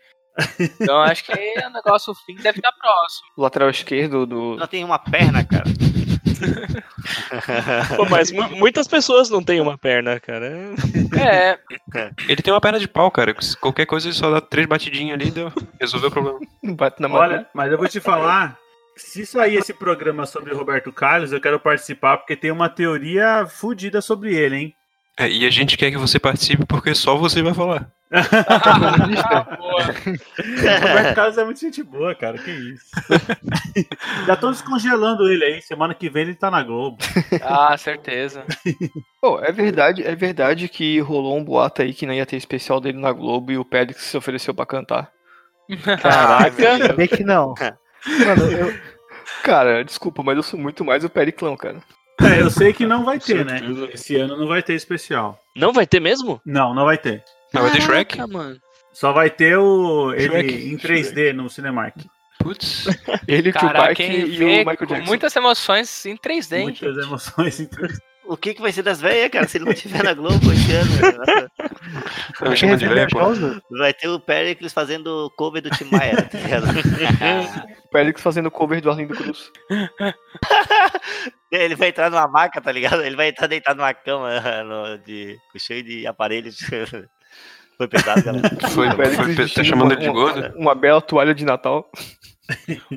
Speaker 4: Então acho que o negócio, o fim deve estar próximo.
Speaker 3: O lateral esquerdo do.
Speaker 8: Só tem uma perna, cara.
Speaker 5: Pô, mas mu- muitas pessoas não têm uma perna, cara.
Speaker 4: É,
Speaker 1: Ele tem uma perna de pau, cara. Se Qualquer coisa ele só dá três batidinhas ali e deu. Resolveu o problema.
Speaker 3: Bate na madeira.
Speaker 6: Olha, mas eu vou te falar. que Se sair esse programa sobre o Roberto Carlos, eu quero participar porque tem uma teoria fodida sobre ele, hein?
Speaker 3: <laughs>
Speaker 1: É, e a gente quer que você participe porque só você vai falar.
Speaker 4: Ah,
Speaker 6: Roberto Carlos é muito gente boa, cara.
Speaker 3: <laughs>
Speaker 6: Que isso. Já tô descongelando ele aí. Semana que vem ele tá na Globo.
Speaker 4: Ah, certeza.
Speaker 3: Pô, é verdade, é verdade que rolou um boato aí que não ia ter especial dele na Globo e o Pedro que se ofereceu pra cantar.
Speaker 2: Caraca. Vê que não. Mano, eu-
Speaker 3: Cara, desculpa, mas eu sou muito mais o Periclão, cara.
Speaker 6: É, eu sei que não vai ter, né? Esse ano não vai ter especial.
Speaker 5: Não vai ter mesmo?
Speaker 6: Não, não vai ter.
Speaker 1: Ah,
Speaker 5: Não vai ter Shrek? mano.
Speaker 6: Só vai ter o ele
Speaker 5: Shrek,
Speaker 6: em 3D no Cinemark.
Speaker 1: Putz.
Speaker 3: Ele,
Speaker 4: Caraca, quem vê com muitas emoções em 3D, hein?
Speaker 6: Muitas emoções então. em 3D.
Speaker 8: O que, que vai ser das velhas, cara, se ele não tiver na Globo esse ano? né?
Speaker 1: Eu tá me chamo de velho, pô.
Speaker 8: Vai ter o Pericles fazendo cover do Tim Maia, tá ligado?
Speaker 3: Pélix fazendo cover do Arlindo Cruz.
Speaker 8: É, Ele vai entrar numa maca, tá ligado? Ele vai entrar deitado numa cama <laughs> no- de, cheio de aparelhos. <laughs> Foi pesado, galera.
Speaker 1: Foi,
Speaker 3: O Pélix
Speaker 1: foi, tá
Speaker 3: vestindo
Speaker 1: chamando
Speaker 3: uma-
Speaker 1: ele de
Speaker 3: uma-
Speaker 1: gordo?
Speaker 3: Uma bela toalha de Natal.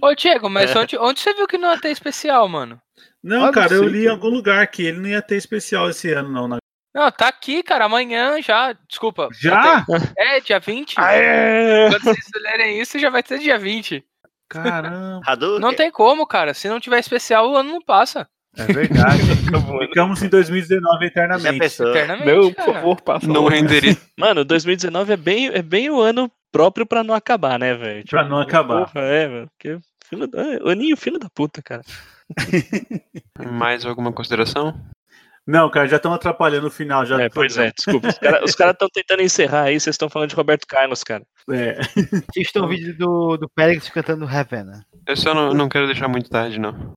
Speaker 4: Ô, Diego, mas
Speaker 6: É.
Speaker 4: onde, onde você viu que não ia ter especial, mano?
Speaker 6: Não,
Speaker 4: Ah, não
Speaker 6: cara, eu
Speaker 4: sei,
Speaker 6: li em
Speaker 4: cara.
Speaker 6: algum lugar que ele não ia ter especial esse ano, não. né? Na...
Speaker 4: Não, tá aqui, cara, amanhã já. Desculpa.
Speaker 6: Já?
Speaker 4: ontem. É, dia 20.
Speaker 5: É.
Speaker 6: Aê!
Speaker 4: Quando vocês lerem isso, já vai ter dia 20.
Speaker 6: Caramba.
Speaker 4: Não tem como, cara. Se não tiver especial, o ano não passa.
Speaker 6: É <laughs> verdade. Ficamos em 2019 eternamente.
Speaker 8: Já pensou?
Speaker 4: Eternamente, Não, por cara. favor,
Speaker 3: passa
Speaker 1: Não logo. renderia.
Speaker 5: Mano, 2019 é bem, é bem o ano próprio pra não acabar, né, velho?
Speaker 6: Pra não acabar.
Speaker 5: Porra, é, velho. Porque filho da... é, Aninho, filho da puta, cara.
Speaker 1: Mais alguma consideração?
Speaker 6: Não, cara, já estão atrapalhando o final. Já é,
Speaker 5: Pois é, desculpa. Os caras estão tentando encerrar aí, vocês estão falando de Roberto Carlos, cara.
Speaker 6: É.
Speaker 2: Assistam o vídeo do, do Pérez cantando Ravenna.
Speaker 1: Eu só não, não quero deixar muito tarde, não.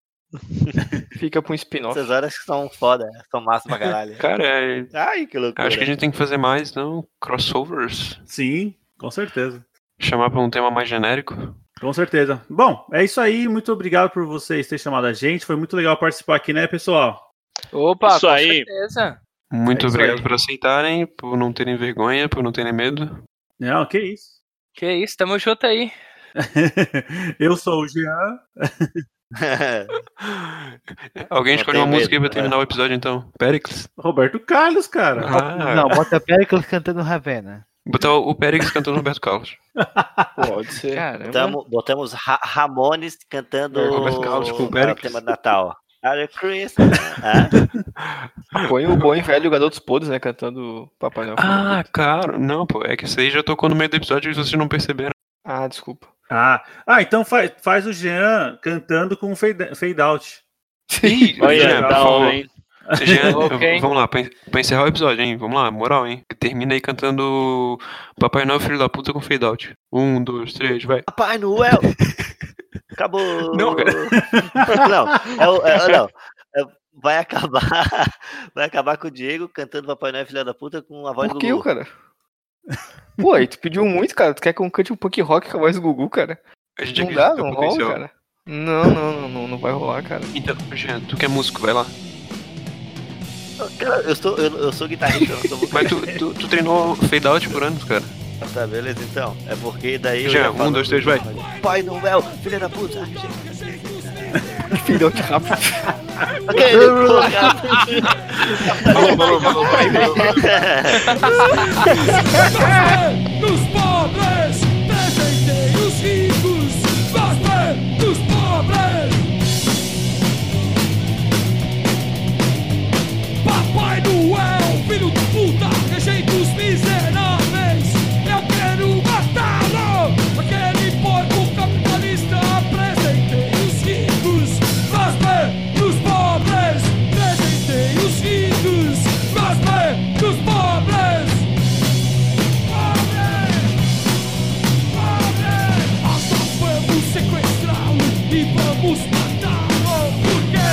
Speaker 3: Fica com um spin-off.
Speaker 8: Essas horas que são foda, né? são massa
Speaker 1: <laughs>
Speaker 8: pra caralho.
Speaker 1: Cara, é-
Speaker 8: Ai, que loucura.
Speaker 1: acho que a gente tem que fazer mais, não? Crossovers?
Speaker 6: Sim, com certeza.
Speaker 1: Chamar pra um tema mais genérico?
Speaker 6: Com certeza. Bom, é isso aí. Muito obrigado por vocês terem chamado a gente. Foi muito legal participar aqui, né, pessoal?
Speaker 4: Opa,
Speaker 6: Isso
Speaker 4: com
Speaker 6: aí.
Speaker 4: certeza.
Speaker 1: Muito
Speaker 6: É isso
Speaker 1: obrigado
Speaker 6: aí.
Speaker 1: por aceitarem, por não terem vergonha, por não terem medo.
Speaker 6: Não, que isso. <laughs>
Speaker 4: Que isso, tamo junto aí.
Speaker 6: Eu sou o Jean.
Speaker 8: <laughs>
Speaker 1: Alguém
Speaker 6: Não
Speaker 1: escolhe uma
Speaker 6: tem
Speaker 1: música aí
Speaker 6: medo,
Speaker 1: pra terminar o episódio, então. Péricles?
Speaker 6: Roberto Carlos, cara.
Speaker 1: Ah.
Speaker 2: Não, bota Pérez cantando Ravenna.
Speaker 1: Botar o Péricles cantando Roberto Carlos.
Speaker 3: Pode ser. Caramba.
Speaker 8: Botamos, botamos Ra- Ramones cantando
Speaker 1: É, Roberto Carlos com o
Speaker 8: o
Speaker 1: Péricles.
Speaker 8: tema do Natal. Are you Christmas?
Speaker 1: <laughs>
Speaker 8: Ah,
Speaker 3: Põe o bom e velho Garotos Podres, né? Cantando Papai Noel.
Speaker 1: Ah, claro. Não, pô, é que isso aí já tocou no meio do episódio e vocês não perceberam.
Speaker 3: Ah, desculpa.
Speaker 6: Ah, ah então faz, faz o Jean cantando com fade, fade out.
Speaker 3: <laughs>
Speaker 1: Jean, por favor. Jean,
Speaker 6: Ok.
Speaker 1: vamos lá, pra en- pra encerrar o episódio, hein? Vamos lá, moral, hein? Termina aí cantando Papai Noel, filho da puta com fade out. Um, dois, três, vai.
Speaker 8: Papai Noel! Acabou!
Speaker 1: Não, cara.
Speaker 8: <laughs> Não, é o- é- não. É- vai acabar. <laughs> Vai acabar com o Diego cantando Papai Noel, filha da puta, com a voz
Speaker 3: Por
Speaker 8: do
Speaker 3: que,
Speaker 8: Gugu.
Speaker 3: cara? Pô, aí tu pediu muito, cara. Tu quer que eu cante um punk rock com a voz do Gugu, cara?
Speaker 1: A gente
Speaker 3: Não
Speaker 1: acredita
Speaker 3: dá,
Speaker 1: no
Speaker 3: não rola,
Speaker 1: potencial.
Speaker 3: cara. Não, não, não, não, não vai rolar, cara.
Speaker 1: Então, Jean, tu que é músico, vai lá.
Speaker 8: Cara, eu sou, eu, eu sou guitarrista,
Speaker 1: <laughs>
Speaker 8: eu não sou
Speaker 1: Mas
Speaker 8: vocalista.
Speaker 1: tu, tu, tu treinou fade out por anos, cara.
Speaker 8: Tá, beleza então. É porque daí eu.
Speaker 1: Já,
Speaker 8: já
Speaker 1: um,
Speaker 8: falo
Speaker 1: dois,
Speaker 8: do-
Speaker 1: três, vai.
Speaker 8: Pai Noel, filha da puta.
Speaker 3: Filhote rápido.
Speaker 8: Ok, <laughs>
Speaker 1: Falou, falou, falou, falou.
Speaker 10: Dos pobres, presentei os ricos, faz bem dos pobres. Papai Noel, filho de puta, rejeita os miseráveis. Eu quero matá-lo, aquele porco capitalista. Apresentei os ricos, faz bem dos pobres. Presentei os ricos, faz bem dos pobres. Agora vamos sequestrá-lo e vamos matá-lo. Por quê?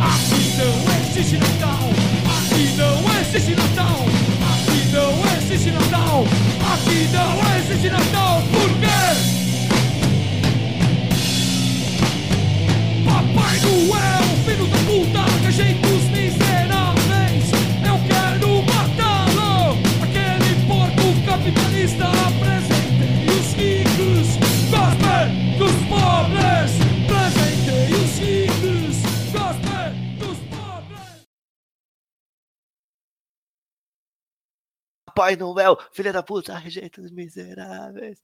Speaker 10: Aqui não existe Natal. Aqui não existe Natal. Aqui não existe Natal. Aqui não existe Natal. Por quê? Papai Noel, filho da puta, rejeita os miseráveis. Eu quero matá-lo. Aquele porco capitalista apresentei os ricos. Goste dos pobres. Presentei os ricos. Goste dos pobres.
Speaker 8: Papai Noel, filha da puta, rejeita os miseráveis.